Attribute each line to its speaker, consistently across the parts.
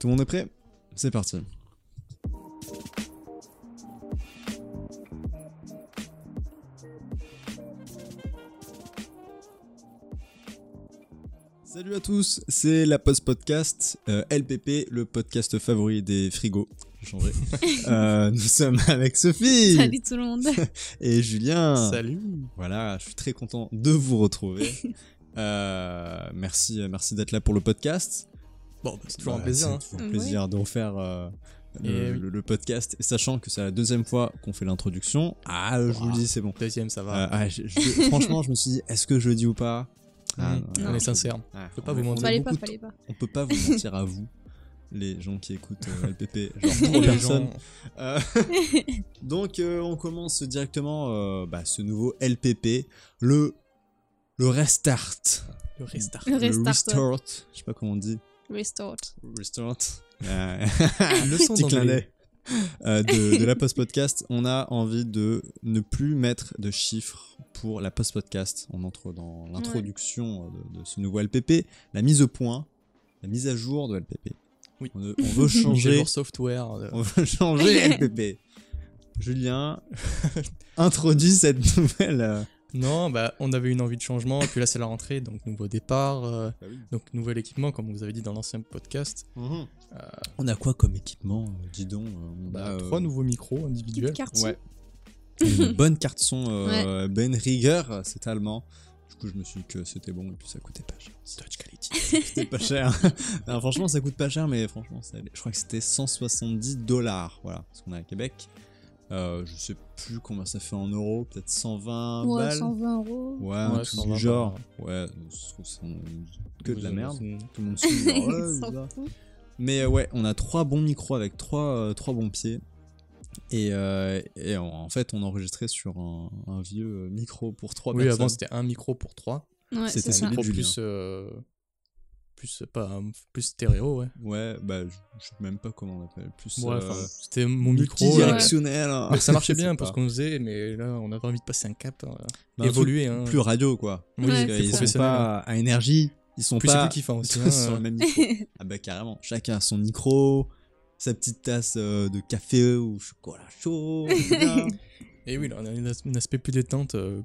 Speaker 1: Tout le monde est prêt C'est parti. Salut à tous, c'est la Post Podcast, euh, LPP, le podcast favori des frigos. J'ai changé. Euh, nous sommes avec Sophie
Speaker 2: Salut tout le monde.
Speaker 1: et Julien.
Speaker 3: Salut.
Speaker 1: Voilà, je suis très content de vous retrouver. Euh, merci merci d'être là pour le podcast.
Speaker 3: Bon, bah, c'est toujours
Speaker 1: Bah,
Speaker 3: un plaisir.
Speaker 1: c'est
Speaker 3: hein.
Speaker 1: toujours un plaisir de refaire euh, le,
Speaker 3: Et oui.
Speaker 1: le- le podcast, sachant que c'est la deuxième fois qu'on fait l'introduction. Ah, je vous le
Speaker 3: Wow.
Speaker 1: dis, c'est bon.
Speaker 3: hein. Deuxième, ça va.
Speaker 1: Euh, ah, je- je- franchement, je me suis dit, est-ce que je le dis ou pas Ah,
Speaker 3: Mmh.
Speaker 1: non,
Speaker 3: On
Speaker 2: non.
Speaker 3: est sincère.
Speaker 1: Ah,
Speaker 3: Faut pas
Speaker 1: on-
Speaker 3: vous
Speaker 1: on a
Speaker 3: mentir.
Speaker 2: Fallait
Speaker 1: beaucoup de-
Speaker 2: pas, fallait pas.
Speaker 1: On peut pas vous mentir à vous, les gens qui écoutent euh, LPP, genre trois
Speaker 3: Les
Speaker 1: personnes.
Speaker 3: gens-
Speaker 1: Euh, Donc euh, on commence directement euh, bah, ce nouveau LPP, le le restart,
Speaker 3: Le restart.
Speaker 2: Le
Speaker 1: le
Speaker 2: restart. ouais.
Speaker 1: restart, je sais pas comment on dit,
Speaker 2: Restart.
Speaker 1: restart. Euh,
Speaker 3: Le son
Speaker 1: petit clin
Speaker 3: d'anglais.
Speaker 1: d'œil, euh, de, de la post-podcast, on a envie de ne plus mettre de chiffres pour la post-podcast. On entre dans l'introduction de, de ce nouveau LPP, la mise au point, la mise à jour de LPP.
Speaker 3: Oui.
Speaker 1: On, on veut
Speaker 3: Changer
Speaker 1: changer
Speaker 3: leur software. euh,
Speaker 1: on va changer LPP. Julien, introduis cette nouvelle. euh,
Speaker 3: Non, bah, on avait une envie de changement, puis là, c'est la rentrée, donc nouveau départ, euh, donc nouvel équipement, comme vous avez dit dans l'ancien podcast.
Speaker 1: On a quoi comme équipement euh, Dis donc, euh, on
Speaker 3: Bah,
Speaker 1: a euh,
Speaker 3: trois nouveaux micros individuels.
Speaker 2: Petite carte.
Speaker 1: Ouais. une bonne carte son euh, Ben Rieger, c'est allemand. Du coup, je me suis dit que c'était bon et puis ça coûtait pas cher.
Speaker 3: Touch quality.
Speaker 1: C'était pas cher. Non, franchement, ça coûte pas cher, mais franchement, ça allait. je crois que c'était 170 dollars. Voilà, parce qu'on est à Québec. Euh, je sais plus combien ça fait en euros, peut-être 120
Speaker 2: Ouais,
Speaker 1: balles.
Speaker 2: 120 euros.
Speaker 1: Ouais, Ah, un
Speaker 3: Ouais, Bah,
Speaker 1: truc
Speaker 3: 120
Speaker 1: du genre. Ouais, je trouve ça que de la
Speaker 3: Vous-
Speaker 1: merde.
Speaker 3: vous-
Speaker 1: Tout le monde se dit, oh
Speaker 2: Ils
Speaker 1: ouais,
Speaker 2: s'en
Speaker 1: bizarre.
Speaker 2: foutent.
Speaker 1: Mais euh, ouais, on a trois bons micros avec trois, euh, trois bons pieds. Et, euh, et en, en fait, on enregistrait sur un, un vieux euh, micro pour trois
Speaker 3: Oui,
Speaker 1: personnes. Ah.
Speaker 3: avant, c'était un micro pour trois.
Speaker 2: Ouais,
Speaker 1: C'était
Speaker 2: c'est
Speaker 3: un
Speaker 2: ça.
Speaker 1: celui-
Speaker 3: micro
Speaker 1: Julien.
Speaker 3: plus. euh, Plus, pas, euh, plus stéréo, ouais.
Speaker 1: Ouais, bah, je, je sais même pas comment on appelle. Plus
Speaker 3: Ouais,
Speaker 1: euh,
Speaker 3: enfin, c'était mon micro. euh,
Speaker 1: multidirectionnel. hein.
Speaker 3: Mais ça marchait
Speaker 1: Je sais
Speaker 3: bien
Speaker 1: pas.
Speaker 3: parce qu'on faisait, mais là, on avait envie de passer un cap, euh,
Speaker 1: Mais un truc
Speaker 3: évoluer. Hein.
Speaker 1: Plus radio, quoi.
Speaker 3: oui,
Speaker 2: Ouais,
Speaker 1: ils
Speaker 2: c'est
Speaker 3: c'est
Speaker 2: ça.
Speaker 1: sont
Speaker 3: professionnel.
Speaker 1: pas à énergie. Ils sont
Speaker 3: Puis c'est
Speaker 1: pas
Speaker 3: hein, plus kiffant aussi. hein,
Speaker 1: sur
Speaker 3: euh.
Speaker 1: le même micro. Ah bah carrément, chacun a son micro, sa petite tasse euh, de café ou chocolat chaud. bien.
Speaker 3: Et oui, là, on a un as- un aspect plus détente, euh,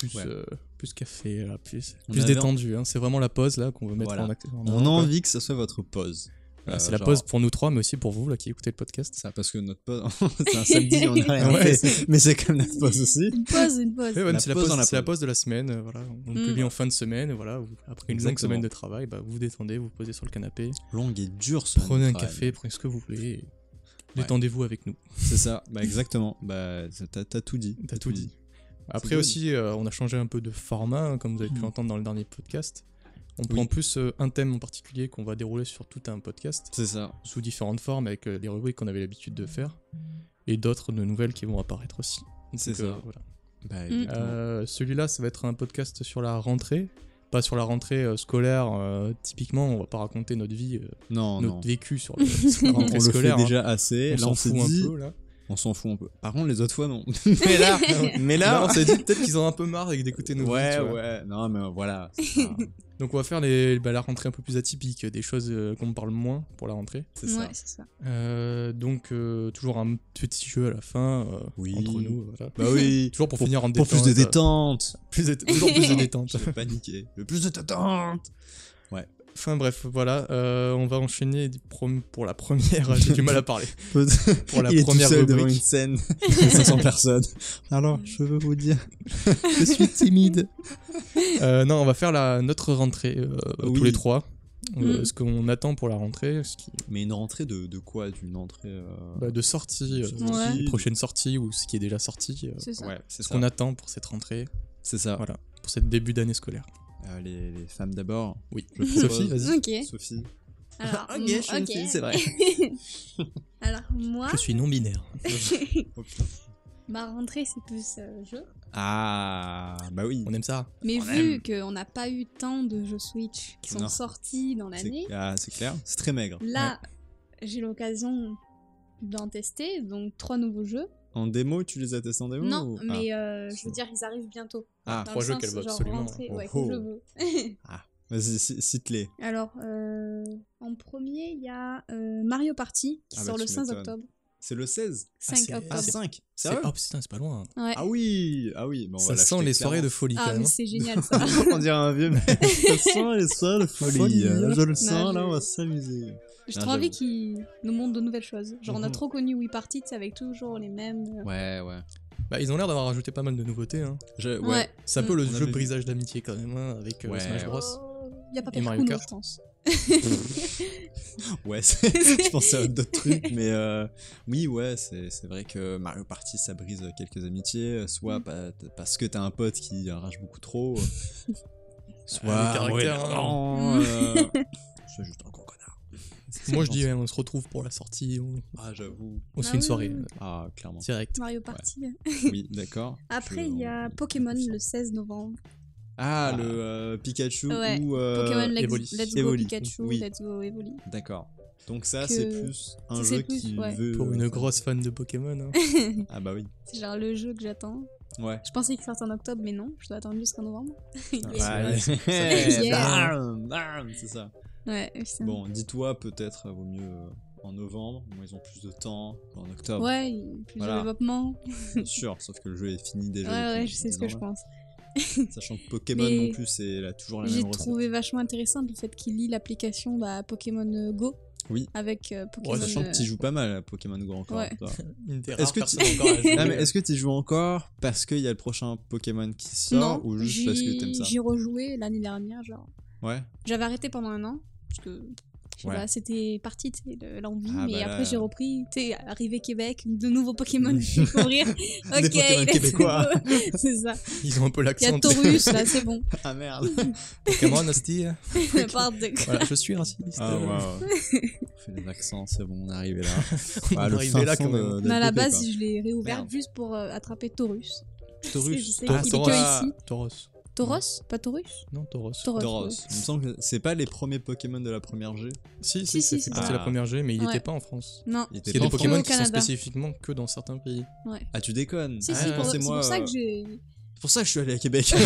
Speaker 3: plus,
Speaker 1: Ouais.
Speaker 3: euh, plus café, là, plus,
Speaker 1: On
Speaker 3: plus
Speaker 1: avait-
Speaker 3: détendu. hein. C'est vraiment la pause là qu'on veut mettre
Speaker 1: Voilà.
Speaker 3: en acte. en
Speaker 1: On a
Speaker 3: avant, quoi.
Speaker 1: envie que ça soit votre pause.
Speaker 3: Voilà, Ah, c'est
Speaker 1: Euh,
Speaker 3: la
Speaker 1: genre-
Speaker 3: pause pour nous trois, mais aussi pour vous là qui écoutez le podcast.
Speaker 1: Ça, parce que notre pause, c'est un samedi, on a rien
Speaker 3: Ouais.
Speaker 1: fait, mais c'est quand même notre pause aussi.
Speaker 2: Une pause, une pause.
Speaker 3: Ouais, ouais,
Speaker 1: La
Speaker 3: mais c'est la,
Speaker 1: pause
Speaker 3: pause-
Speaker 1: dans la
Speaker 3: c'est la
Speaker 1: pause. Hmm.
Speaker 3: pause de la semaine. euh, voilà. On le
Speaker 2: Mm.
Speaker 3: publie en fin de semaine. Voilà, vous- après une longue
Speaker 1: Exactement.
Speaker 3: semaine de travail, bah, vous vous détendez, vous vous posez sur le canapé,
Speaker 1: Longue et dure semaine.
Speaker 3: prenez
Speaker 1: de
Speaker 3: un
Speaker 1: travail.
Speaker 3: café, prenez ce que vous voulez. et Détendez-vous avec nous.
Speaker 1: C'est ça, bah exactement. Bah, t'as t'as tout dit.
Speaker 3: T'as tout dit. Après
Speaker 1: bien.
Speaker 3: aussi, euh, on a changé un peu de format, hein, comme vous avez pu
Speaker 1: Mm.
Speaker 3: l'entendre dans le dernier podcast. On prend plus euh, un thème en particulier qu'on va dérouler sur tout un podcast,
Speaker 1: C'est ça.
Speaker 3: sous différentes formes, avec euh, des rubriques qu'on avait l'habitude de faire, et d'autres de nouvelles qui vont apparaître aussi. Donc,
Speaker 1: C'est ça.
Speaker 3: euh, voilà.
Speaker 1: Bah,
Speaker 2: Mm.
Speaker 1: exactement.
Speaker 3: Euh, Celui-là, ça va être un podcast sur la rentrée, pas sur la rentrée euh, scolaire. euh, typiquement, on va pas raconter notre vie, euh,
Speaker 1: non,
Speaker 3: notre
Speaker 1: Oh non.
Speaker 3: vécu sur, le- sur la
Speaker 1: On
Speaker 3: rentrée
Speaker 1: le
Speaker 3: scolaire.
Speaker 1: fait
Speaker 3: hein.
Speaker 1: déjà assez.
Speaker 3: On
Speaker 1: là,
Speaker 3: s'en
Speaker 1: on s'est
Speaker 3: fout un
Speaker 1: dit.
Speaker 3: peu là.
Speaker 1: On s'en fout un peu. Par contre, les autres fois, non. mais là, mais
Speaker 3: Là,
Speaker 1: là.
Speaker 3: on s'est dit peut-être qu'ils en ont un peu marre et d'écouter nos vies,
Speaker 1: ouais,
Speaker 3: tu vois.
Speaker 1: ouais. Non, mais voilà. c'est pas-
Speaker 3: Donc on va faire les, bah, la rentrée un peu plus atypique, des choses euh, qu'on parle moins pour la rentrée.
Speaker 1: C'est ça.
Speaker 2: Ouais, c'est ça.
Speaker 3: Euh, donc euh, toujours un petit jeu à la fin euh,
Speaker 1: Oui.
Speaker 3: entre nous. voilà.
Speaker 1: Bah oui.
Speaker 3: Toujours pour,
Speaker 1: Pour-
Speaker 3: finir en
Speaker 1: Pour
Speaker 3: détente.
Speaker 1: plus de
Speaker 3: euh,
Speaker 1: détente.
Speaker 3: plus de- toujours plus de détente.
Speaker 1: Je vais paniquer. Le plus de détente.
Speaker 3: Enfin bref, voilà, euh, on va enchaîner du prom- pour la première. J'ai du mal à parler. Pour la
Speaker 1: Il est tout
Speaker 3: première
Speaker 1: seul devant une
Speaker 3: rubrique. Mm.
Speaker 1: scène de 500 personnes. Alors, je veux vous dire, je suis timide.
Speaker 3: Euh, non, on va faire la, notre rentrée euh,
Speaker 1: Oui.
Speaker 3: tous les trois. Euh,
Speaker 2: Mm.
Speaker 3: Ce qu'on attend pour la rentrée, ce qui,
Speaker 1: Mais une rentrée de, de quoi D'une entrée euh,
Speaker 3: bah, de sortie, euh,
Speaker 1: sortie,
Speaker 2: Ouais.
Speaker 1: de-
Speaker 3: prochaine sortie ou ce qui est déjà sorti. euh,
Speaker 2: C'est ça.
Speaker 1: Ouais, c'est
Speaker 3: ce
Speaker 1: ça.
Speaker 3: qu'on attend pour cette rentrée,
Speaker 1: C'est ça.
Speaker 3: voilà, pour cette début d'année scolaire.
Speaker 1: Euh, les, les femmes d'abord.
Speaker 3: Oui.
Speaker 1: Je
Speaker 3: Sophie,
Speaker 1: propose-
Speaker 3: vas-y.
Speaker 2: Ok.
Speaker 1: Sophie.
Speaker 2: Alors,
Speaker 1: Ok,
Speaker 2: moi-
Speaker 1: je suis une
Speaker 2: ok.
Speaker 1: fille, c'est vrai.
Speaker 2: Alors, moi,
Speaker 3: Je suis non-binaire.
Speaker 1: Oh, putain.
Speaker 2: ma rentrée, c'est plus euh, jeu.
Speaker 1: Ah, bah oui.
Speaker 3: On aime ça.
Speaker 2: Mais
Speaker 1: On
Speaker 2: vu qu'on n'a pas eu tant de jeux Switch qui sont
Speaker 1: Non.
Speaker 2: sortis dans l'année,
Speaker 1: C'est ah, c'est clair. C'est très maigre.
Speaker 2: là, j'ai l'occasion d'en tester, donc trois nouveaux jeux.
Speaker 1: En démo, tu les as testés en démo
Speaker 2: Non,
Speaker 1: ou- ah.
Speaker 2: mais euh, je veux dire, ils arrivent bientôt.
Speaker 1: Ah,
Speaker 2: Dans
Speaker 3: trois
Speaker 2: le
Speaker 3: jeux
Speaker 2: sens,
Speaker 3: qu'elle veut
Speaker 2: genre,
Speaker 3: absolument.
Speaker 2: rentrer- ouais,
Speaker 1: hein. Oh.
Speaker 2: que je veux.
Speaker 1: Ah. Vas-y, ci- cite-les.
Speaker 2: Alors, euh, en premier, il y a euh, Mario Party qui
Speaker 1: Ah bah,
Speaker 2: sort le
Speaker 1: tu
Speaker 2: 5
Speaker 1: m'étonnes.
Speaker 2: octobre.
Speaker 1: C'est le 16
Speaker 2: 5
Speaker 3: c'est-
Speaker 2: octobre.
Speaker 1: Ah,
Speaker 3: c'est-
Speaker 1: 5
Speaker 3: C'est-
Speaker 1: Sérieux
Speaker 3: Oh putain, c'est pas loin.
Speaker 2: Ouais.
Speaker 1: Ah oui Ah oui bon, on
Speaker 3: Ça
Speaker 1: va l'acheter,
Speaker 3: sent les soirées de folie
Speaker 2: Ah,
Speaker 3: quand même. hein.
Speaker 2: mais c'est génial ça.
Speaker 1: clairement. On dirait un vieux, mais ça sent les soirées de folie.
Speaker 3: Folie,
Speaker 1: hein.
Speaker 3: hein.
Speaker 1: Je le
Speaker 2: Non,
Speaker 1: sens,
Speaker 2: Bah, je-
Speaker 1: là, on va s'amuser.
Speaker 2: J'ai
Speaker 1: Ah,
Speaker 2: trop envie
Speaker 1: j'avoue.
Speaker 2: qu'ils nous montrent de nouvelles choses. Genre, on a
Speaker 1: Mhm.
Speaker 2: trop connu Wii Party, tu sais, avec toujours les mêmes. euh,
Speaker 1: Ouais, ouais.
Speaker 3: Bah, ils ont l'air d'avoir ajouté pas mal de nouveautés. Hein.
Speaker 1: Je- ouais.
Speaker 2: Ouais.
Speaker 3: C'est un peu
Speaker 2: Mm.
Speaker 3: le
Speaker 1: Hmm. On
Speaker 3: jeu
Speaker 1: avait vu.
Speaker 3: brisage d'amitié quand même hein, avec euh,
Speaker 1: Ouais.
Speaker 3: Smash Bros.
Speaker 2: Oh, Il y a pas
Speaker 3: Et
Speaker 2: Père
Speaker 3: Mario
Speaker 2: Kuno,
Speaker 3: Kart.
Speaker 2: je pense.
Speaker 1: Ouais, c'est- je pensais à d'autres trucs, mais euh, oui, ouais, c'est c'est vrai que Mario Party, ça brise quelques amitiés, euh, soit
Speaker 2: Mm.
Speaker 1: pa- parce que t'as un pote qui rage beaucoup trop, euh, soit
Speaker 3: Ah, le
Speaker 1: un
Speaker 3: caractère,
Speaker 1: mauvais
Speaker 3: hein.
Speaker 1: parent, euh, c'est juste un gros connard.
Speaker 3: Moi je dis, ouais, on se retrouve pour la sortie, on,
Speaker 1: Ah, j'avoue.
Speaker 3: on se
Speaker 2: Ah
Speaker 3: fait une
Speaker 2: oui,
Speaker 3: soirée
Speaker 2: oui, Bah oui.
Speaker 3: euh,
Speaker 1: Ah, clairement.
Speaker 3: direct.
Speaker 2: Mario Party.
Speaker 1: Oui, d'accord.
Speaker 2: Après,
Speaker 1: Je-
Speaker 2: il y a
Speaker 1: on-
Speaker 2: Pokémon le 16 novembre.
Speaker 1: Ah,
Speaker 3: Ah.
Speaker 1: le euh, Pikachu
Speaker 2: Ouais,
Speaker 1: ou. euh,
Speaker 2: Pokémon Let's,
Speaker 3: Evoli.
Speaker 2: Let's Go
Speaker 1: Evoli.
Speaker 2: Pikachu,
Speaker 1: Oui.
Speaker 2: Let's Go Evoli.
Speaker 1: D'accord. Donc, ça,
Speaker 2: Que-
Speaker 1: c'est plus un
Speaker 2: Ça,
Speaker 1: jeu
Speaker 2: c'est plus,
Speaker 1: qui
Speaker 2: ouais.
Speaker 1: veut.
Speaker 3: Pour une grosse fan de Pokémon. hein.
Speaker 1: Ah, bah oui.
Speaker 2: C'est genre le jeu que j'attends.
Speaker 1: Ouais.
Speaker 2: Je pensais qu'il sortait en octobre, mais non, je dois attendre jusqu'en novembre.
Speaker 1: Ah,
Speaker 3: c'est
Speaker 1: ouais.
Speaker 2: Yeah.
Speaker 1: Bam, bam, C'est ça.
Speaker 2: Ouais, putain.
Speaker 1: Bon, dis-toi, peut-être euh, vaut mieux euh, en novembre. Moi, ils ont plus de temps qu'en octobre.
Speaker 2: Ouais, il- plus
Speaker 1: Voilà.
Speaker 2: de développement.
Speaker 1: Bien sûr, sauf que le jeu est fini déjà.
Speaker 2: ouais,
Speaker 1: depuis
Speaker 2: ouais, je sais ce que je
Speaker 1: énorme.
Speaker 2: pense.
Speaker 1: Sachant que Pokémon
Speaker 2: Mais
Speaker 1: non plus, c'est là, toujours la
Speaker 2: J'ai
Speaker 1: même recette.
Speaker 2: trouvé vachement intéressant le fait qu'il lie l'application bah, Pokémon Go
Speaker 1: Oui.
Speaker 2: avec euh, Pokémon.
Speaker 1: Sachant que tu
Speaker 2: euh,
Speaker 1: joues pas mal à Pokémon Go encore.
Speaker 2: Ouais.
Speaker 1: toi.
Speaker 3: Une des
Speaker 1: Est-ce que
Speaker 3: rares
Speaker 1: tu-
Speaker 3: personnes encore à jouer. euh,
Speaker 1: Non, mais est-ce que tu joues encore parce qu'il y a le prochain Pokémon qui sort
Speaker 2: non,
Speaker 1: ou juste parce que
Speaker 2: j'y-
Speaker 1: t'aimes ça
Speaker 2: J'y rejouais l'année dernière, genre.
Speaker 1: Ouais.
Speaker 2: J'avais arrêté pendant un an, parce que je sais
Speaker 1: Ouais.
Speaker 2: pas, c'était parti, tu sais, de l'envie,
Speaker 1: Ah,
Speaker 2: mais
Speaker 1: bah là.
Speaker 2: après j'ai repris, tu sais, arrivé Québec, de nouveaux Pokémon à découvrir. ok,
Speaker 1: Pokémon
Speaker 2: let's
Speaker 1: québécois.
Speaker 2: go. c'est ça.
Speaker 3: Ils ont un peu
Speaker 2: Il y
Speaker 3: l'accent
Speaker 2: a
Speaker 3: de
Speaker 2: Taurus, là, c'est bon.
Speaker 1: Ah merde
Speaker 3: Pokémon, hostie.
Speaker 2: Part de quoi.
Speaker 3: hein. Voilà, je suis euh, raciste.
Speaker 1: Ah waouh On fait des accents, c'est bon, on est arrivé là.
Speaker 3: On
Speaker 1: Ah,
Speaker 3: est
Speaker 1: le
Speaker 3: arrivé
Speaker 1: fin
Speaker 3: là
Speaker 1: fond
Speaker 3: quand
Speaker 1: de-
Speaker 3: même.
Speaker 1: de
Speaker 2: Mais à la
Speaker 1: LPP,
Speaker 2: base,
Speaker 1: quoi.
Speaker 2: je l'ai réouvert
Speaker 1: Merde.
Speaker 2: juste pour euh, attraper Taurus.
Speaker 1: Taurus.
Speaker 2: Je sais
Speaker 1: Ah,
Speaker 2: qu'il est
Speaker 1: Taurus.
Speaker 2: que ici.
Speaker 3: Tauros.
Speaker 2: Tauros Pas Taurus
Speaker 3: Non, Tauros.
Speaker 2: Tauros.
Speaker 1: Tauros.
Speaker 2: ouais.
Speaker 1: Il me semble que c'est pas les premiers Pokémon de la première G.
Speaker 2: Si,
Speaker 3: Si, si, c'est
Speaker 2: si,
Speaker 3: fait
Speaker 2: si.
Speaker 3: partie de la
Speaker 1: Ah.
Speaker 3: première G, mais il
Speaker 2: Ouais.
Speaker 3: n'était pas en France.
Speaker 2: Non.
Speaker 1: Il était
Speaker 3: Parce qu'il
Speaker 1: pas en
Speaker 3: y a des
Speaker 2: France.
Speaker 3: Pokémon
Speaker 2: Au
Speaker 3: qui sont
Speaker 2: Canada.
Speaker 3: spécifiquement que dans certains pays.
Speaker 1: Ah, tu déconnes
Speaker 2: Si,
Speaker 1: Ah,
Speaker 2: si,
Speaker 1: ouais,
Speaker 2: pour- c'est
Speaker 1: pensez-moi,
Speaker 2: pour ça
Speaker 1: euh,
Speaker 2: que j'ai.
Speaker 1: c'est pour ça que je suis allé à Québec. ah,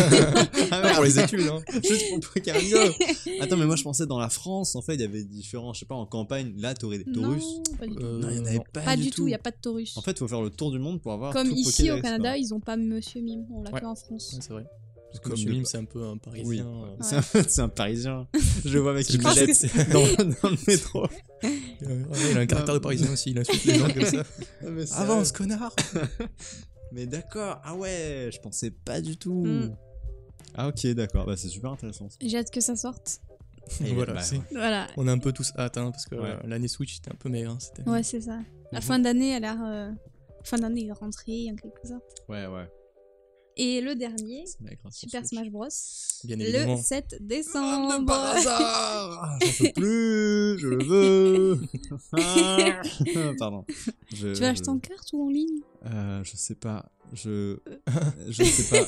Speaker 3: Pas
Speaker 1: merde.
Speaker 3: pour les études, hein.
Speaker 1: Juste pour Pokémon Go. Attends, mais moi je pensais dans la France, en fait, il y avait différents, je sais pas, en campagne, là, t'aurais des
Speaker 2: Non,
Speaker 1: Taurus.
Speaker 2: pas du tout.
Speaker 3: Euh,
Speaker 1: Non, il y en avait
Speaker 3: non.
Speaker 1: pas,
Speaker 2: Pas du tout, il n'y a pas de Taurus.
Speaker 1: En fait, faut faire le tour du monde pour avoir
Speaker 2: Comme
Speaker 1: tout
Speaker 2: ici
Speaker 1: Pokédex,
Speaker 2: au Canada,
Speaker 1: quoi.
Speaker 2: ils ont pas Monsieur Mime, on l'a
Speaker 3: Ouais.
Speaker 2: que en France.
Speaker 3: Ouais, c'est vrai. Parce que
Speaker 1: Comme
Speaker 3: Monsieur
Speaker 1: le-
Speaker 3: Mime, c'est un peu un parisien.
Speaker 1: Oui.
Speaker 3: euh,
Speaker 1: C'est un- c'est un, parisien. Je le vois avec
Speaker 3: Je
Speaker 1: une
Speaker 2: pense que
Speaker 1: mallette dans, dans le métro.
Speaker 3: Euh, ouais, il a un caractère de parisien aussi, il insulte les gens comme ça. Avance, connard
Speaker 1: Mais d'accord, ah ouais, je pensais pas du tout.
Speaker 2: Mm.
Speaker 1: Ah ok, d'accord, bah, c'est super intéressant. ça.
Speaker 2: J'ai hâte que ça sorte.
Speaker 1: Et
Speaker 3: Voilà,
Speaker 1: bah,
Speaker 3: c'est-
Speaker 1: ouais.
Speaker 2: Voilà.
Speaker 3: on a un peu tous hâte, hein, parce que
Speaker 1: Ouais.
Speaker 3: euh, l'année Switch était un peu meilleure. hein, cette année.
Speaker 2: Ouais, c'est ça. La
Speaker 1: Mhm.
Speaker 2: fin d'année elle a l'air. euh, Fin d'année est rentrée en quelque sorte.
Speaker 1: ouais, ouais.
Speaker 2: Et le dernier,
Speaker 1: c'est la grâce au
Speaker 2: Super
Speaker 1: Switch.
Speaker 2: Smash Bros.
Speaker 3: Bien
Speaker 2: Le
Speaker 3: évidemment.
Speaker 2: 7
Speaker 1: Ah, de par
Speaker 2: décembre.
Speaker 1: hasard Ah, J'en peux plus, je le veux Ah. Pardon. Je-
Speaker 2: Tu vas acheter
Speaker 1: je-
Speaker 2: en carte ou en ligne
Speaker 1: Euh, je sais pas. Je. je sais pas.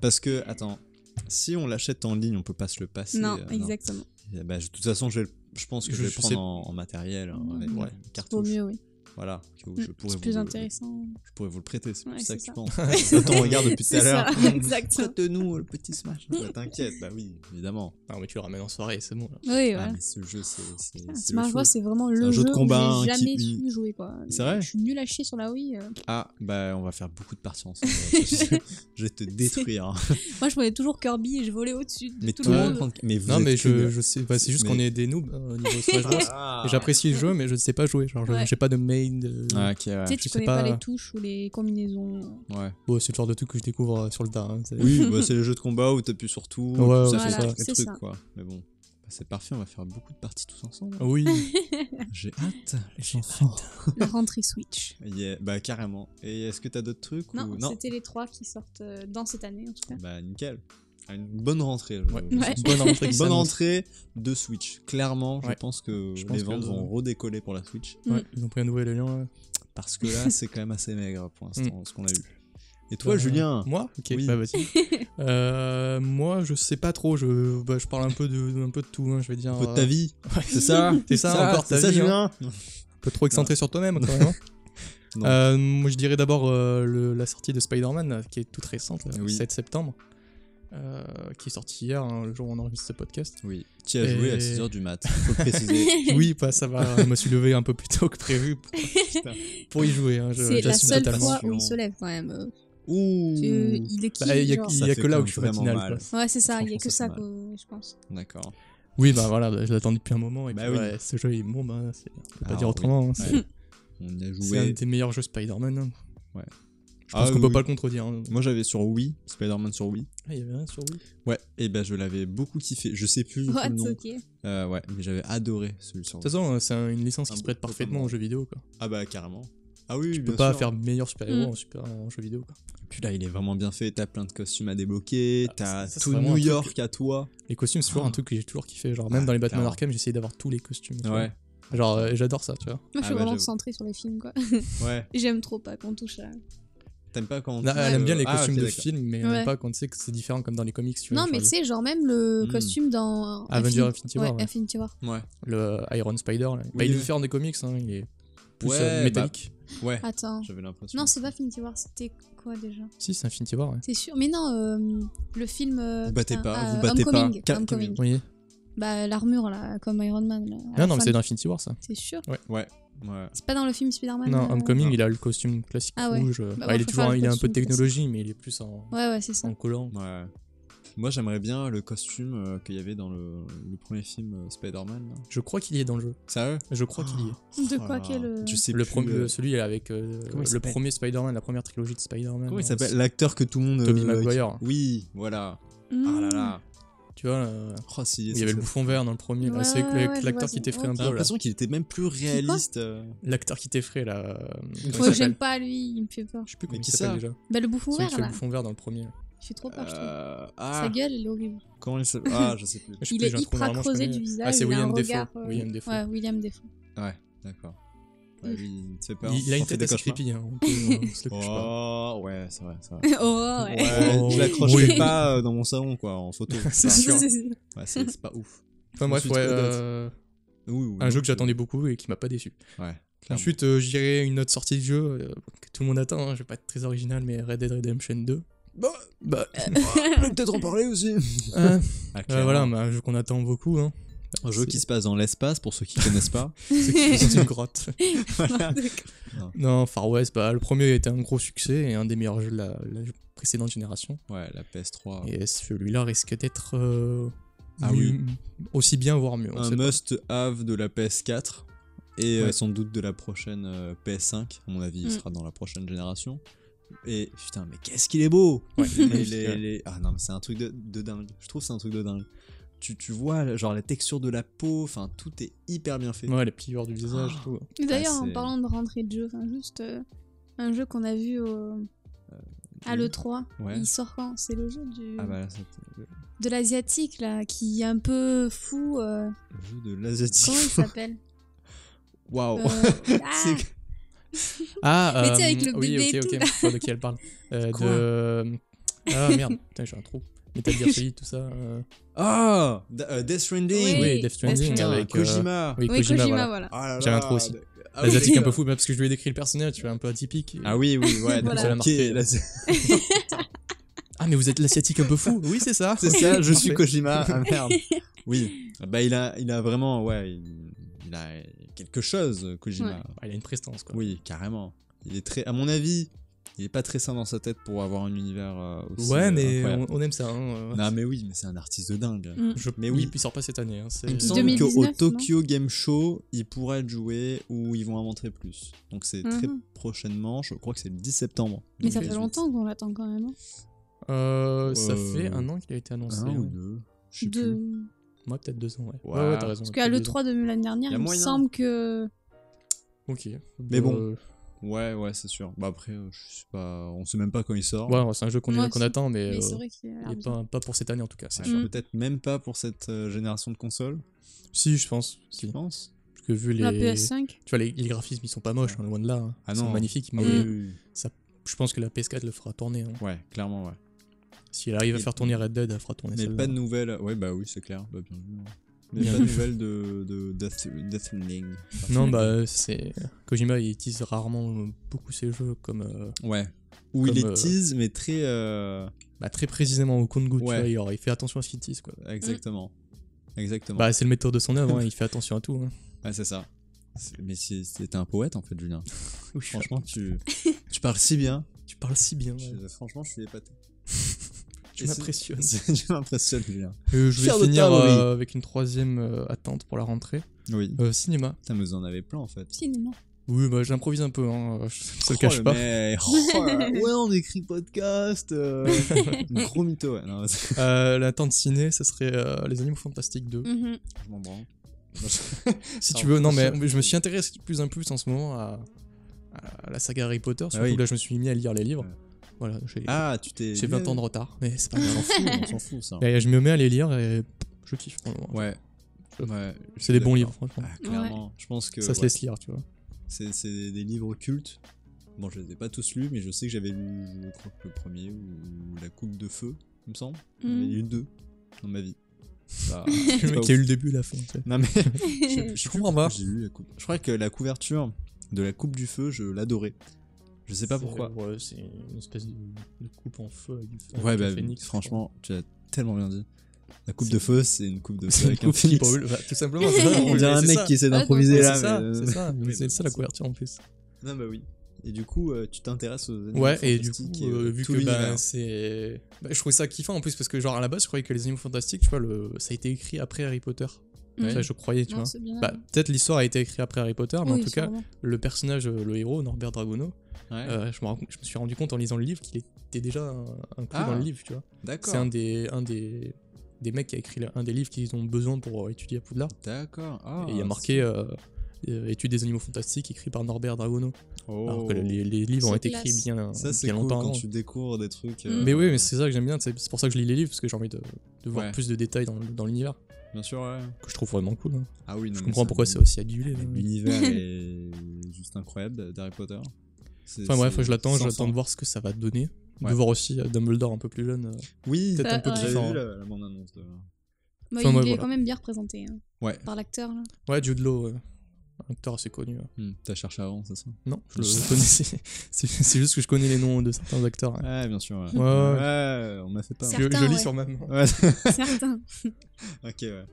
Speaker 1: Parce que, attends, si on l'achète en ligne, on peut pas se le passer.
Speaker 2: Non,
Speaker 1: euh,
Speaker 2: exactement.
Speaker 1: Eh ben, je- de toute façon, je, vais le- je pense que je,
Speaker 3: Je-
Speaker 1: vais
Speaker 3: je
Speaker 1: prendre
Speaker 3: sais-
Speaker 1: en, en matériel, hein, avec
Speaker 3: Ouais.
Speaker 1: une
Speaker 2: Vaut
Speaker 1: cartouche.
Speaker 2: mieux, oui.
Speaker 1: Voilà, que
Speaker 2: Mm,
Speaker 1: je pourrais,
Speaker 2: C'est plus
Speaker 1: vous, le-
Speaker 2: intéressant.
Speaker 1: je pourrais vous le prêter. C'est
Speaker 2: Ouais,
Speaker 1: pour ça
Speaker 2: c'est
Speaker 1: que je
Speaker 2: ça.
Speaker 1: pense. Ça t'en regarde depuis tout
Speaker 2: C'est
Speaker 1: à l'heure.
Speaker 2: ça, exactement.
Speaker 1: Prête-nous le petit smash. Bah, T'inquiète, bah oui, évidemment.
Speaker 3: Non, mais tu le ramènes en soirée, c'est bon. là.
Speaker 2: Oui,
Speaker 1: Ah,
Speaker 2: voilà.
Speaker 1: mais ce jeu, c'est. c'est- c'est le
Speaker 2: Ah, Smash Bros,
Speaker 1: chose.
Speaker 2: c'est vraiment
Speaker 1: un
Speaker 2: le
Speaker 1: jeu de combat,
Speaker 2: où
Speaker 1: hein,
Speaker 2: j'ai
Speaker 1: qui-
Speaker 2: jamais su jouer, quoi.
Speaker 1: C'est vrai
Speaker 2: Je suis nul à chier sur la Wii. euh.
Speaker 1: Ah, bah on va faire beaucoup de parties ensemble. je je vais te détruire. hein.
Speaker 2: Moi, je prenais toujours Kirby et je volais au-dessus de
Speaker 1: Mais
Speaker 2: tout
Speaker 1: tout
Speaker 2: le
Speaker 1: le monde.
Speaker 2: monde.
Speaker 1: prend- Mais vous
Speaker 3: Non,
Speaker 1: êtes
Speaker 3: mais
Speaker 1: que
Speaker 3: je,
Speaker 1: des-
Speaker 3: je sais, bah, c'est juste
Speaker 1: Mais-
Speaker 3: qu'on est des noobs euh, au niveau Smash Bros.
Speaker 1: Ah.
Speaker 3: Et J'apprécie le jeu, mais je ne sais pas jouer. Genre, je-
Speaker 2: Ouais.
Speaker 3: j'ai pas de main. De...
Speaker 1: Ah, ok, ouais.
Speaker 2: Tu sais, tu
Speaker 3: je sais
Speaker 2: connais pas...
Speaker 3: pas.
Speaker 2: les touches ou les combinaisons.
Speaker 1: Ouais.
Speaker 3: Bon, Oh, c'est le genre de truc que je découvre euh, sur le tas. hein, c'est-
Speaker 1: Oui, bah, c'est le jeu de combat où t'appuies sur tout.
Speaker 3: Ouais, ouais,
Speaker 1: ça
Speaker 3: c'est
Speaker 1: fait
Speaker 3: ça.
Speaker 1: quelques
Speaker 2: C'est
Speaker 1: trucs,
Speaker 2: ça.
Speaker 1: quoi. Mais bon, bah, c'est parfait, on va faire beaucoup de parties tous ensemble.
Speaker 3: Oui.
Speaker 1: J'ai hâte, les enfants.
Speaker 2: La rentrée Switch.
Speaker 1: Yeah, bah, carrément. Et est-ce que t'as d'autres trucs
Speaker 2: Non,
Speaker 1: ou...
Speaker 2: c'était les trois qui sortent euh, dans cette année, en tout cas.
Speaker 1: Bah, nickel. Ah, Une bonne rentrée. je-
Speaker 3: Ouais.
Speaker 1: je-
Speaker 2: Ouais.
Speaker 3: Bonne entrée. qui
Speaker 1: Bonne
Speaker 3: s'annonce.
Speaker 1: entrée de Switch. Clairement, je
Speaker 3: Ouais.
Speaker 1: pense que
Speaker 3: Je
Speaker 1: les
Speaker 3: pense que-
Speaker 1: ventes vont redécoller pour la Switch.
Speaker 3: Ouais, ils ont pris un nouvel élan. là.
Speaker 1: Parce que là, c'est quand même assez maigre pour
Speaker 3: Mm.
Speaker 1: l'instant, ce qu'on a eu. Et toi,
Speaker 3: Euh,
Speaker 1: Julien
Speaker 3: Moi Ok,
Speaker 1: Oui.
Speaker 3: bah vas-y. Euh, moi, je sais pas trop. Je, bah, je parle un peu de, un peu de tout, hein, je vais dire.
Speaker 1: un peu de ta
Speaker 3: euh,
Speaker 1: vie,
Speaker 3: ouais.
Speaker 1: c'est ça
Speaker 3: C'est ça, encore
Speaker 1: c'est
Speaker 3: ta
Speaker 1: ça,
Speaker 3: vie, hein.
Speaker 1: Julien
Speaker 3: Un peu trop excentré sur toi-même, quand même. hein.
Speaker 1: Non.
Speaker 3: Euh, moi, je dirais d'abord euh, le- la sortie de Spider-Man, euh, qui est toute récente, là, le
Speaker 1: Oui.
Speaker 3: 7 septembre. euh, qui est sorti hier, hein, le jour où on enregistre ce podcast.
Speaker 1: Oui. Tu as joué à
Speaker 3: Et-
Speaker 1: 6h du mat, faut le préciser.
Speaker 3: Oui, bah, ça va, je me suis levé un peu plus tôt que prévu pour, pour y jouer. hein, je-
Speaker 2: C'est la
Speaker 3: j'assume
Speaker 2: seule
Speaker 3: totalement.
Speaker 2: fois où
Speaker 1: Sûrement.
Speaker 2: il se lève quand même. euh,
Speaker 1: Ouh
Speaker 2: tu- il est qui
Speaker 3: Bah, il y a,
Speaker 2: genre
Speaker 3: il y a
Speaker 1: Ça fait
Speaker 3: que là
Speaker 1: quand
Speaker 3: où je suis
Speaker 1: même vraiment
Speaker 3: matinal.
Speaker 1: mal.
Speaker 3: quoi.
Speaker 2: Ouais, c'est ça, il y
Speaker 1: Franchement,
Speaker 2: a que
Speaker 1: ça
Speaker 2: ça,
Speaker 1: fait
Speaker 2: quoi, je pense.
Speaker 1: D'accord.
Speaker 3: Oui, bah voilà, bah, je l'attends depuis un moment. Et
Speaker 1: Bah
Speaker 3: puis,
Speaker 1: oui.
Speaker 3: ouais, ce jeu, il, bon, bah, c'est- on peut pas
Speaker 1: Ah,
Speaker 3: dire
Speaker 1: oui.
Speaker 3: autrement. hein, c'est
Speaker 1: Ouais. On y a
Speaker 3: c'est un
Speaker 1: joué.
Speaker 3: des meilleurs jeux Spider-Man. hein.
Speaker 1: Ouais.
Speaker 3: Je pense
Speaker 1: Ah,
Speaker 3: qu'on peut
Speaker 1: oui.
Speaker 3: pas le contredire. hein.
Speaker 1: Moi j'avais sur Wii, Spider-Man sur Wii.
Speaker 3: Ah, il y avait un sur vous
Speaker 1: Ouais, et ben je l'avais beaucoup kiffé. Je sais plus
Speaker 2: What,
Speaker 1: le nom.
Speaker 2: ok.
Speaker 1: Euh, ouais, mais j'avais adoré celui sur
Speaker 3: De toute façon, c'est un- une licence
Speaker 1: Ah,
Speaker 3: qui se prête
Speaker 1: totalement.
Speaker 3: parfaitement aux jeux vidéo. Quoi.
Speaker 1: Ah bah carrément. Ah oui,
Speaker 3: Tu peux pas faire meilleur super-héros
Speaker 2: Mm.
Speaker 3: en, super, en jeu vidéo. Quoi.
Speaker 1: Puis là, il est vraiment bien fait. T'as plein de costumes à débloquer.
Speaker 3: Ah,
Speaker 1: T'as
Speaker 3: ça, c'est
Speaker 1: tout
Speaker 3: vraiment
Speaker 1: New
Speaker 3: un truc-
Speaker 1: York à toi.
Speaker 3: Les costumes, c'est toujours
Speaker 1: Ah.
Speaker 3: un truc que j'ai toujours kiffé. Genre, même
Speaker 1: Ah,
Speaker 3: dans les Batman
Speaker 1: clairement.
Speaker 3: Arkham, j'essayais d'avoir tous les costumes. tu vois. Genre, euh, j'adore ça, tu vois.
Speaker 2: Moi, je
Speaker 1: Ah
Speaker 2: suis
Speaker 1: bah,
Speaker 2: vraiment
Speaker 1: j'avoue.
Speaker 2: centrée sur les films, quoi.
Speaker 1: Ouais.
Speaker 2: J'aime trop pas qu'on touche à.
Speaker 1: T'aimes pas quand. on
Speaker 3: Non,
Speaker 1: dit,
Speaker 3: Elle aime
Speaker 1: euh,
Speaker 3: bien les
Speaker 1: ah,
Speaker 3: costumes
Speaker 1: ok,
Speaker 3: de
Speaker 1: d'accord.
Speaker 3: films, mais elle
Speaker 2: Ouais.
Speaker 3: aime pas quand tu sais que c'est différent comme dans les comics, tu vois.
Speaker 2: Non, mais tu
Speaker 3: c'est
Speaker 2: sais, genre, même le
Speaker 1: Hmm.
Speaker 2: costume dans.
Speaker 3: Avengers
Speaker 2: Infin-
Speaker 3: Infinity War,
Speaker 2: Ouais,
Speaker 3: ouais.
Speaker 2: Infinity War.
Speaker 1: Ouais.
Speaker 3: le euh, Iron Spider, là. Bah, il est
Speaker 1: oui.
Speaker 3: différent des comics, hein, il est plus
Speaker 1: Ouais,
Speaker 3: euh,
Speaker 1: bah.
Speaker 3: métallique.
Speaker 1: Ouais.
Speaker 2: Attends.
Speaker 1: J'avais l'impression.
Speaker 2: Non, c'est pas Infinity War, c'était quoi déjà
Speaker 3: Si, c'est Infinity War, ouais.
Speaker 2: C'est sûr. Mais non, euh, le film. euh,
Speaker 1: Vous battez
Speaker 2: putain,
Speaker 1: pas,
Speaker 2: ah,
Speaker 1: vous battez pas.
Speaker 2: Homecoming,
Speaker 1: Cal-
Speaker 2: Homecoming.
Speaker 3: Oui.
Speaker 2: Bah, l'armure, là, comme Iron Man. là, à
Speaker 3: Ah
Speaker 2: la
Speaker 3: non, mais
Speaker 2: fin.
Speaker 3: c'est d'Infinity War, ça.
Speaker 2: C'est sûr.
Speaker 1: Ouais. Ouais.
Speaker 2: C'est pas dans le film Spider-Man.
Speaker 3: non,
Speaker 2: euh,
Speaker 3: Homecoming,
Speaker 1: Non.
Speaker 3: il a le costume classique
Speaker 2: Ah ouais.
Speaker 3: rouge.
Speaker 2: Bah,
Speaker 3: euh, bah,
Speaker 2: moi,
Speaker 3: il est
Speaker 2: je
Speaker 3: toujours,
Speaker 2: préfère
Speaker 3: il
Speaker 2: le
Speaker 3: a un peu de
Speaker 2: costume
Speaker 3: technologie, mais il est plus en,
Speaker 2: Ouais, ouais, c'est ça.
Speaker 3: en collant.
Speaker 1: Ouais. Moi, j'aimerais bien le costume euh, qu'il y avait dans le, le premier film euh, Spider-Man. là.
Speaker 3: Je crois qu'il y est dans le jeu.
Speaker 1: Sérieux
Speaker 3: Je crois qu'il y est.
Speaker 2: De
Speaker 1: Oh
Speaker 2: quoi
Speaker 1: là
Speaker 2: quel.
Speaker 1: là.
Speaker 2: euh,
Speaker 1: Je sais
Speaker 3: Le
Speaker 1: plus,
Speaker 3: premier,
Speaker 1: euh,
Speaker 3: celui avec euh,
Speaker 1: Comment il
Speaker 3: le
Speaker 1: s'appelle
Speaker 3: premier Spider-Man, la première trilogie de Spider-Man.
Speaker 1: Comment il
Speaker 3: euh,
Speaker 1: s'appelle L'acteur que tout le monde.
Speaker 3: Tobey
Speaker 1: euh,
Speaker 3: Maguire.
Speaker 1: Oui, voilà.
Speaker 2: hmm.
Speaker 1: Ah là là.
Speaker 3: Tu vois, euh,
Speaker 1: Oh, si,
Speaker 3: il
Speaker 1: c'est
Speaker 3: y avait le
Speaker 1: ça.
Speaker 3: bouffon vert dans le premier. là,
Speaker 2: Ouais,
Speaker 3: c'est
Speaker 2: ouais,
Speaker 3: avec
Speaker 2: ouais, je vois,
Speaker 3: l'acteur qui
Speaker 2: c'est-
Speaker 3: t'effraie un
Speaker 1: J'ai
Speaker 2: ok.
Speaker 3: peu. là.
Speaker 1: l'impression qu'il était même plus réaliste. euh.
Speaker 3: L'acteur qui t'effraie là. euh, comment
Speaker 2: Moi,
Speaker 3: il
Speaker 2: j'aime
Speaker 3: s'appelle
Speaker 2: pas lui, il me fait peur.
Speaker 3: Je sais plus
Speaker 1: Mais
Speaker 3: comment
Speaker 1: qui
Speaker 3: il s'appelle
Speaker 1: ça
Speaker 3: déjà.
Speaker 2: Bah, le bouffon
Speaker 3: Celui qui
Speaker 2: vert,
Speaker 3: fait le
Speaker 2: là.
Speaker 3: bouffon vert dans le premier.
Speaker 2: Il fait trop peur, je trouve.
Speaker 1: Euh,
Speaker 2: Sa
Speaker 1: ah,
Speaker 2: gueule, elle est horrible.
Speaker 1: comment il s'appelle Ah, je sais plus.
Speaker 3: Je sais
Speaker 2: Il
Speaker 3: plus,
Speaker 2: est
Speaker 3: j'ai un trou,
Speaker 2: hyper
Speaker 3: normalement, je
Speaker 2: creusé
Speaker 3: connais.
Speaker 2: du visage.
Speaker 3: Ah, c'est
Speaker 2: il a
Speaker 3: William
Speaker 2: un
Speaker 3: Dafoe.
Speaker 2: regard, euh,
Speaker 3: William Dafoe.
Speaker 2: Ouais, William Defoe.
Speaker 1: Ouais, d'accord. Ouais,
Speaker 2: Ouf.
Speaker 1: lui, il te fait peur.
Speaker 3: Il, il a
Speaker 1: T'en
Speaker 3: une
Speaker 1: fais
Speaker 3: tête
Speaker 1: des
Speaker 3: assez
Speaker 1: cauchemars.
Speaker 3: creepy. hein, on peut- on se le cache pas.
Speaker 1: Oh, ouais, c'est vrai, c'est vrai.
Speaker 2: oh, ouais.
Speaker 1: Ouais,
Speaker 3: Oh,
Speaker 1: je l'accrocherai
Speaker 3: oui.
Speaker 1: pas euh, dans mon salon, quoi, en photo.
Speaker 3: C'est
Speaker 1: Enfin,
Speaker 3: sûr.
Speaker 1: Ouais, c'est c'est pas ouf.
Speaker 3: Enfin bref,
Speaker 1: Ensuite,
Speaker 3: ouais,
Speaker 1: quoi d'autre
Speaker 3: euh,
Speaker 1: Oui, oui,
Speaker 3: un
Speaker 1: non,
Speaker 3: jeu que
Speaker 1: c'est-
Speaker 3: j'attendais beaucoup et qui m'a pas déçu.
Speaker 1: euh, Ouais, clairement.
Speaker 3: Ensuite, euh, j'irai une autre sortie de jeu euh, que tout le monde attend. hein, je vais pas être très original, mais Red Dead Redemption 2.
Speaker 1: Bah,
Speaker 3: Bah,
Speaker 1: on peut peut-être en parler aussi. Ah,
Speaker 3: Euh,
Speaker 1: clairement.
Speaker 3: voilà, mais un jeu qu'on attend beaucoup. Hein.
Speaker 1: Un jeu qui se passe dans l'espace, pour ceux qui connaissent pas.
Speaker 3: C'est qui sont dans une grotte.
Speaker 1: Voilà.
Speaker 3: Non, Far West, bah, le premier a été un gros succès et un des meilleurs jeux de la, la précédente génération.
Speaker 1: Ouais, la PS3.
Speaker 3: Et celui-là risque d'être euh,
Speaker 1: Ah
Speaker 3: mieux- aussi bien, voire mieux. on
Speaker 1: un
Speaker 3: sait pas.
Speaker 1: must-have de la PS4 et euh,
Speaker 3: Ouais.
Speaker 1: sans doute de la prochaine euh, PS5. À mon avis, il
Speaker 2: Mm.
Speaker 1: sera dans la prochaine génération. Et putain, mais qu'est-ce qu'il est beau
Speaker 3: Ouais,
Speaker 1: Mais
Speaker 3: c'est
Speaker 1: les-
Speaker 3: vrai.
Speaker 1: les- Ah non, mais c'est un truc de, de dingue. Je trouve que c'est un truc de dingue. Tu, tu vois, genre la texture de la peau, enfin tout est hyper bien fait.
Speaker 3: Ouais, les pliures du visage
Speaker 1: Ah.
Speaker 3: et tout. hein.
Speaker 2: Mais D'ailleurs, en
Speaker 1: c'est-
Speaker 2: parlant de rentrée de jeu, enfin, juste euh, un jeu qu'on a vu au- à l'E3,
Speaker 1: Ouais.
Speaker 2: il sort quand C'est le jeu du...
Speaker 1: Ah bah là, c'est le
Speaker 2: de l'asiatique, là, qui est un peu fou. euh,
Speaker 1: le jeu de
Speaker 2: Comment il
Speaker 1: l'asiatique.
Speaker 2: s'appelle
Speaker 1: Waouh
Speaker 2: Euh, ah,
Speaker 1: Oh. C'est-
Speaker 3: Ah,
Speaker 2: Mais
Speaker 3: euh,
Speaker 2: tu sais, avec le
Speaker 3: oui,
Speaker 2: bébé
Speaker 3: ok,
Speaker 2: et
Speaker 3: ok.
Speaker 2: tout,
Speaker 3: Je vois de qui elle parle. Euh,
Speaker 1: Quoi
Speaker 3: de. Ah merde, putain, j'ai un trou. Metal Gear Solid, tout ça. euh,
Speaker 1: Ah D- euh, Death Stranding
Speaker 2: Oui,
Speaker 3: Oui, Death Stranding
Speaker 2: Stranding.
Speaker 3: avec. euh,
Speaker 1: Kojima
Speaker 3: Oui,
Speaker 2: Oui,
Speaker 3: Kojima, voilà.
Speaker 2: voilà.
Speaker 1: Ah là
Speaker 3: J'avais un
Speaker 1: là,
Speaker 3: trou aussi.
Speaker 1: ah oui,
Speaker 3: L'asiatique un
Speaker 1: d'accord.
Speaker 3: peu fou, mais parce que je lui ai décrit le personnage, tu vois, un peu atypique.
Speaker 1: Ah oui, oui, ouais,
Speaker 2: Voilà.
Speaker 1: d'accord,
Speaker 3: Ça l'a
Speaker 1: ok,
Speaker 3: marqué.
Speaker 1: là, c'est-
Speaker 3: Ah, mais vous êtes l'asiatique un peu fou Oui, c'est ça.
Speaker 1: c'est ça, je suis
Speaker 3: Parfait.
Speaker 1: Kojima, ah merde. Oui, bah il a, il a vraiment, ouais, il, il a quelque chose, Kojima.
Speaker 2: Ouais.
Speaker 3: Ah, il a une prestance, quoi.
Speaker 1: Oui, carrément. Il est très, à mon avis, il est pas très sain dans sa tête pour avoir un univers euh, aussi.
Speaker 3: Ouais,
Speaker 1: euh,
Speaker 3: mais
Speaker 1: incroyable.
Speaker 3: on, on aime ça. hein, euh,
Speaker 1: Non, mais oui, mais c'est un artiste de dingue.
Speaker 2: Mm.
Speaker 3: Je...
Speaker 1: Mais
Speaker 3: Mais
Speaker 1: oui.
Speaker 3: oui, il sort pas cette année. hein, c'est-
Speaker 1: Il me semble
Speaker 2: 2019,
Speaker 1: qu'au
Speaker 2: non
Speaker 1: Tokyo Game Show, il pourra être joué ou ils vont en montrer plus. Donc c'est très
Speaker 2: Mhm.
Speaker 1: prochainement, je crois que c'est le 10 septembre.
Speaker 2: Mais ça fait
Speaker 1: 2018.
Speaker 2: longtemps qu'on l'attend quand même. hein.
Speaker 3: Euh, ça
Speaker 1: Euh,
Speaker 3: fait un an qu'il a été annoncé.
Speaker 1: Un ou
Speaker 3: ouais.
Speaker 1: deux, je sais
Speaker 2: De...
Speaker 1: plus.
Speaker 3: Ouais, peut-être deux ans, ouais.
Speaker 1: Ouais.
Speaker 3: Ouais, ouais, t'as raison.
Speaker 2: Parce qu'à
Speaker 3: peut-être deux ans.
Speaker 2: l'E3 de l'année dernière,
Speaker 1: Y a
Speaker 2: il me
Speaker 1: moyen.
Speaker 2: semble que.
Speaker 3: Ok.
Speaker 1: Mais bon.
Speaker 3: Euh,
Speaker 1: Ouais, ouais, c'est sûr. Bah après, euh, je sais pas, on sait même pas quand il sort.
Speaker 3: Ouais, ouais, c'est un jeu qu'on
Speaker 2: Ouais,
Speaker 3: qu'on
Speaker 2: c'est-
Speaker 3: attend, mais,
Speaker 2: Mais
Speaker 3: euh,
Speaker 2: c'est vrai qu'il a l'air
Speaker 3: il est
Speaker 2: bien.
Speaker 3: pas, pas pour cette année en tout cas. c'est
Speaker 1: Ouais,
Speaker 3: sûr.
Speaker 2: Mm.
Speaker 1: Peut-être même pas pour cette euh, génération de consoles,
Speaker 3: Si, je pense.
Speaker 1: tu
Speaker 3: Si.
Speaker 1: penses
Speaker 3: Parce que vu les.
Speaker 2: La PS5
Speaker 3: Tu vois, les, les graphismes, ils sont pas moches, hein, loin de là. hein.
Speaker 1: Ah
Speaker 3: ils sont
Speaker 1: non.
Speaker 3: magnifiques, mais
Speaker 2: oui, oui,
Speaker 3: Mm. je pense que la PS4 le fera tourner. hein.
Speaker 1: Ouais, clairement, ouais.
Speaker 3: Si elle arrive à
Speaker 1: Et-
Speaker 3: faire tourner Red Dead, elle fera tourner
Speaker 1: Mais
Speaker 3: celle-là.
Speaker 1: pas de nouvelles. Ouais, bah oui, c'est clair. Bah, bien vu. ouais. Mais
Speaker 3: Bien
Speaker 1: pas de
Speaker 3: vu.
Speaker 1: nouvelles de, de Death, Death Stranding.
Speaker 3: Non, bah, c'est. Kojima, il tease rarement beaucoup ses jeux comme. euh,
Speaker 1: Ouais. Où
Speaker 3: Comme,
Speaker 1: il est
Speaker 3: euh,
Speaker 1: tease, mais très. euh,
Speaker 3: bah, très précisément au compte goutte
Speaker 1: Ouais.
Speaker 3: il, aurait- il fait attention à ce qu'il tisse. Quoi.
Speaker 1: Exactement. Exactement.
Speaker 3: Bah, c'est le méthode de son œuvre, hein, il fait attention à tout. hein.
Speaker 1: Ouais, c'est ça. C'est- Mais c'est- c'était un poète en fait, Julien. Franchement, tu, tu parles si bien.
Speaker 3: tu parles si bien. ouais.
Speaker 1: Je- Franchement, je suis épaté.
Speaker 3: Tu
Speaker 1: Et c'est-
Speaker 3: m'impressionnes.
Speaker 1: c'est- Tu m'impressionnes, Julien.
Speaker 3: Euh, je vais
Speaker 1: Fier de
Speaker 3: finir
Speaker 1: toi, Laurie.
Speaker 3: euh, avec une troisième euh, attente pour la rentrée.
Speaker 1: Oui.
Speaker 3: Euh, cinéma.
Speaker 1: Putain, mais vous en avez plein en fait.
Speaker 2: Cinéma.
Speaker 3: Oui, bah, j'improvise un peu, hein, euh, je je le
Speaker 1: Oh,
Speaker 3: cache
Speaker 1: le
Speaker 3: pas.
Speaker 1: mec. Oh là là. ouais, on écrit podcast. euh, Gros mytho. ouais. Non, c'est-
Speaker 3: Euh, L'attente ciné, ça serait euh, Les Animaux Fantastiques 2.
Speaker 2: Mhm.
Speaker 1: je m'en branle.
Speaker 3: Si tu
Speaker 1: Alors,
Speaker 3: veux, non,
Speaker 1: ça-
Speaker 3: mais je me suis intéressé de plus en plus en ce moment à, à la saga Harry Potter. Surtout
Speaker 1: Ah oui.
Speaker 3: là, je me suis mis à lire les livres.
Speaker 1: Ouais.
Speaker 3: Voilà, j'ai
Speaker 1: Ah, tu t'es. euh,
Speaker 3: j'ai 20 ans de retard, mais c'est pas
Speaker 1: On s'en
Speaker 3: grave.
Speaker 1: fout, on s'en fout ça.
Speaker 3: Et euh, je me mets à les lire et je kiffe. pour le moment.
Speaker 1: Ouais. Ouais, je suis
Speaker 3: C'est des
Speaker 1: d'accord.
Speaker 3: bons livres, franchement.
Speaker 1: Ah, clairement. Je pense que
Speaker 3: ça se
Speaker 1: ouais,
Speaker 3: laisse lire, tu vois.
Speaker 1: c'est c'est des livres cultes. Bon, je les ai pas tous lus, mais je sais que j'avais lu, je crois que le premier ou La Coupe de Feu, il me semble. J'avais
Speaker 2: Mhm.
Speaker 1: lu deux dans ma vie. Bah, Ça-
Speaker 3: Le mec
Speaker 1: pas
Speaker 3: qui a eu le début et la fin. tu sais.
Speaker 1: non mais je, sais plus- je
Speaker 3: Je
Speaker 1: sais plus
Speaker 3: comprends pas.
Speaker 1: pourquoi j'ai lu la coupe. Je crois que la couverture de La Coupe du Feu, je l'adorais. Je sais pas pourquoi.
Speaker 3: Ouais, c'est une espèce de, de coupe en feu avec du feu.
Speaker 1: Ouais,
Speaker 3: avec un
Speaker 1: bah
Speaker 3: phénix,
Speaker 1: franchement, tu as tellement bien dit. La Coupe
Speaker 3: C'est-
Speaker 1: de Feu, c'est une coupe de
Speaker 3: je crois.
Speaker 1: feu
Speaker 3: C'est une
Speaker 1: avec un
Speaker 3: coupe qui
Speaker 1: phénix.
Speaker 3: brûle. Bah, tout simplement.
Speaker 1: On dirait un mec qui essaie d'improviser
Speaker 3: C'est
Speaker 1: là.
Speaker 3: ça,
Speaker 1: mais-
Speaker 3: c'est ça.
Speaker 1: Oui,
Speaker 3: C'est
Speaker 1: bah,
Speaker 3: ça la
Speaker 1: c'est-
Speaker 3: couverture en plus.
Speaker 1: Non, bah oui. Et du coup, euh, tu t'intéresses aux animaux
Speaker 3: Ouais, et du coup,
Speaker 1: fantastiques et,
Speaker 3: euh,
Speaker 1: euh,
Speaker 3: vu
Speaker 1: tout
Speaker 3: que bah,
Speaker 1: l'univers.
Speaker 3: c'est. bah, je trouvais ça kiffant en plus, parce que, genre, à la base, je croyais que Les Animaux Fantastiques, tu vois, le... ça a été écrit après Harry Potter.
Speaker 2: Mhm.
Speaker 3: Enfin, je croyais, tu
Speaker 2: Non,
Speaker 3: vois.
Speaker 2: c'est bien.
Speaker 3: Bah, peut-être l'histoire a été écrite après Harry Potter, mais
Speaker 2: Oui,
Speaker 3: en tout cas,
Speaker 2: sûrement.
Speaker 3: le personnage, euh, le héros, Norbert Dragono,
Speaker 1: Ouais.
Speaker 3: euh, je, me rends- je me suis rendu compte en lisant le livre qu'il était déjà un- inclus
Speaker 1: Ah.
Speaker 3: dans le livre, tu vois.
Speaker 1: D'accord.
Speaker 3: C'est un des, un des, des mecs qui a écrit le- un des livres qu'ils ont besoin pour euh, étudier à Poudlard.
Speaker 1: D'accord.
Speaker 2: Oh,
Speaker 1: Ah,
Speaker 3: et il y a marqué euh, euh, Études des animaux fantastiques écrit par Norbert Dragono.
Speaker 1: Oh.
Speaker 3: Alors que les, les livres ont
Speaker 2: C'est
Speaker 3: été
Speaker 2: classe.
Speaker 3: écrits bien,
Speaker 1: Ça, c'est
Speaker 3: bien
Speaker 1: cool
Speaker 3: longtemps
Speaker 1: quand
Speaker 3: avant.
Speaker 1: tu découvres des trucs. euh,
Speaker 2: Mm.
Speaker 3: Mais oui, mais c'est ça que j'aime bien. C'est c'est pour ça que je lis les livres, parce que j'ai envie de, de voir
Speaker 1: Ouais.
Speaker 3: plus de détails dans, dans l'univers,
Speaker 1: Bien sûr, ouais.
Speaker 3: que je trouve vraiment cool. hein.
Speaker 1: Ah oui, non,
Speaker 3: Je
Speaker 1: mais
Speaker 3: comprends
Speaker 1: ça-
Speaker 3: pourquoi c'est aussi adulé. hein. là.
Speaker 1: L'univers est juste incroyable d'Harry Potter. C'est-
Speaker 3: Enfin bref,
Speaker 1: c'est
Speaker 3: je l'attends,
Speaker 1: sans
Speaker 3: j'attends
Speaker 1: fin.
Speaker 3: de voir ce que ça va donner.
Speaker 1: Ouais.
Speaker 3: De voir aussi euh, Dumbledore un peu plus jeune. euh.
Speaker 1: Oui,
Speaker 3: Peut-être
Speaker 2: Ça,
Speaker 3: un peu
Speaker 2: ouais.
Speaker 1: j'avais
Speaker 3: différent.
Speaker 1: vu la, la bande-annonce. de-
Speaker 2: Bah,
Speaker 3: Enfin,
Speaker 2: il
Speaker 3: ouais,
Speaker 2: est
Speaker 3: voilà.
Speaker 2: quand même bien représenté hein,
Speaker 1: Ouais,
Speaker 2: par l'acteur. là.
Speaker 3: Ouais, Jude Law, euh, un acteur assez connu. hein.
Speaker 1: Hmm, t'as cherché avant, c'est ça
Speaker 3: Non, je le connaissais. C'est c'est juste que je connais les noms de certains acteurs. hein.
Speaker 1: Ouais, bien sûr. Ouais,
Speaker 3: Ouais.
Speaker 1: Ouais, on m'a fait peur.
Speaker 3: Je, je
Speaker 2: Certains,
Speaker 3: lis
Speaker 2: ouais.
Speaker 3: sur ma main.
Speaker 1: Ouais.
Speaker 2: Certain.
Speaker 1: ok, ouais.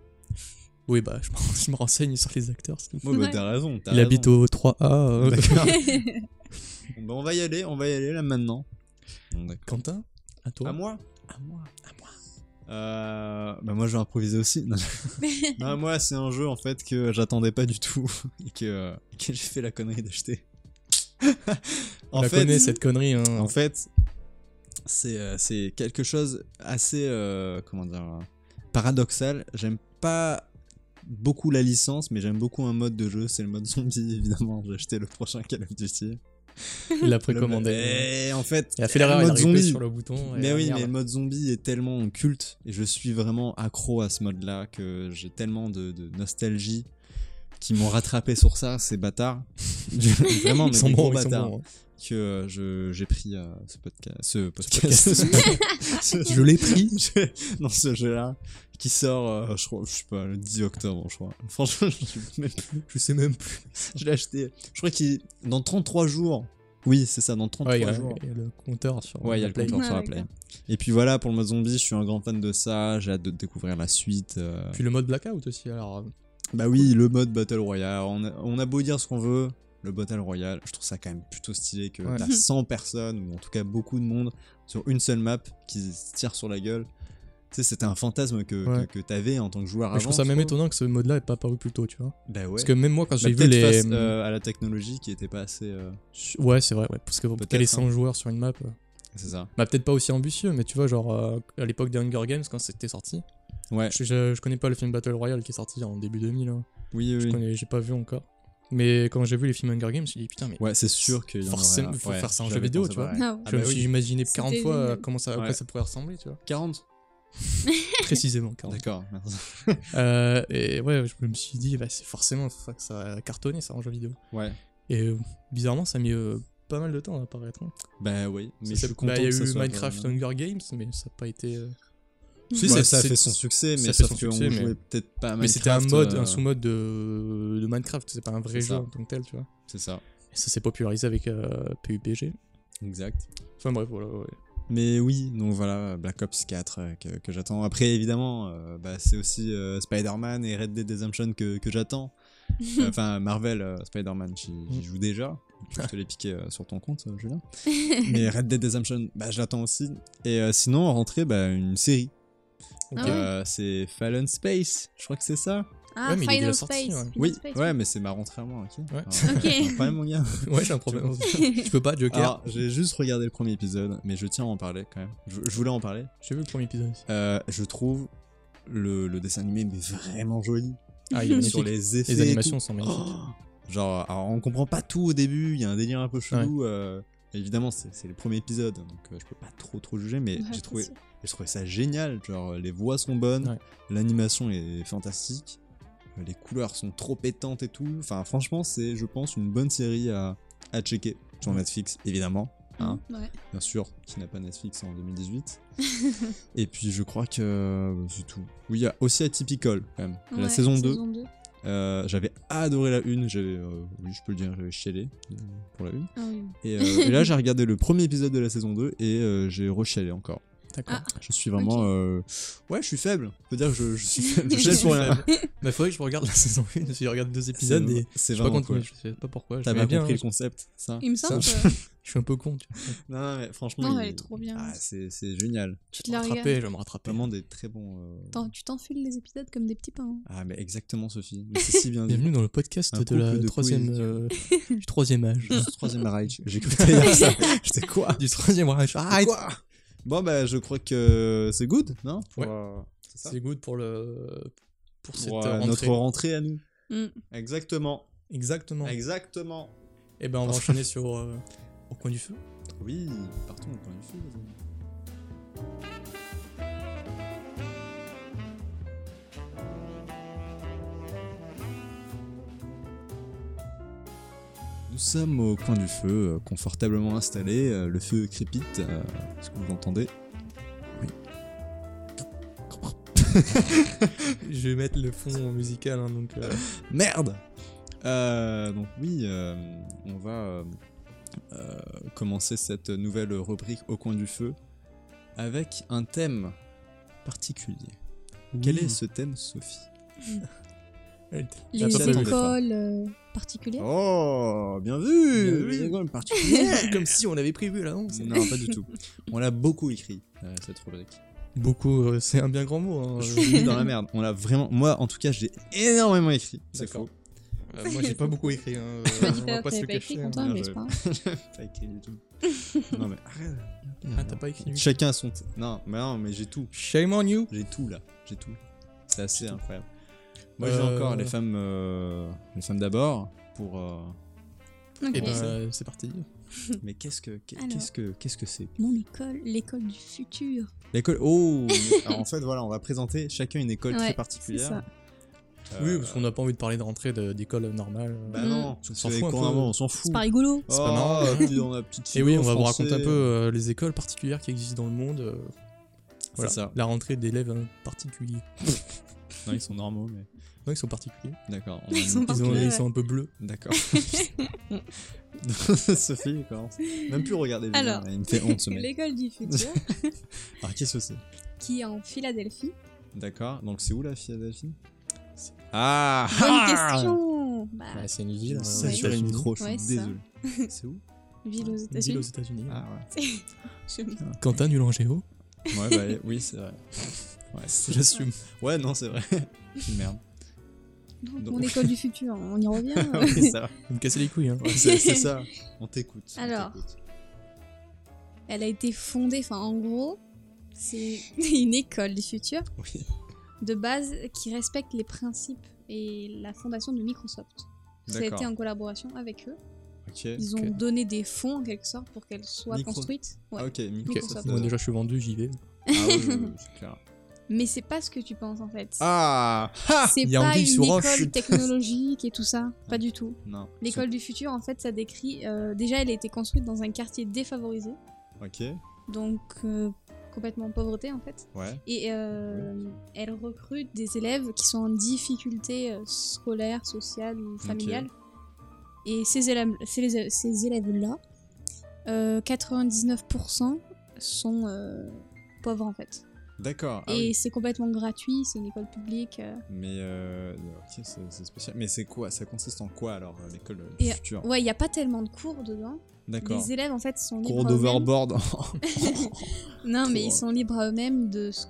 Speaker 3: Oui, bah je, me- je me renseigne sur les acteurs. c'est tout.
Speaker 1: Bon, bah,
Speaker 2: Ouais.
Speaker 1: t'as raison. t'as
Speaker 3: Il habite
Speaker 1: raison.
Speaker 3: au 3A. euh,
Speaker 1: D'accord.
Speaker 2: ouais,
Speaker 1: Bon, bah, on va y aller, on va y aller là maintenant. Bon, d'accord.
Speaker 3: Quentin, à toi.
Speaker 1: À moi
Speaker 3: À moi.
Speaker 1: Euh, bah moi je vais improviser aussi. Non, non, moi c'est un jeu en fait que j'attendais pas du tout et que, que j'ai fait la connerie d'acheter.
Speaker 3: On
Speaker 1: en,
Speaker 3: la
Speaker 1: fait,
Speaker 3: connaît cette connerie. hein.
Speaker 1: en fait, c'est euh, c'est quelque chose assez euh, comment dire euh, paradoxal. J'aime pas beaucoup la licence, mais j'aime beaucoup un mode de jeu. C'est le mode zombie évidemment. J'ai acheté le prochain Call of Duty.
Speaker 3: Il l'a précommandé.
Speaker 1: Et en fait,
Speaker 3: Il a fait l'erreur,
Speaker 1: le
Speaker 3: il a
Speaker 1: mode
Speaker 3: ripé
Speaker 1: zombie.
Speaker 3: sur le bouton. et
Speaker 1: Mais
Speaker 3: ah,
Speaker 1: oui,
Speaker 3: merde.
Speaker 1: mais le mode zombie est tellement culte et je suis vraiment accro à ce mode-là que j'ai tellement de, de nostalgie qui m'ont rattrapé sur ça, ces bâtards. vraiment, mais
Speaker 3: Ils sont
Speaker 1: des
Speaker 3: bons,
Speaker 1: gros
Speaker 3: ils sont
Speaker 1: bâtards.
Speaker 3: bons.
Speaker 1: Que euh, je- j'ai pris euh, ce podcast. Ce podcast.
Speaker 3: podcast.
Speaker 1: ce-
Speaker 3: Je l'ai pris.
Speaker 1: je- dans ce jeu-là qui sort, euh, je crois, je sais pas, le 10 octobre, je crois. Franchement, je sais même plus.
Speaker 3: Je sais même plus.
Speaker 1: Je l'ai acheté. Je crois qu'il. Dans 33 jours. Oui, c'est ça, dans 33
Speaker 3: Ouais, il y, a
Speaker 1: jours.
Speaker 3: il y a le compteur sur
Speaker 1: Ouais, il y a
Speaker 3: la
Speaker 1: le
Speaker 3: Play.
Speaker 1: compteur sur la
Speaker 2: Ouais,
Speaker 1: Play.
Speaker 2: d'accord.
Speaker 1: Et puis voilà, pour le mode zombie, je suis un grand fan de ça. J'ai hâte de découvrir la suite. euh.
Speaker 3: Puis le mode blackout aussi. Alors, euh,
Speaker 1: Bah oui, le mode Battle Royale. On a, on a beau dire ce qu'on veut, le Battle Royale, je trouve ça quand même plutôt stylé que
Speaker 3: Ouais.
Speaker 1: t'as 100 personnes, ou en tout cas beaucoup de monde, sur une seule map qui se tire sur la gueule. Tu sais, c'était un fantasme que, que-
Speaker 3: Ouais.
Speaker 1: que, t'avais en tant que joueur avant.
Speaker 3: je trouve ça même
Speaker 1: crois.
Speaker 3: étonnant que ce mode-là ait pas apparu plus tôt, tu vois.
Speaker 1: Bah ouais.
Speaker 3: Parce que même moi, quand
Speaker 1: Bah,
Speaker 3: j'ai vu
Speaker 1: peut-être
Speaker 3: les. hum,
Speaker 1: face, euh, à la technologie qui était pas assez. euh,
Speaker 3: Ouais, c'est vrai, ouais, parce que pour
Speaker 1: Peut-être,
Speaker 3: caler
Speaker 1: hein.
Speaker 3: 100 joueurs sur une map, euh,
Speaker 1: C'est ça.
Speaker 3: bah peut-être pas aussi ambitieux, mais tu vois, genre euh, à l'époque des Hunger Games, quand c'était sorti,
Speaker 1: Ouais.
Speaker 3: je, je- je connais pas le film Battle Royale qui est sorti en début 2000, hein.
Speaker 1: Oui,
Speaker 3: je
Speaker 1: oui. oui.
Speaker 3: connais, j'ai pas vu encore. Mais quand j'ai vu les films Hunger Games, je me suis dit putain, mais
Speaker 1: Ouais, c'est sûr qu'il y en
Speaker 3: Forcément,
Speaker 1: aura-
Speaker 3: faut
Speaker 1: ouais,
Speaker 3: faire ça en jeu
Speaker 1: j'avais
Speaker 3: vidéo,
Speaker 1: pensé
Speaker 3: tu vois.
Speaker 1: pareil.
Speaker 2: Non.
Speaker 1: Ah
Speaker 3: je me
Speaker 1: bah
Speaker 3: suis
Speaker 1: oui.
Speaker 3: imaginé 40
Speaker 2: C'était
Speaker 3: fois euh,
Speaker 2: génial.
Speaker 3: comment ça, à quoi
Speaker 1: Ouais.
Speaker 3: ça pourrait ressembler, tu vois.
Speaker 1: 40
Speaker 3: Précisément, 40.
Speaker 1: D'accord. merci.
Speaker 3: Euh, et ouais, je me suis dit, bah, c'est forcément ça que ça a cartonné ça en jeu vidéo.
Speaker 1: Ouais.
Speaker 3: Et euh, bizarrement, ça a mis euh, pas mal de temps à apparaître. hein.
Speaker 1: Bah oui, mais
Speaker 3: Ça,
Speaker 1: je
Speaker 3: ça-
Speaker 1: suis content
Speaker 3: bah, Il y a
Speaker 1: que ça
Speaker 3: eu
Speaker 1: soit
Speaker 3: Minecraft
Speaker 1: vraiment-
Speaker 3: Hunger Games, mais ça n'a pas été. euh,
Speaker 2: Si,
Speaker 1: Ouais,
Speaker 3: c'est-
Speaker 1: ça a
Speaker 3: c'est-
Speaker 1: fait son succès,
Speaker 3: ça
Speaker 1: mais
Speaker 3: fait
Speaker 1: sauf
Speaker 3: son
Speaker 1: qu'on
Speaker 3: succès, mais-
Speaker 1: jouait peut-être pas à
Speaker 3: Mais c'était un
Speaker 1: Minecraft,
Speaker 3: mode,
Speaker 1: euh,
Speaker 3: un sous-mode de, de Minecraft, c'est pas un vrai
Speaker 1: C'est
Speaker 3: jeu
Speaker 1: ça.
Speaker 3: en tant que tel, tu vois.
Speaker 1: C'est ça,
Speaker 3: Et ça s'est popularisé avec euh, PUBG.
Speaker 1: exact.
Speaker 3: Enfin bref, voilà, ouais.
Speaker 1: Mais oui, donc voilà, Black Ops 4 euh, que, que j'attends. Après, évidemment, euh, bah, c'est aussi euh, Spider-Man et Red Dead Redemption que, que j'attends. Euh, Enfin, Marvel, euh, Spider-Man, j'y j'y
Speaker 3: Mm.
Speaker 1: joue déjà. Je te l'ai piqué euh, sur ton compte, euh, Julien. Mais Red Dead Redemption, bah, je l'attends aussi. Et euh, sinon, en rentrée, bah, une série.
Speaker 3: Ok.
Speaker 2: Ah ouais.
Speaker 1: Euh, c'est Fallen Space, je crois que c'est ça.
Speaker 2: Ah,
Speaker 3: Ouais, mais il est
Speaker 2: Final
Speaker 3: déjà
Speaker 2: Space.
Speaker 3: sorti, ouais.
Speaker 2: Final
Speaker 1: Oui,
Speaker 2: Space,
Speaker 1: ouais, mais c'est ma rentrée à moi, ok.
Speaker 3: Ouais.
Speaker 1: Alors,
Speaker 2: Ok.
Speaker 1: c'est un problème, mon gars.
Speaker 3: Ouais, j'ai un problème. tu peux pas, Joker
Speaker 1: Alors, j'ai juste regardé le premier épisode, mais je tiens à en parler quand même. Je, je voulais en parler.
Speaker 3: J'ai vu le premier épisode.
Speaker 1: Euh, je trouve le, le dessin animé mais vraiment joli.
Speaker 3: Ah, il est magnifique.
Speaker 1: Sur les effets.
Speaker 3: Les
Speaker 1: et
Speaker 3: animations
Speaker 1: tout.
Speaker 3: sont magnifiques.
Speaker 1: Oh Genre, alors, on comprend pas tout au début, il y a un délire un peu chelou. euh, évidemment, c'est c'est le premier épisode, donc euh, je peux pas trop trop juger, mais
Speaker 2: Ouais,
Speaker 1: j'ai trouvé,
Speaker 2: c'est sûr.
Speaker 1: j'ai trouvé ça génial. Genre, les voix sont bonnes,
Speaker 3: Ouais.
Speaker 1: l'animation est fantastique, euh, les couleurs sont trop pétantes et tout. Enfin, franchement, c'est, je pense, une bonne série à, à checker sur Netflix, évidemment Hein
Speaker 2: Mhm, Ouais.
Speaker 1: bien sûr, qui n'a pas Netflix en 2018. et puis je crois que euh, c'est tout. Oui, il y a aussi Atypical quand même. la
Speaker 2: Ouais,
Speaker 1: saison 2.
Speaker 2: Saison 2.
Speaker 1: euh, j'avais adoré la une, j'avais, euh, oui, je peux le dire, j'avais chialé euh, pour la une.
Speaker 2: Ah oui.
Speaker 1: Et, euh, et là, j'ai regardé le premier épisode de la saison 2 et euh, j'ai rechialé encore.
Speaker 3: D'accord.
Speaker 2: Ah.
Speaker 1: Je suis vraiment.
Speaker 2: Ok.
Speaker 1: euh, Ouais, je suis faible. On peut dire que je, je suis faible. Je chiale pour
Speaker 3: Je suis
Speaker 1: rien.
Speaker 3: Bah, faudrait que je regarde la saison 1. Je regarde deux épisodes et.
Speaker 1: c'est
Speaker 3: Je sais pas
Speaker 1: vraiment
Speaker 3: continuer,
Speaker 1: cool.
Speaker 3: je sais pas pourquoi.
Speaker 1: T'as
Speaker 3: j'aimais
Speaker 1: pas
Speaker 3: bien,
Speaker 1: compris le
Speaker 3: je-
Speaker 1: concept, ça
Speaker 2: Il me semble.
Speaker 1: Ça,
Speaker 2: euh,
Speaker 3: Je suis un peu con, tu
Speaker 1: Non, non, mais franchement.
Speaker 2: Non,
Speaker 1: il-
Speaker 2: elle est trop bien.
Speaker 1: Ah, c'est c'est génial.
Speaker 2: tu te
Speaker 3: vois.
Speaker 2: la
Speaker 3: Je vais me
Speaker 2: regardes.
Speaker 3: rattraper, je vais me rattraper.
Speaker 1: Vraiment des très bons. euh,
Speaker 2: Attends, tu t'enfiles les épisodes comme des petits pains.
Speaker 1: Ah, mais exactement, Sophie. Mais c'est si bien dit.
Speaker 3: Bienvenue dans le podcast
Speaker 1: Un
Speaker 3: de la
Speaker 1: couple de
Speaker 3: troisième,
Speaker 1: couilles.
Speaker 3: euh, du troisième âge.
Speaker 1: Juste troisième Reich. J'ai cru que t'allais dire ça. J'étais quoi Ah,
Speaker 3: du troisième âge. Ah, Arrête
Speaker 1: Quoi Bon, bah, je crois que c'est good, non Pour,
Speaker 3: Ouais.
Speaker 1: euh, c'est ça
Speaker 3: C'est good pour le pour cette
Speaker 1: Pour, euh,
Speaker 3: euh, rentrée.
Speaker 1: notre rentrée à nous.
Speaker 2: Mm.
Speaker 1: Exactement.
Speaker 3: Exactement.
Speaker 1: Exactement.
Speaker 3: Et ben on va enchaîner sur euh, au coin du feu.
Speaker 1: Oui, partons au point du feu, les amis. Nous sommes au coin du feu, euh, confortablement installés. euh, Le feu crépite. euh, Est-ce que vous l'entendez
Speaker 3: Je vais mettre le fond musical hein, donc euh,
Speaker 1: Merde Euh, Donc oui, euh, on va euh, euh, commencer cette nouvelle rubrique au coin du feu avec un thème particulier. Quel
Speaker 3: oui.
Speaker 1: est ce thème, Sophie
Speaker 3: Elle-
Speaker 2: Les
Speaker 3: elle s'appelle-
Speaker 1: J'attends ton
Speaker 2: écoles euh, particulières.
Speaker 1: Oh, bien vu,
Speaker 3: Bien vu.
Speaker 1: Les écoles particulières.
Speaker 3: Comme si on avait prévu l'avance.
Speaker 1: Non, pas du tout. On l'a beaucoup écrit, euh, cette rubrique.
Speaker 3: Beaucoup, euh, c'est un bien grand mot. hein.
Speaker 1: Je suis dans la merde. On l'a vraiment... Moi, en tout cas, j'ai énormément écrit. C'est
Speaker 3: D'accord.
Speaker 1: faux.
Speaker 3: Euh, moi j'ai pas beaucoup écrit. hein, euh,
Speaker 2: Bah,
Speaker 3: on
Speaker 2: tu
Speaker 3: va
Speaker 2: t'as-
Speaker 3: pas se
Speaker 2: t'avais
Speaker 3: le
Speaker 2: pas écrit,
Speaker 3: cacher. hein.
Speaker 2: Quentin,
Speaker 1: Non, j'avais
Speaker 2: mais c'est pas
Speaker 1: pas écrit du tout. non, mais arrête.
Speaker 3: Ah t'as pas écrit.
Speaker 1: Chacun a son... thème. Non, mais non, mais j'ai tout.
Speaker 3: Shame on you.
Speaker 1: J'ai tout là, j'ai tout. C'est assez incroyable. Moi
Speaker 3: Euh,
Speaker 1: j'ai encore les femmes, euh, les femmes d'abord pour. euh,
Speaker 2: grave.
Speaker 3: Et
Speaker 2: Ok.
Speaker 3: ben euh, c'est parti.
Speaker 1: Mais qu'est-ce que qu'est-
Speaker 2: Alors.
Speaker 1: qu'est-ce que qu'est-ce que c'est
Speaker 2: Mon école, l'école du futur.
Speaker 1: L'école. Oh. mais- alors, en fait voilà, on va présenter chacun une école très
Speaker 2: Ouais,
Speaker 1: particulière.
Speaker 2: c'est ça.
Speaker 1: Euh,
Speaker 3: Oui parce qu'on n'a pas envie de parler de rentrée de- d'école normale.
Speaker 1: Bah
Speaker 2: Mm.
Speaker 1: non,
Speaker 3: On
Speaker 1: parce
Speaker 3: s'en
Speaker 1: que
Speaker 3: fout un peu.
Speaker 1: couramment, on s'en fout.
Speaker 2: C'est pas rigolo.
Speaker 1: Oh,
Speaker 3: C'est pas marrant.
Speaker 1: puis on a petite
Speaker 3: Et oui,
Speaker 1: philo
Speaker 3: on va vous
Speaker 1: français.
Speaker 3: raconter un peu euh, les écoles particulières qui existent dans le monde. euh, voilà,
Speaker 1: ça.
Speaker 3: la rentrée d'élèves euh, particuliers.
Speaker 1: Non, ils sont normaux, mais
Speaker 3: Non, ils sont particuliers.
Speaker 1: d'accord. on-
Speaker 2: Ils sont
Speaker 3: Ils, ont-
Speaker 2: particuliers,
Speaker 3: ils sont un peu bleus.
Speaker 1: D'accord. Sophie commence. Même plus regarder. Julien,
Speaker 2: Alors.
Speaker 1: il me fait honte ce mec.
Speaker 2: L'école du futur,
Speaker 1: Alors Ah, qu'est-ce que c'est
Speaker 2: qui est en Philadelphie.
Speaker 1: D'accord. Donc c'est où la Philadelphie Ah
Speaker 2: Bonne question Bah,
Speaker 3: Bah, c'est une ville.
Speaker 1: C'est hein.
Speaker 2: ouais.
Speaker 1: sur le micro, je suis
Speaker 2: Ouais, c'est ça.
Speaker 1: désolé. C'est où
Speaker 2: ville aux
Speaker 3: Une ville aux
Speaker 2: États-Unis.
Speaker 3: États-Unis.
Speaker 1: Ah ouais.
Speaker 2: Je me-
Speaker 3: Quentin, nul en géo.
Speaker 1: Ouais, bah oui, c'est vrai. Ouais, c'est-
Speaker 3: J'assume.
Speaker 1: ouais, non, c'est vrai. Merde.
Speaker 2: Donc,
Speaker 1: Donc-
Speaker 2: Mon école du futur, on y revient.
Speaker 1: Ah oui, ça va.
Speaker 3: Vous me cassez les couilles. Hein.
Speaker 1: Ouais, c'est c'est ça. On t'écoute. on
Speaker 2: Alors.
Speaker 1: t'écoute.
Speaker 2: Elle a été fondée, enfin en gros, c'est une école du futur
Speaker 1: Oui.
Speaker 2: de base qui respecte les principes et la fondation de Microsoft. Ça a
Speaker 1: D'accord.
Speaker 2: été en collaboration avec eux.
Speaker 1: Ok.
Speaker 2: Ils ont donné des fonds en quelque sorte pour qu'elle soit
Speaker 1: Micro-
Speaker 2: construite. Ouais.
Speaker 1: Ah, ok,
Speaker 3: Ok,
Speaker 1: Microsoft.
Speaker 2: Microsoft.
Speaker 1: euh,
Speaker 3: Moi déjà, je suis vendu, j'y vais.
Speaker 1: Ah, oui, oui, oui, c'est clair.
Speaker 2: Mais c'est pas ce que tu penses en fait.
Speaker 1: Ah Ah
Speaker 2: c'est
Speaker 3: il y a
Speaker 2: pas une
Speaker 3: Anguille sous
Speaker 2: école
Speaker 3: roche.
Speaker 2: technologique et tout ça, pas du tout.
Speaker 1: Non.
Speaker 2: L'école du futur, en fait, ça décrit. euh, déjà, elle a été construite dans un quartier défavorisé,
Speaker 1: Ok,
Speaker 2: donc euh, complètement en pauvreté en fait.
Speaker 1: ouais.
Speaker 2: Et euh, elle recrute des élèves qui sont en difficulté euh, scolaire, sociale ou familiale. Et ces élèves- ces- ces élèves-là, euh, 99% sont euh, pauvres en fait.
Speaker 1: D'accord. ah
Speaker 2: et
Speaker 1: oui.
Speaker 2: c'est complètement gratuit, c'est une école publique. euh.
Speaker 1: Mais euh, ok, c'est c'est spécial. Mais c'est quoi Ça consiste en quoi alors euh, l'école euh, du
Speaker 2: Et-
Speaker 1: futur
Speaker 2: Ouais, il n'y a pas tellement de cours dedans.
Speaker 1: D'accord.
Speaker 2: Les élèves en fait sont libres.
Speaker 1: Cours
Speaker 2: à eux-mêmes.
Speaker 1: d'overboard.
Speaker 2: Non,
Speaker 1: Pour,
Speaker 2: mais ils
Speaker 1: euh,
Speaker 2: sont libres à eux-mêmes de, ce-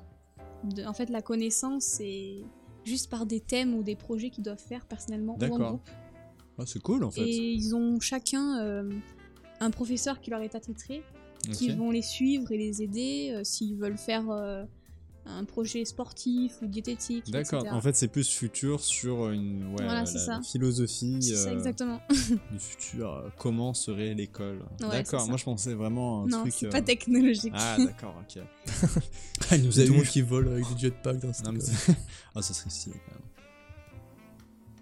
Speaker 2: de- En fait, la connaissance, c'est juste par des thèmes ou des projets qu'ils doivent faire personnellement ou en
Speaker 1: D'accord,
Speaker 2: groupe.
Speaker 1: Ah, c'est cool en fait.
Speaker 2: Et ils ont chacun euh, un professeur qui leur est attitré,
Speaker 1: Ok.
Speaker 2: qui vont les suivre et les aider euh, s'ils veulent faire euh, un projet sportif ou diététique.
Speaker 1: D'accord.
Speaker 2: etc.
Speaker 1: En fait, c'est plus futur sur une ouais,
Speaker 2: Voilà,
Speaker 1: la-
Speaker 2: c'est
Speaker 1: la
Speaker 2: ça.
Speaker 1: philosophie
Speaker 2: c'est ça,
Speaker 1: euh,
Speaker 2: exactement.
Speaker 1: du futur. euh, Comment serait l'école
Speaker 2: c'est
Speaker 1: D'accord.
Speaker 2: ça.
Speaker 1: Moi, je pensais vraiment à un
Speaker 2: non,
Speaker 1: truc.
Speaker 2: c'est
Speaker 1: euh,
Speaker 2: pas technologique.
Speaker 1: Ah, d'accord. Ok. Elle Ah, nous
Speaker 3: Tout
Speaker 1: a
Speaker 3: le
Speaker 1: eu.
Speaker 3: monde qui vole avec des jetpacks dans cette
Speaker 1: Non, mais
Speaker 3: école.
Speaker 1: c'est- Ah, ça serait stylé quand même.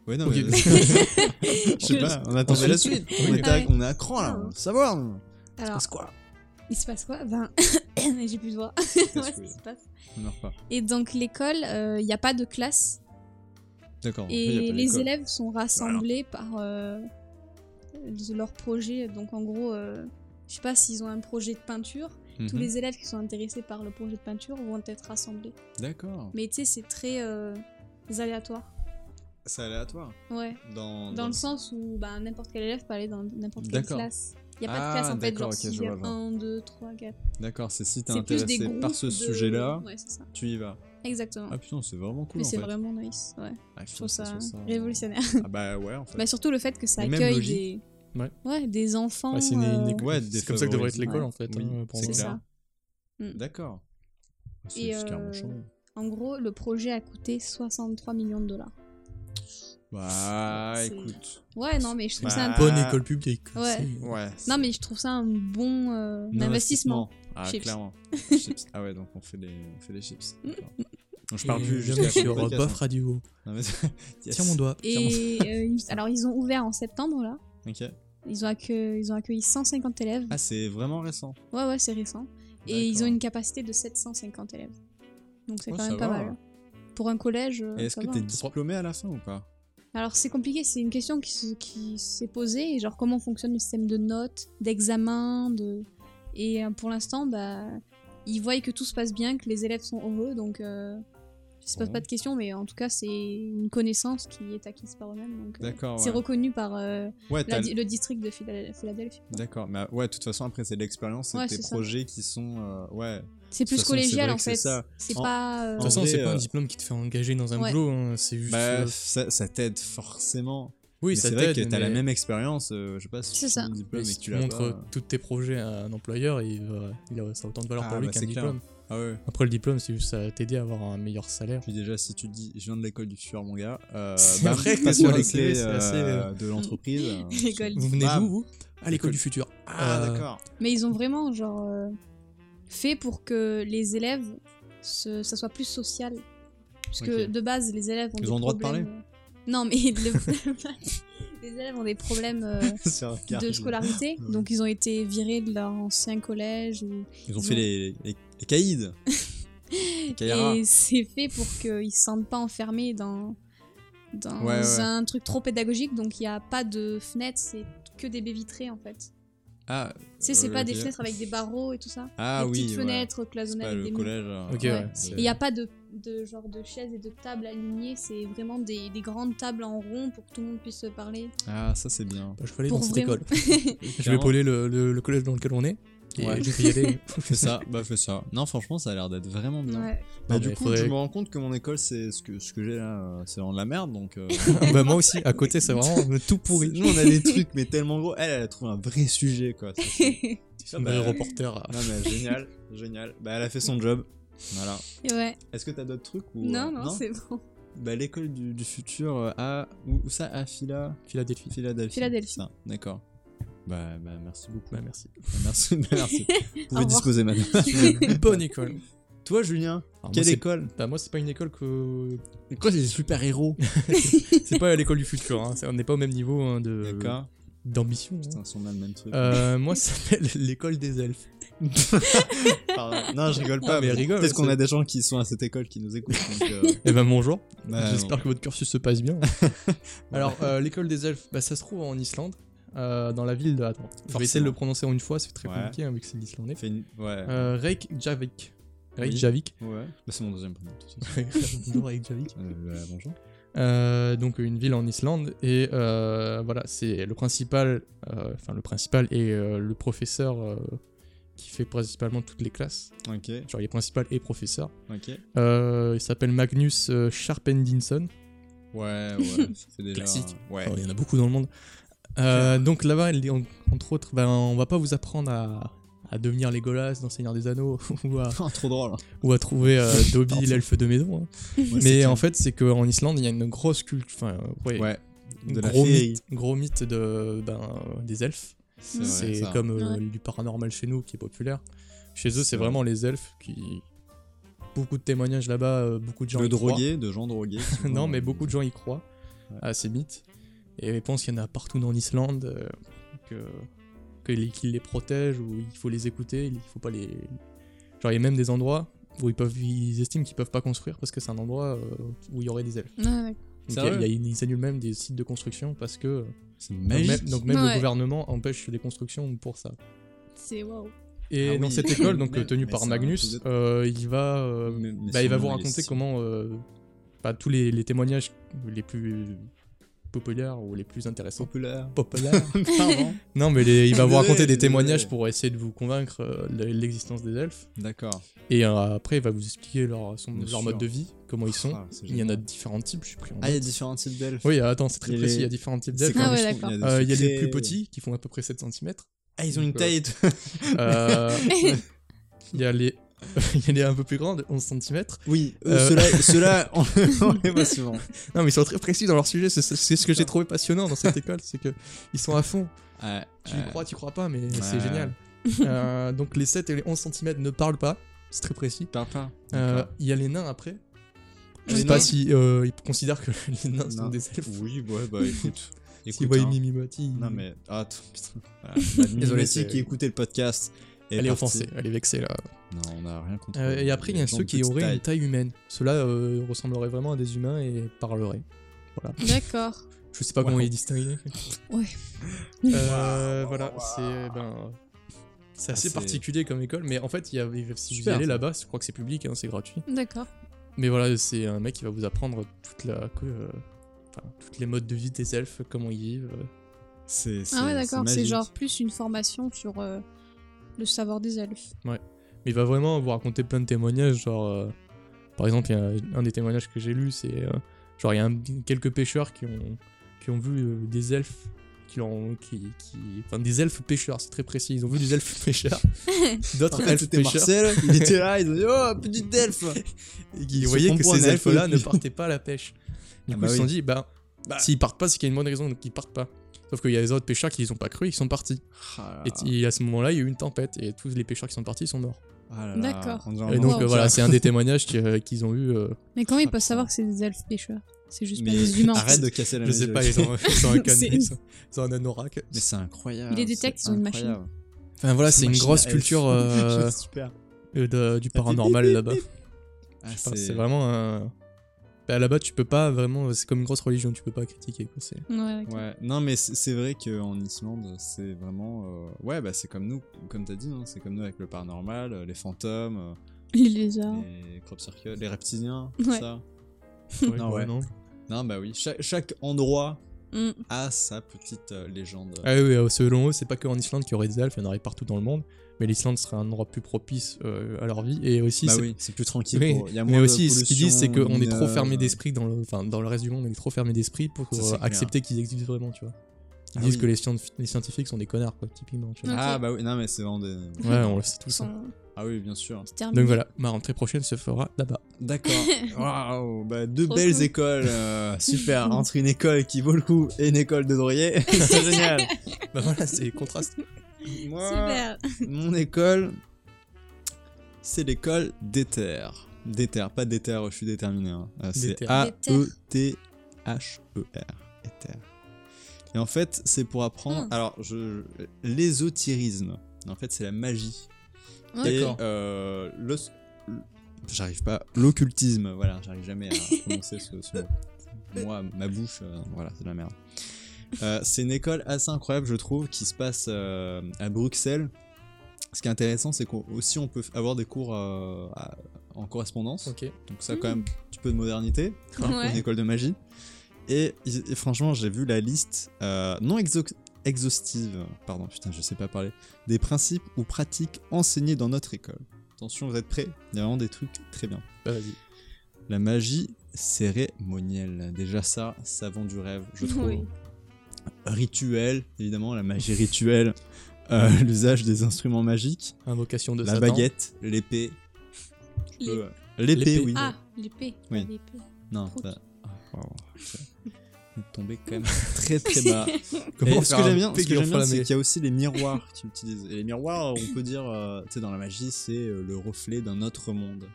Speaker 1: Ouais, non,
Speaker 3: Ok.
Speaker 1: mais. Je sais pas, on attendait la suite. On,
Speaker 3: Oui.
Speaker 1: est à,
Speaker 2: Ouais.
Speaker 1: on est à cran là,
Speaker 2: Ah.
Speaker 1: on veut savoir. nous.
Speaker 2: Alors,
Speaker 1: C'est quoi
Speaker 2: il se passe quoi Ben, j'ai plus de voix. Voilà ce qui se passe.
Speaker 1: On meurt pas.
Speaker 2: Et donc, l'école, euh, il n'y a pas de classe.
Speaker 1: D'accord.
Speaker 2: Et
Speaker 1: après, y a pas
Speaker 2: les
Speaker 1: d'école. Bah,
Speaker 2: élèves sont rassemblés par euh, leur projet. Donc en gros, euh, je sais pas s'ils ont un projet de peinture. Tous
Speaker 1: Mhm.
Speaker 2: les élèves qui sont intéressés par le projet de peinture vont être rassemblés.
Speaker 1: D'accord.
Speaker 2: Mais tu sais, c'est très euh, aléatoire.
Speaker 1: C'est aléatoire.
Speaker 2: Ouais.
Speaker 1: Dans,
Speaker 2: Dans le sens où bah, n'importe quel élève peut aller dans n'importe quelle
Speaker 1: D'accord.
Speaker 2: classe. Il n'y a pas
Speaker 1: Ah,
Speaker 2: de classe en fait.
Speaker 1: d'accord,
Speaker 2: Genre,
Speaker 1: ok, je
Speaker 2: s'il y a
Speaker 1: vois, je vois.
Speaker 2: 1, 2, 3, 4.
Speaker 1: D'accord, c'est si t'es
Speaker 2: C'est plus des
Speaker 1: intéressé
Speaker 2: groupes.
Speaker 1: par ce
Speaker 2: de-
Speaker 1: sujet-là,
Speaker 2: Ouais, c'est ça.
Speaker 1: tu y vas.
Speaker 2: Exactement.
Speaker 1: Ah putain, c'est vraiment cool.
Speaker 2: Mais
Speaker 1: en
Speaker 2: c'est
Speaker 1: fait.
Speaker 2: vraiment nice. Ouais.
Speaker 1: Ah,
Speaker 2: Je trouve ça,
Speaker 1: ça, ça-
Speaker 2: révolutionnaire.
Speaker 1: Ah bah ouais, en fait.
Speaker 2: Bah, surtout le fait que ça
Speaker 1: Mais même
Speaker 2: accueille des...
Speaker 1: logique.
Speaker 3: Ouais.
Speaker 2: ouais, des enfants.
Speaker 3: Ouais, Ah, c'est une- une
Speaker 2: euh,
Speaker 3: école.
Speaker 1: ouais,
Speaker 3: C'est comme ça que devrait être l'école en fait.
Speaker 1: Oui,
Speaker 3: hein, pour
Speaker 1: c'est
Speaker 3: moi.
Speaker 2: C'est
Speaker 1: clair.
Speaker 2: ça. Mm.
Speaker 1: D'accord. Ah, C'est
Speaker 2: Et,
Speaker 1: c'est carrément
Speaker 2: euh,
Speaker 1: chaud.
Speaker 2: En gros, le projet a coûté 63 millions de dollars.
Speaker 1: Bah
Speaker 2: c'est-
Speaker 1: écoute.
Speaker 2: Ouais, non, mais je trouve ça un
Speaker 1: Bah,
Speaker 3: Bonne école publique.
Speaker 2: Ouais.
Speaker 3: c'est-
Speaker 1: Ouais.
Speaker 2: Non, mais je trouve ça un bon euh, investissement.
Speaker 1: Ah,
Speaker 2: Chips. Mm.
Speaker 1: clairement. Chips. Ah ouais, donc on fait les, on fait les chips. D'accord. Donc, je parle
Speaker 3: Et
Speaker 1: plus
Speaker 3: bienvenue
Speaker 1: jusqu'à
Speaker 3: sur Bof Radio.
Speaker 1: hein. Non, mais... Yes.
Speaker 3: Tiens mon doigt. Tiens mon-
Speaker 2: Et euh, ils- alors, ils ont ouvert en septembre, là.
Speaker 1: Ok.
Speaker 2: Ils ont, accue- ils ont accueilli 150 élèves.
Speaker 1: Ah, c'est vraiment récent.
Speaker 2: Ouais, ouais, c'est récent. Et ils ont
Speaker 1: D'accord.
Speaker 2: une capacité de 750 élèves. Donc, c'est
Speaker 1: Ouais,
Speaker 2: quand
Speaker 1: ça
Speaker 2: même pas
Speaker 1: va. hein.
Speaker 2: mal. Pour un collège, euh,
Speaker 1: Et est-ce
Speaker 2: ça
Speaker 1: que
Speaker 2: va.
Speaker 1: t'es diplômé à la fin ou pas
Speaker 2: Alors, c'est compliqué, c'est une question qui, se- qui s'est posée. Genre, comment fonctionne le système de notes, d'examen, de... Et euh, pour l'instant, bah, ils voient que tout se passe bien, que les élèves sont heureux, donc... Euh... Je se pose
Speaker 1: Bon.
Speaker 2: pas de questions, mais en tout cas, c'est une connaissance qui est acquise par eux-mêmes. donc, euh,
Speaker 1: D'accord.
Speaker 2: C'est
Speaker 1: ouais.
Speaker 2: reconnu par euh,
Speaker 1: Ouais,
Speaker 2: la
Speaker 1: t'as-
Speaker 2: di- le district de Phila- Philadelphie.
Speaker 1: D'accord, mais euh, ouais, de toute façon, après, c'est de l'expérience, c'est
Speaker 2: Ouais,
Speaker 1: tes
Speaker 2: c'est ça.
Speaker 1: projets qui sont. euh, ouais,
Speaker 2: C'est plus
Speaker 1: façon, c'est
Speaker 2: collégial
Speaker 1: vrai
Speaker 2: en
Speaker 1: que c'est
Speaker 2: fait.
Speaker 1: ça.
Speaker 2: C'est
Speaker 1: En-
Speaker 2: pas. euh,
Speaker 3: De toute façon,
Speaker 1: vrai,
Speaker 3: c'est pas
Speaker 1: euh,
Speaker 3: un diplôme qui te fait engager dans un
Speaker 2: Ouais.
Speaker 3: boulot, hein, c'est juste.
Speaker 1: bah,
Speaker 3: euh,
Speaker 1: ça, ça t'aide forcément.
Speaker 3: oui,
Speaker 1: Mais
Speaker 3: ça
Speaker 1: c'est vrai
Speaker 3: t'aide.
Speaker 1: que t'as la
Speaker 3: mais-
Speaker 1: même expérience, euh, je sais pas si
Speaker 2: C'est
Speaker 1: tu
Speaker 2: ça.
Speaker 1: fais un
Speaker 3: mais
Speaker 1: diplôme et
Speaker 3: si
Speaker 1: que
Speaker 3: tu
Speaker 1: l'as
Speaker 3: montres
Speaker 1: pas, euh,
Speaker 3: tous tes projets à un employeur, il, va- il a, ça a autant de valeur
Speaker 1: Ah,
Speaker 3: pour lui
Speaker 1: bah,
Speaker 3: qu'un
Speaker 1: c'est clair.
Speaker 3: diplôme.
Speaker 1: Ah ouais.
Speaker 3: Après, le diplôme, c'est juste ça va t'aider à avoir un meilleur salaire.
Speaker 1: Puis déjà, si tu te dis, je viens de l'école du futur, mon gars, euh,
Speaker 3: C'est
Speaker 1: bah,
Speaker 3: vrai que
Speaker 1: passe-moi
Speaker 3: sur
Speaker 1: les
Speaker 3: un CV,
Speaker 1: clés
Speaker 3: c'est
Speaker 1: euh,
Speaker 3: assez-
Speaker 1: de l'entreprise. euh,
Speaker 2: L'école.
Speaker 3: Vous venez
Speaker 1: Bam.
Speaker 3: d'où, vous À l'école
Speaker 1: L'école.
Speaker 3: du futur.
Speaker 1: Ah,
Speaker 3: Euh,
Speaker 1: d'accord.
Speaker 2: Mais ils ont vraiment genre euh, fait pour que les élèves, se... ça soit plus social. Parce que
Speaker 1: Ok.
Speaker 2: de base, les élèves ont
Speaker 1: Ils
Speaker 2: des
Speaker 1: ont le droit de
Speaker 2: problèmes, euh, Non, mais le- les élèves ont des problèmes euh,
Speaker 1: C'est un
Speaker 2: de
Speaker 1: carré.
Speaker 2: scolarité,
Speaker 1: Ouais.
Speaker 2: donc ils ont été virés de leur ancien collège. Ou...
Speaker 1: Ils ont
Speaker 2: Ils
Speaker 1: fait
Speaker 2: ont-
Speaker 1: les, les, les caïds. Les caïras.
Speaker 2: Et c'est fait pour qu'ils se sentent pas enfermés dans, dans
Speaker 1: Ouais, ouais.
Speaker 2: un truc trop pédagogique, donc il n'y a pas de fenêtre, c'est que des baies vitrées en fait.
Speaker 1: Ah,
Speaker 2: Tu sais, c'est
Speaker 1: euh,
Speaker 2: pas des
Speaker 1: ok.
Speaker 2: clés avec des barreaux et tout ça.
Speaker 1: Ah
Speaker 2: des
Speaker 1: oui,
Speaker 2: petites
Speaker 1: ouais.
Speaker 2: fenêtres
Speaker 1: C'est
Speaker 2: cloisonnées
Speaker 1: pas
Speaker 2: avec
Speaker 1: le
Speaker 2: des murs.
Speaker 1: collège. euh,
Speaker 3: Ok,
Speaker 2: Ouais.
Speaker 3: ouais.
Speaker 2: Et
Speaker 1: c'est-
Speaker 2: il n'y a pas de, de genre de chaises et de tables alignées, c'est vraiment des, des grandes tables en rond pour que tout le monde puisse se parler.
Speaker 1: Ah, ça c'est bien.
Speaker 3: bah, Je vais aller
Speaker 2: Pour
Speaker 3: dans cette
Speaker 2: vraiment-
Speaker 3: école. Je vais poler le, le- le collège dans lequel on est. Et
Speaker 1: Ouais.
Speaker 3: je vais y aller.
Speaker 1: Fais ça, bah fais ça. Non, franchement, ça a l'air d'être vraiment bien.
Speaker 2: Ouais.
Speaker 1: Bah,
Speaker 3: Non,
Speaker 1: du
Speaker 3: mais
Speaker 1: coup,
Speaker 3: faudrait-
Speaker 1: je me rends compte que mon école, c'est ce que, ce que j'ai là, euh, c'est vraiment de la merde. Donc, euh,
Speaker 3: bah, moi aussi, à côté, c'est vraiment euh, tout
Speaker 1: pourri.
Speaker 3: pourri.
Speaker 1: Nous, on a des trucs, mais tellement gros. Elle, elle a trouvé un vrai sujet, quoi. Ça, c'est-
Speaker 3: Un
Speaker 1: bah,
Speaker 3: vrai reporter. à-
Speaker 1: non, mais génial, génial. Bah, elle a fait son job. Voilà.
Speaker 2: Ouais.
Speaker 1: Est-ce que t'as d'autres trucs ou, euh,
Speaker 2: non, non, c'est bon.
Speaker 1: Bah, l'école du, du futur euh, à. Où, où ça À Phila...
Speaker 3: Philadelphie.
Speaker 1: Philadelphie.
Speaker 2: Philadelphie.
Speaker 1: Ça, D'accord. Bah, bah, merci beaucoup.
Speaker 3: Bah, merci.
Speaker 1: Merci. merci. Vous
Speaker 2: Au
Speaker 1: pouvez
Speaker 2: revoir.
Speaker 1: disposer madame.
Speaker 3: Bonne école.
Speaker 1: Toi, Julien,
Speaker 3: Alors, moi,
Speaker 1: quelle
Speaker 3: c'est-
Speaker 1: école
Speaker 3: bah, moi, c'est pas une école que.
Speaker 1: Quoi, c'est des super-héros
Speaker 3: C'est pas l'école du futur. hein. C'est- On n'est pas au même niveau hein, de...
Speaker 1: D'accord.
Speaker 3: d'ambition. hein.
Speaker 1: Putain, si on a le même truc.
Speaker 3: Euh, moi, ça s'appelle l'école des elfes.
Speaker 1: Pardon. Non, je rigole pas.
Speaker 3: mais
Speaker 1: mais
Speaker 3: rigole,
Speaker 1: Peut-être qu'on
Speaker 3: c'est-
Speaker 1: a des gens qui sont à cette école qui nous écoutent. donc, euh,
Speaker 3: Eh ben bonjour.
Speaker 1: bah,
Speaker 3: J'espère que votre cursus se passe bien.
Speaker 1: bon.
Speaker 3: Alors, euh, l'école des elfes, bah, ça se trouve en Islande. euh, dans la ville de. Attends, je vais essayer de le prononcer en une fois, c'est très
Speaker 1: Ouais.
Speaker 3: compliqué hein, vu que c'est l'islandais.
Speaker 1: Fait une- Ouais.
Speaker 3: Euh, Reykjavik. Reykjavik.
Speaker 1: ouais. Bah, c'est mon deuxième prénom. tout de suite.
Speaker 3: Bonjour, Reykjavik.
Speaker 1: Euh, bah, bonjour.
Speaker 3: Euh, donc une ville en Islande et euh, voilà c'est le principal euh, enfin le principal est euh, le professeur euh, qui fait principalement toutes les classes
Speaker 1: Ok,
Speaker 3: genre il est principal et professeur
Speaker 1: ok.
Speaker 3: Euh, il s'appelle Magnus euh, Sharpendinson
Speaker 1: Ouais, ouais. c'est déjà...
Speaker 3: Classique. Oh,
Speaker 1: Ouais.
Speaker 3: Alors, il y en a beaucoup dans le monde Euh, donc là-bas il est en- entre autres ben, on va pas vous apprendre à, à devenir Legolas dans Seigneur des Anneaux ou, à,
Speaker 1: Oh, Trop drôle. hein.
Speaker 3: ou à trouver euh, Dobby
Speaker 1: Pardon.
Speaker 3: l'elfe de maison hein.
Speaker 1: Ouais, c'est
Speaker 3: mais
Speaker 1: clair.
Speaker 3: en fait c'est qu'en Islande il y a une grosse culture enfin euh, ouais,
Speaker 1: Ouais. De la
Speaker 3: gros,
Speaker 1: féerie.
Speaker 3: mythe, gros mythe de, ben, euh, des elfes.
Speaker 1: C'est vrai,
Speaker 3: C'est
Speaker 1: ça.
Speaker 3: comme euh,
Speaker 2: Ouais.
Speaker 3: du paranormal chez nous qui est populaire. Chez eux,
Speaker 1: C'est
Speaker 3: c'est vraiment les elfes qui. Beaucoup de témoignages là-bas, euh, beaucoup de gens
Speaker 1: De
Speaker 3: y croient.
Speaker 1: drogués, de gens drogués. qui
Speaker 3: non,
Speaker 1: vont-
Speaker 3: mais beaucoup de gens y croient à ces mythes. Et ils pensent qu'il y en a partout en Islande, euh, que que les- qu'ils les protègent, ou il faut les écouter, il faut pas les. Genre, il y a même des endroits où ils, peuvent, ils estiment qu'ils peuvent pas construire parce que c'est un endroit euh, où il y aurait des elfes.
Speaker 2: Ouais, ouais.
Speaker 3: Donc,
Speaker 1: Sérieux
Speaker 3: il y a- il y a- ils annulent même des sites de construction parce que. euh,
Speaker 1: C'est
Speaker 3: donc
Speaker 1: magique.
Speaker 3: même, donc même
Speaker 2: Ouais.
Speaker 3: le gouvernement empêche les constructions pour ça.
Speaker 2: C'est waouh.
Speaker 3: Et
Speaker 1: Ah
Speaker 3: dans
Speaker 1: oui.
Speaker 3: cette école, donc
Speaker 1: Mais-
Speaker 3: tenue
Speaker 1: mais
Speaker 3: par
Speaker 1: c'est un
Speaker 3: Magnus,
Speaker 1: épisode-
Speaker 3: euh, il va, euh,
Speaker 1: Mais- mais
Speaker 3: bah, il
Speaker 1: son
Speaker 3: va
Speaker 1: nom,
Speaker 3: vous
Speaker 1: il est
Speaker 3: raconter
Speaker 1: si-
Speaker 3: comment euh, bah, tous les, les témoignages les plus populaires ou les plus intéressants.
Speaker 1: Populaire.
Speaker 3: Populaires
Speaker 1: Pardon.
Speaker 3: Non, mais les- il va vous
Speaker 1: Désolé,
Speaker 3: raconter des
Speaker 1: désolé.
Speaker 3: témoignages pour essayer de vous convaincre euh, de l'existence des elfes.
Speaker 1: D'accord.
Speaker 3: Et euh, après, il va vous expliquer leur, son-
Speaker 1: Bien
Speaker 3: leur
Speaker 1: sûr.
Speaker 3: mode de vie, comment ils sont.
Speaker 1: Ah, c'est
Speaker 3: il y en a
Speaker 1: génial.
Speaker 3: de différents types, je suis pris en
Speaker 1: Ah, il y a
Speaker 3: note.
Speaker 1: différents types d'elfes.
Speaker 3: Oui, attends, c'est très
Speaker 1: Il y a
Speaker 3: précis,
Speaker 1: les-
Speaker 3: il y a différents types
Speaker 1: C'est
Speaker 3: d'elfes.
Speaker 1: quand
Speaker 2: Ah
Speaker 1: ils
Speaker 2: ouais,
Speaker 1: sont-
Speaker 2: d'accord.
Speaker 1: des
Speaker 3: Euh, Il y a les
Speaker 1: secrets.
Speaker 3: plus petits qui font à peu près 7 cm.
Speaker 1: Ah, ils ont une
Speaker 3: Donc,
Speaker 1: taille. et tout.
Speaker 3: Euh, Il y a les. Il y a les un peu plus grandes, 11 cm.
Speaker 1: Oui, eux,
Speaker 3: Euh.
Speaker 1: ceux-là, ceux-là, on, on les voit souvent.
Speaker 3: Non, mais ils sont très précis dans leur sujet. C'est, c'est- c'est ce que j'ai trouvé passionnant dans cette école, c'est que ils sont à fond.
Speaker 1: Ouais,
Speaker 3: Tu y
Speaker 1: ouais.
Speaker 3: crois, tu y crois pas, mais c'est
Speaker 1: Ouais.
Speaker 3: génial. Euh, donc les 7 et les 11 cm ne parlent pas. C'est très précis.
Speaker 1: Parle pas.
Speaker 3: Euh,
Speaker 1: D'accord.
Speaker 3: Il y a les nains après. Je
Speaker 1: Les
Speaker 3: sais pas
Speaker 1: nains
Speaker 3: si euh, ils considèrent que les nains sont
Speaker 1: Non.
Speaker 3: des elfes.
Speaker 1: Oui, ouais, bah écoute.
Speaker 3: S'ils
Speaker 1: écoute
Speaker 3: voient
Speaker 1: hein.
Speaker 3: Mimi Mati,
Speaker 1: Non, mais. Ah, t- putain. Voilà. La
Speaker 3: Désolé,
Speaker 1: Mimimati
Speaker 3: c'est-
Speaker 1: qui écoutait le podcast. est
Speaker 3: elle est
Speaker 1: partie.
Speaker 3: offensée, elle est vexée là.
Speaker 1: Non, on n'a rien compris.
Speaker 3: Euh, et après, il y a ceux qui auraient une taille humaine. Ceux-là euh, ressembleraient vraiment à des humains et parleraient.
Speaker 2: D'accord.
Speaker 3: Je sais pas
Speaker 1: Ouais.
Speaker 3: comment les distinguer.
Speaker 2: Ouais.
Speaker 3: Euh,
Speaker 1: Waouh,
Speaker 3: voilà,
Speaker 1: waouh,
Speaker 3: c'est ben, c'est assez
Speaker 1: Ah, c'est-
Speaker 3: particulier comme école, mais en fait, il y a, si vous y
Speaker 1: Super,
Speaker 3: allez
Speaker 1: ça.
Speaker 3: là-bas, je crois que c'est public, hein, c'est gratuit.
Speaker 2: D'accord. Ah
Speaker 3: Mais voilà, c'est un mec qui va vous apprendre toute la, que, euh, enfin, toutes les modes de vie des elfes, comment ils vivent.
Speaker 1: C'est, c'est,
Speaker 2: Ah ouais, d'accord. C'est
Speaker 1: magique.
Speaker 2: genre plus une formation sur euh, le savoir des elfes.
Speaker 3: Mais il va vraiment vous raconter plein de témoignages, genre, euh, par exemple, il y a un des témoignages que j'ai lu, c'est euh, genre il y a un- quelques pêcheurs qui ont qui ont vu euh, des elfes. Qui l'ont- qui, qui... Enfin, des elfes pêcheurs, c'est très précis. Ils ont vu des elfes pêcheurs. D'autres
Speaker 1: En fait,
Speaker 3: elfes
Speaker 1: c'était
Speaker 3: pêcheurs.
Speaker 1: Marcel, il était là, ils ont dit Oh, petite elfe
Speaker 3: et
Speaker 1: Ils
Speaker 3: qu'ils
Speaker 1: se
Speaker 3: voyaient
Speaker 1: font
Speaker 3: que
Speaker 1: prendre
Speaker 3: ces
Speaker 1: un
Speaker 3: elfes-là
Speaker 1: elfe.
Speaker 3: ne partaient pas à la pêche. Du
Speaker 1: Ah
Speaker 3: coup,
Speaker 1: bah
Speaker 3: ils se
Speaker 1: oui.
Speaker 3: sont dit, bah,
Speaker 1: Bah.
Speaker 3: s'ils partent pas, c'est qu'il y a une bonne raison, donc ils partent pas. Sauf qu'il y a les autres pêcheurs qui les ont pas cru, ils sont partis.
Speaker 1: Ah
Speaker 3: Et t- Et à ce moment-là, il y a eu une tempête, et tous les pêcheurs qui sont partis sont morts.
Speaker 1: oh là là,
Speaker 2: D'accord.
Speaker 1: on dirait un
Speaker 3: et donc,
Speaker 1: enfant,
Speaker 2: wow.
Speaker 3: euh, voilà, c'est un des témoignages qui, euh, qu'ils ont eu. euh,
Speaker 2: Mais comment ils
Speaker 1: Ah,
Speaker 2: peuvent
Speaker 1: putain.
Speaker 2: savoir que c'est des elfes pêcheurs C'est juste
Speaker 1: Mais
Speaker 2: pas des humains.
Speaker 1: arrête de casser la
Speaker 3: je sais
Speaker 1: magie,
Speaker 3: pas,
Speaker 1: ok.
Speaker 3: ils ont, ils ont un canon,
Speaker 2: C'est-
Speaker 3: ils ont- ils ont un anorak.
Speaker 1: Mais c'est incroyable.
Speaker 2: Il les détecte,
Speaker 1: c'est
Speaker 2: ils ont une machine.
Speaker 1: incroyable.
Speaker 3: Enfin, voilà, c'est une
Speaker 1: machine
Speaker 3: grosse
Speaker 1: à elfes.
Speaker 3: culture euh,
Speaker 1: Super.
Speaker 3: euh, de- du paranormal là-bas.
Speaker 1: Ah,
Speaker 3: Je sais pas, C'est vraiment un. Bah, là-bas, tu peux pas vraiment. C'est comme une grosse religion, tu peux pas critiquer. Quoi. c'est-
Speaker 2: Ouais, d'accord.
Speaker 1: Ouais, non mais c'est c'est vrai qu'en Islande, c'est vraiment... euh, Ouais, bah c'est comme nous, comme t'as dit, hein, c'est comme nous avec le paranormal, euh, les fantômes,
Speaker 2: Les
Speaker 1: euh,
Speaker 2: lézards.
Speaker 1: les crop circles, les reptiliens,
Speaker 2: Ouais.
Speaker 1: tout ça. Non, ouais. Non, bah oui, cha- chaque endroit
Speaker 2: Mm.
Speaker 1: a sa petite euh, légende.
Speaker 3: Ah oui, oui, euh, selon eux, c'est pas que en Islande qu'il y aurait des elfes, il y en aurait partout dans le monde, mais l'Islande serait un endroit plus propice euh, à leur vie. Et aussi,
Speaker 1: bah
Speaker 3: c'est-
Speaker 1: oui, c'est plus tranquille.
Speaker 3: Oui,
Speaker 1: pour- il y a
Speaker 3: mais
Speaker 1: moins de
Speaker 3: aussi, ce qu'ils disent, c'est
Speaker 1: pollution, euh,
Speaker 3: qu'on est trop
Speaker 1: lumineuse.
Speaker 3: fermé d'esprit dans le, enfin, dans le reste du monde, on est trop fermé d'esprit pour
Speaker 1: Ça, c'est
Speaker 3: euh,
Speaker 1: clair.
Speaker 3: accepter qu'ils existent vraiment, tu vois. Ils
Speaker 1: Ah
Speaker 3: disent
Speaker 1: oui.
Speaker 3: que les, scien- les scientifiques sont des connards, quoi, typiquement. Tu vois.
Speaker 2: Ouais.
Speaker 1: Ah
Speaker 2: Ok.
Speaker 1: bah oui, non mais c'est vraiment des...
Speaker 3: Ouais, on le sait
Speaker 2: Ils
Speaker 3: tous. hein.
Speaker 2: sont
Speaker 1: Ah oui, bien sûr.
Speaker 2: terminés.
Speaker 3: Donc voilà, ma rentrée prochaine se fera là-bas.
Speaker 1: D'accord. Waouh, bah deux
Speaker 2: Trop
Speaker 1: belles
Speaker 2: cool.
Speaker 1: écoles. euh, super, entre une école qui vaut le coup et une école de droyer. c'est génial.
Speaker 3: bah voilà, c'est contraste.
Speaker 1: Moi,
Speaker 2: Super.
Speaker 1: mon école, c'est l'école d'Ether. D'Ether, pas d'Ether, je suis déterminé. hein. Euh, C'est
Speaker 3: D'Ether.
Speaker 1: A-E-T-H-E-R. Ether. Et en fait, c'est pour apprendre.
Speaker 2: Hmm.
Speaker 1: Alors, je, l'ésotérisme. En fait, c'est la magie. Et
Speaker 3: D'accord.
Speaker 1: euh, l'os- l- J'arrive pas. L'occultisme, voilà, j'arrive jamais à prononcer ce, ce mot. Moi, ma bouche, euh, voilà, c'est de la merde. Euh, c'est une école assez incroyable, je trouve, qui se passe euh, à Bruxelles. Ce qui est intéressant, c'est qu'aussi on peut avoir des cours euh, à- en correspondance.
Speaker 3: Ok.
Speaker 1: Donc ça, quand
Speaker 2: Hmm.
Speaker 1: même, un petit peu de modernité. Une
Speaker 2: Ouais.
Speaker 1: école de magie. Et, ils- et franchement, j'ai vu la liste euh, non exo- exhaustive, pardon, putain, je sais pas parler, des principes ou pratiques enseignés dans notre école. Attention, vous êtes prêts Il y a vraiment des trucs très bien.
Speaker 3: Bah, vas-y.
Speaker 1: La magie cérémonielle. Déjà ça, savon du rêve, je trouve.
Speaker 2: Oui.
Speaker 1: Rituel, évidemment, la magie rituelle, euh, l'usage des instruments magiques,
Speaker 3: Invocation de
Speaker 1: la
Speaker 3: Satan.
Speaker 1: baguette, l'épée.
Speaker 2: Les-
Speaker 1: euh, L'épée,
Speaker 3: L'épée.
Speaker 1: oui.
Speaker 2: Ah, l'épée.
Speaker 1: Oui.
Speaker 2: L'épée.
Speaker 1: Non,
Speaker 2: Prout.
Speaker 1: ça... ah, wow, ça- on est tombé quand même très très bas. Et ce
Speaker 3: faire
Speaker 1: que
Speaker 3: un
Speaker 1: j'aime bien, ce
Speaker 3: Peggy
Speaker 1: que j'aime
Speaker 3: Orphelin,
Speaker 1: bien, c'est
Speaker 3: mais-
Speaker 1: qu'il y a aussi les miroirs qui utilisent. Et les miroirs, on peut dire, euh, tu sais, dans la magie, c'est euh, le reflet d'un autre monde.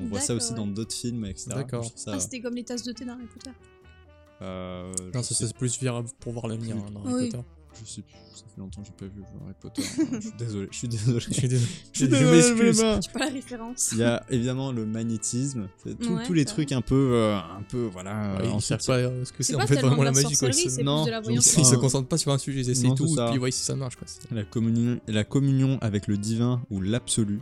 Speaker 1: On voit ça
Speaker 2: D'accord,
Speaker 1: aussi
Speaker 2: ouais.
Speaker 1: dans d'autres films, etc.
Speaker 3: D'accord.
Speaker 1: Je trouve ça,
Speaker 2: Ah, c'était comme les tasses de thé dans Harry Potter. Ah,
Speaker 1: euh, je
Speaker 3: Non, ça
Speaker 1: sais
Speaker 3: c'est plus virable pour voir l'avenir hein, dans Harry
Speaker 2: Oui.
Speaker 3: Potter.
Speaker 1: Je sais plus, ça fait longtemps que j'ai pas vu Harry Potter. Je suis désolé, je suis désolé.
Speaker 3: Je suis désolé.
Speaker 1: Je
Speaker 3: désolé,
Speaker 1: m'excuse.
Speaker 3: mais
Speaker 2: Tu pas la référence.
Speaker 1: Il y a évidemment le magnétisme, c'est tout-
Speaker 2: Ouais,
Speaker 1: tous les
Speaker 2: ça
Speaker 1: trucs un peu, euh, un peu, voilà.
Speaker 3: bah,
Speaker 1: euh,
Speaker 3: Ils
Speaker 1: ensuite,
Speaker 3: savent pas euh, ce que
Speaker 2: C'est
Speaker 3: c'est en
Speaker 2: pas
Speaker 3: fait
Speaker 2: tellement
Speaker 3: vraiment
Speaker 2: de la
Speaker 3: la magie quoi. Ils
Speaker 2: sorcellerie,
Speaker 3: se-
Speaker 2: c'est
Speaker 1: non,
Speaker 2: plus de la
Speaker 1: donc
Speaker 2: voyance.
Speaker 1: c'est-
Speaker 3: Ils se
Speaker 1: Ah.
Speaker 3: concentrent pas sur un sujet, ils essayent
Speaker 1: Non, c'est
Speaker 3: tout,
Speaker 1: ça.
Speaker 3: et puis ouais, si ça marche quoi. c'est-
Speaker 1: la, communion, la communion avec le divin ou l'absolu.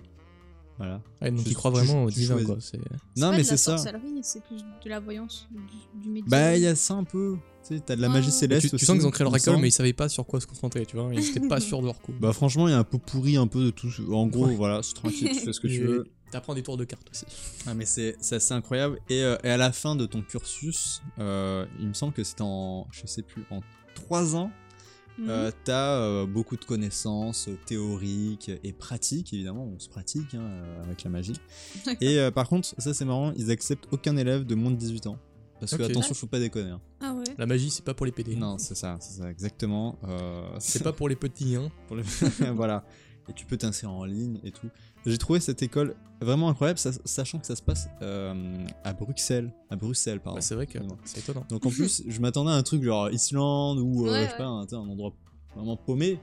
Speaker 1: Voilà.
Speaker 3: Ouais, donc
Speaker 1: Tu-
Speaker 3: ils croient
Speaker 1: tu-
Speaker 3: vraiment au
Speaker 1: tu
Speaker 3: divin
Speaker 1: choisis.
Speaker 3: quoi. c'est-
Speaker 1: Non,
Speaker 2: pas
Speaker 1: mais
Speaker 2: de la
Speaker 1: c'est ça.
Speaker 2: sorcellerie, C'est plus de la voyance du, du médium.
Speaker 1: Bah, il y a ça un peu. Tu sais, t'as de la
Speaker 2: Ah.
Speaker 1: magie
Speaker 2: Mais tu-
Speaker 1: céleste.
Speaker 3: Tu, tu
Speaker 1: aussi,
Speaker 3: sens qu'ils ont créé leur
Speaker 1: il me
Speaker 3: école,
Speaker 1: semble.
Speaker 3: mais ils savaient pas sur quoi se concentrer, tu vois. Ils étaient pas sûrs de leur coup.
Speaker 1: Bah, franchement, il y a un pot pourri un peu de tout. En gros,
Speaker 3: Ouais.
Speaker 1: voilà, c'est tranquille, tu fais ce que tu
Speaker 3: Et
Speaker 1: veux.
Speaker 3: T'apprends des tours de cartes aussi.
Speaker 1: Ah, mais c'est c'est assez incroyable. Et, euh, et à la fin de ton cursus, euh, il me semble que c'était en, je sais plus, en 3 ans,
Speaker 2: Mhm.
Speaker 1: euh, t'as euh, beaucoup de connaissances euh, théoriques et pratiques, évidemment, on se pratique hein, euh, avec la magie.
Speaker 2: D'accord.
Speaker 1: Et euh, par contre, ça c'est marrant, ils acceptent aucun élève de moins de 18 ans. Parce que
Speaker 3: Ok.
Speaker 1: attention, faut pas déconner. hein.
Speaker 2: Ah ouais.
Speaker 3: La magie, c'est pas pour les PD.
Speaker 1: Non, c'est ça, c'est ça, exactement. euh,
Speaker 3: C'est pas pour les petits, hein.
Speaker 1: pour le- voilà. Et tu peux t'inscrire en ligne et tout. J'ai trouvé cette école vraiment incroyable, sa- sachant que ça se passe euh, à Bruxelles. À Bruxelles, pardon.
Speaker 3: Bah, c'est vrai que
Speaker 1: excuse-moi.
Speaker 3: c'est étonnant.
Speaker 1: Donc en plus, je m'attendais à un truc genre Islande ou euh,
Speaker 2: Ouais,
Speaker 1: je sais pas, un, tu sais, un endroit vraiment paumé.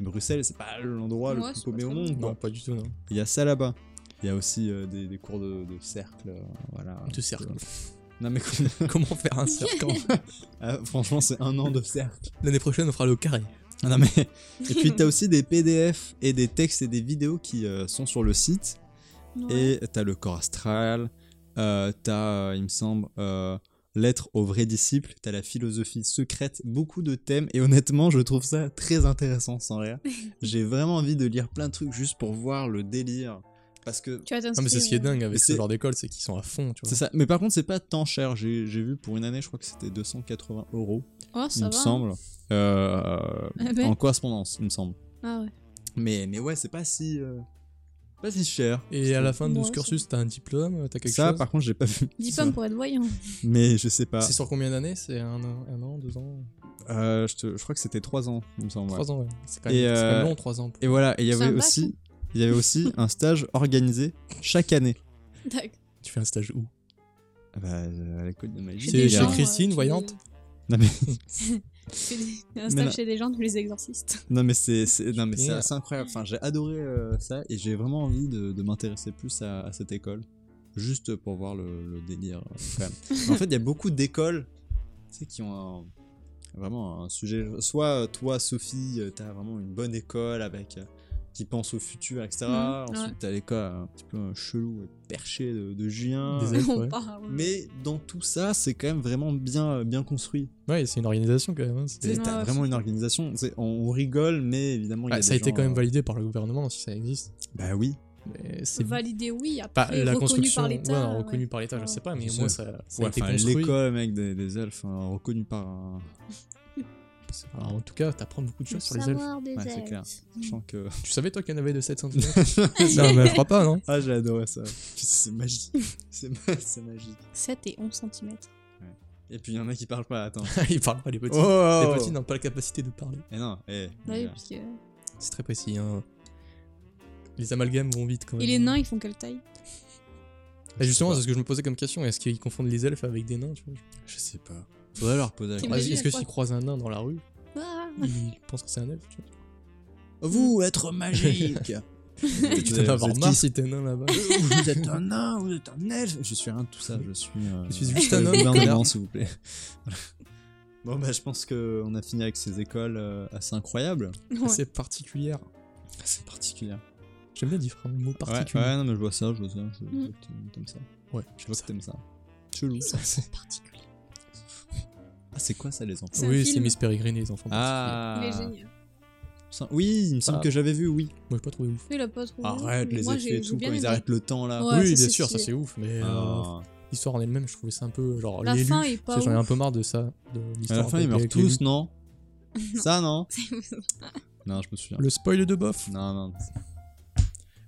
Speaker 1: Bruxelles, c'est pas l'endroit
Speaker 2: Ouais,
Speaker 1: le plus
Speaker 2: c'est pas
Speaker 1: paumé au
Speaker 2: très
Speaker 1: monde.
Speaker 3: Non,
Speaker 1: quoi.
Speaker 3: pas du tout, non.
Speaker 1: Il y a ça là-bas. Il y a aussi euh, des, des cours de, de cercle. euh, voilà. Euh,
Speaker 3: De cercle.
Speaker 1: Non mais quoi-
Speaker 3: Comment faire un cercle en-
Speaker 1: Ah, franchement, c'est un an de cercle.
Speaker 3: L'année prochaine, on fera le carré.
Speaker 1: Ah, Non mais. Et puis t'as aussi des PDF et des textes et des vidéos qui euh, sont sur le site.
Speaker 2: Ouais.
Speaker 1: Et t'as le corps astral, euh, t'as, euh, il me semble, euh, l'être aux vrais disciples, t'as la philosophie secrète, beaucoup de thèmes, et honnêtement, je trouve ça très intéressant, sans rire. J'ai vraiment envie de lire plein de trucs juste pour voir le délire. Parce que.
Speaker 2: Tu euh, vas t'inscrire.
Speaker 3: Non, mais c'est ce qui est dingue avec ce
Speaker 1: c'est-
Speaker 3: genre d'école, c'est qu'ils sont à fond, tu vois.
Speaker 1: C'est ça. Mais par contre, c'est pas tant cher. J'ai j'ai vu pour une année, je crois que c'était 280 euros,
Speaker 2: Oh,
Speaker 1: il
Speaker 2: ça
Speaker 1: me
Speaker 2: va.
Speaker 1: semble. Euh,
Speaker 2: Ah ouais.
Speaker 1: En correspondance, il me semble.
Speaker 2: Ah ouais.
Speaker 1: Mais, mais ouais, c'est pas si. euh, pas si cher.
Speaker 3: Et à la fin de
Speaker 2: Ouais,
Speaker 3: ce
Speaker 2: c'est-
Speaker 3: cursus, t'as un diplôme, t'as quelque
Speaker 1: ça,
Speaker 3: chose.
Speaker 1: par contre, j'ai pas vu.
Speaker 2: Diplôme pour être voyant.
Speaker 1: Mais je sais pas.
Speaker 3: C'est sur combien d'années C'est un, an- un an, deux ans
Speaker 1: Euh, je, te- je crois que c'était 3 ans, il me semble. ouais.
Speaker 3: Trois ans, ouais. C'est quand,
Speaker 1: Et,
Speaker 3: même- c'est quand même
Speaker 1: euh,
Speaker 3: long, trois ans.
Speaker 1: Et voilà, et il y
Speaker 2: C'est
Speaker 1: avait
Speaker 2: un bac,
Speaker 1: aussi, il y avait aussi un stage organisé chaque année.
Speaker 2: D'accord.
Speaker 3: Tu fais un stage où
Speaker 1: Ah Bah, euh, à l'école de magie.
Speaker 3: C'est
Speaker 2: des
Speaker 1: il y a-
Speaker 3: chez
Speaker 2: gens,
Speaker 3: Christine,
Speaker 2: euh, tu
Speaker 3: voyante.
Speaker 1: Non mais,
Speaker 2: les- tu fais des- Un
Speaker 1: Mais là-
Speaker 2: stage chez des gens, tu les exorcistes.
Speaker 1: non mais c'est, c'est- non mais c'est
Speaker 3: Génial.
Speaker 1: assez incroyable. Enfin, j'ai adoré euh, ça et j'ai vraiment envie de, de m'intéresser plus à, à cette école, juste pour voir le, le délire. euh, quand même. Mais en fait, il y a beaucoup d'écoles, tu sais, qui ont un- vraiment un sujet. Soit euh, toi, Sophie, euh, t'as vraiment une bonne école avec euh, qui pense au futur, etc.
Speaker 2: Mhm,
Speaker 1: Ensuite,
Speaker 2: ouais.
Speaker 1: t'as l'école un petit peu euh, chelou, et perché de, de Julien.
Speaker 3: Des Ouais,
Speaker 2: On
Speaker 3: ouais.
Speaker 2: part. ouais.
Speaker 1: Mais dans tout ça, c'est quand même vraiment bien, euh, bien construit.
Speaker 3: Ouais, c'est une organisation quand même. hein, c'est-
Speaker 1: C'est-
Speaker 2: Ouais,
Speaker 1: T'as
Speaker 2: ouais,
Speaker 1: vraiment une organisation. C'est- On, on rigole, mais évidemment, il y
Speaker 3: Ah,
Speaker 1: a
Speaker 3: ça
Speaker 1: des
Speaker 3: a été
Speaker 1: gens,
Speaker 3: quand même
Speaker 1: euh,
Speaker 3: validé par le gouvernement, si ça existe.
Speaker 1: Bah oui.
Speaker 3: Mais c'est
Speaker 2: Validé, oui. Après,
Speaker 3: pas la
Speaker 2: reconnu
Speaker 3: construction.
Speaker 2: par
Speaker 3: ouais,
Speaker 2: l'État. ouais. Ah.
Speaker 3: reconnu par l'État, je
Speaker 2: Ouais.
Speaker 3: sais pas, mais
Speaker 1: Je
Speaker 3: moi,
Speaker 1: sais.
Speaker 3: ça, ça
Speaker 1: Ouais,
Speaker 3: a été
Speaker 1: enfin,
Speaker 3: construit.
Speaker 1: l'école, mec, des, des elfes, hein, reconnue par un.
Speaker 3: C'est- alors, en tout cas, t'apprends beaucoup de
Speaker 2: Le
Speaker 3: choses sur les elfes.
Speaker 2: savoir des
Speaker 1: Ouais, c'est
Speaker 2: elfes.
Speaker 1: clair.
Speaker 2: Mm.
Speaker 1: Je sens que.
Speaker 3: Tu savais, toi, qu'il y en avait de 700 Non, mais je crois pas, non
Speaker 1: ah, j'ai adoré ça. C'est magique. C'est ma- c'est magique.
Speaker 2: 7 et 11 cm.
Speaker 1: Et puis, il y en a qui parlent pas, attends.
Speaker 3: Ils parlent pas, les petits.
Speaker 1: Oh
Speaker 3: Les petits n'ont pas la capacité de parler.
Speaker 1: Et non, eh.
Speaker 2: Ouais,
Speaker 1: les gars.
Speaker 2: Bah parce que-
Speaker 3: C'est très précis. hein. Les amalgames vont vite quand même.
Speaker 2: Et les nains, ils font quelle taille
Speaker 3: Ah, justement,
Speaker 1: Je
Speaker 3: c'est ce que je me posais comme question. Est-ce qu'ils confondent les elfes avec des nains tu vois
Speaker 1: Je sais pas. Faudrait leur poser la
Speaker 2: T'es
Speaker 1: question.
Speaker 3: Ah,
Speaker 2: imagines,
Speaker 3: Est-ce que
Speaker 2: quoi.
Speaker 3: s'ils croisent un nain dans la rue,
Speaker 2: Ah
Speaker 3: ils pensent que c'est un elfe tu vois
Speaker 1: Vous, être magique
Speaker 3: Tu
Speaker 1: Tu
Speaker 3: dois en avoir marre si t'es nain là-bas.
Speaker 1: vous êtes un nain, vous êtes un elfe. Je suis rien de tout ça, je suis. euh,
Speaker 3: Je suis juste un homme,
Speaker 1: gouvernement,
Speaker 3: connard.
Speaker 1: s'il vous plaît. Bon, bah, je pense qu'on a fini avec ces écoles euh, assez incroyables,
Speaker 2: Ouais.
Speaker 3: C'est particulière.
Speaker 1: assez particulières.
Speaker 3: J'aime bien dire le mot
Speaker 1: Ouais,
Speaker 3: particulier.
Speaker 1: ouais, non, mais je vois ça, je vois ça, je vois
Speaker 2: Mm.
Speaker 1: que t'aimes- t'aimes ça.
Speaker 3: Ouais,
Speaker 1: Je vois
Speaker 3: j'aime
Speaker 1: que
Speaker 3: ça.
Speaker 1: t'aimes ça. Chelou.
Speaker 2: Ils sont particuliers.
Speaker 1: Ah, c'est quoi ça, les enfants
Speaker 2: C'est un
Speaker 3: Oui,
Speaker 2: film.
Speaker 3: c'est Miss Peregrine et les enfants particuliers.
Speaker 1: Ah
Speaker 2: Il est génial.
Speaker 1: Ça- Oui, il me semble
Speaker 3: Ah.
Speaker 1: que j'avais vu, oui.
Speaker 3: Moi, j'ai pas trouvé ouf.
Speaker 2: Oui, il a pas trouvé.
Speaker 1: Arrête
Speaker 2: mais
Speaker 1: les
Speaker 2: moi,
Speaker 1: effets
Speaker 2: j'ai-
Speaker 1: et
Speaker 2: j'ai
Speaker 1: tout,
Speaker 2: bien
Speaker 1: quand ils
Speaker 2: aimé.
Speaker 1: arrêtent le temps là.
Speaker 2: Ouais,
Speaker 3: oui,
Speaker 2: ça,
Speaker 3: bien
Speaker 2: c'est
Speaker 3: sûr, ça
Speaker 2: stylé.
Speaker 3: c'est ouf, mais euh,
Speaker 1: Ah.
Speaker 3: l'histoire en elle-même, je trouvais ça un peu genre
Speaker 2: La
Speaker 3: l'élu.
Speaker 2: fin est
Speaker 3: Ça,
Speaker 2: pas
Speaker 3: J'en ai un
Speaker 2: ouf.
Speaker 3: peu marre de ça, de
Speaker 1: à
Speaker 3: l'histoire.
Speaker 1: la fin,
Speaker 3: de-
Speaker 1: ils meurent
Speaker 3: avec l'élu.
Speaker 1: tous, non Ça, non Non, je me souviens.
Speaker 3: Le spoil de bof.
Speaker 1: Non, non.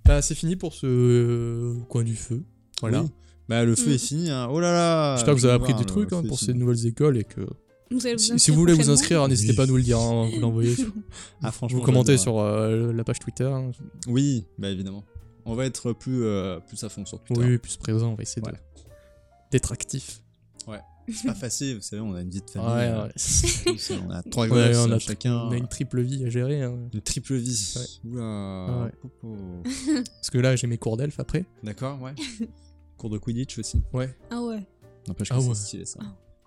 Speaker 3: Bah, c'est fini pour ce euh, coin du feu. Voilà.
Speaker 1: Oui. Bah, le feu
Speaker 2: Mm.
Speaker 1: est fini. hein. Oh là là
Speaker 3: J'espère que vous avez
Speaker 1: Je
Speaker 3: appris
Speaker 1: vais
Speaker 3: des
Speaker 1: voir,
Speaker 3: trucs
Speaker 1: le
Speaker 3: hein,
Speaker 1: feu est
Speaker 3: pour ces
Speaker 1: fini.
Speaker 3: nouvelles écoles et que
Speaker 2: Vous allez vous
Speaker 3: si, si
Speaker 2: inscrire
Speaker 3: vous voulez vous
Speaker 2: prochainement
Speaker 3: inscrire, n'hésitez
Speaker 1: Oui.
Speaker 3: pas à nous le dire. hein, vous l'envoyez. sur-
Speaker 1: Ah, franchement.
Speaker 3: vous
Speaker 1: je
Speaker 3: commentez
Speaker 1: l'adore.
Speaker 3: sur euh, la page Twitter. hein.
Speaker 1: Oui, bah évidemment. On va être plus, euh, plus à fond sur Twitter.
Speaker 3: Oui, oui, plus présent, on va essayer de-
Speaker 1: Voilà.
Speaker 3: d'être actif.
Speaker 1: C'est pas facile, vous savez, on a une vie de famille.
Speaker 3: Ouais,
Speaker 1: euh,
Speaker 3: ouais.
Speaker 1: tous, euh, On a trois
Speaker 3: Ouais,
Speaker 1: gosses,
Speaker 3: on a
Speaker 1: euh, chacun.
Speaker 3: On a une triple vie à gérer. hein.
Speaker 1: Une triple vie. Oula.
Speaker 3: Ouais.
Speaker 1: Popo.
Speaker 3: Parce que là, j'ai mes cours d'elfe après.
Speaker 1: D'accord, ouais. Cours de Quidditch aussi.
Speaker 3: Ouais.
Speaker 2: Ah ouais,
Speaker 1: N'empêche que
Speaker 3: Ah ouais.
Speaker 1: c'est stylé ça.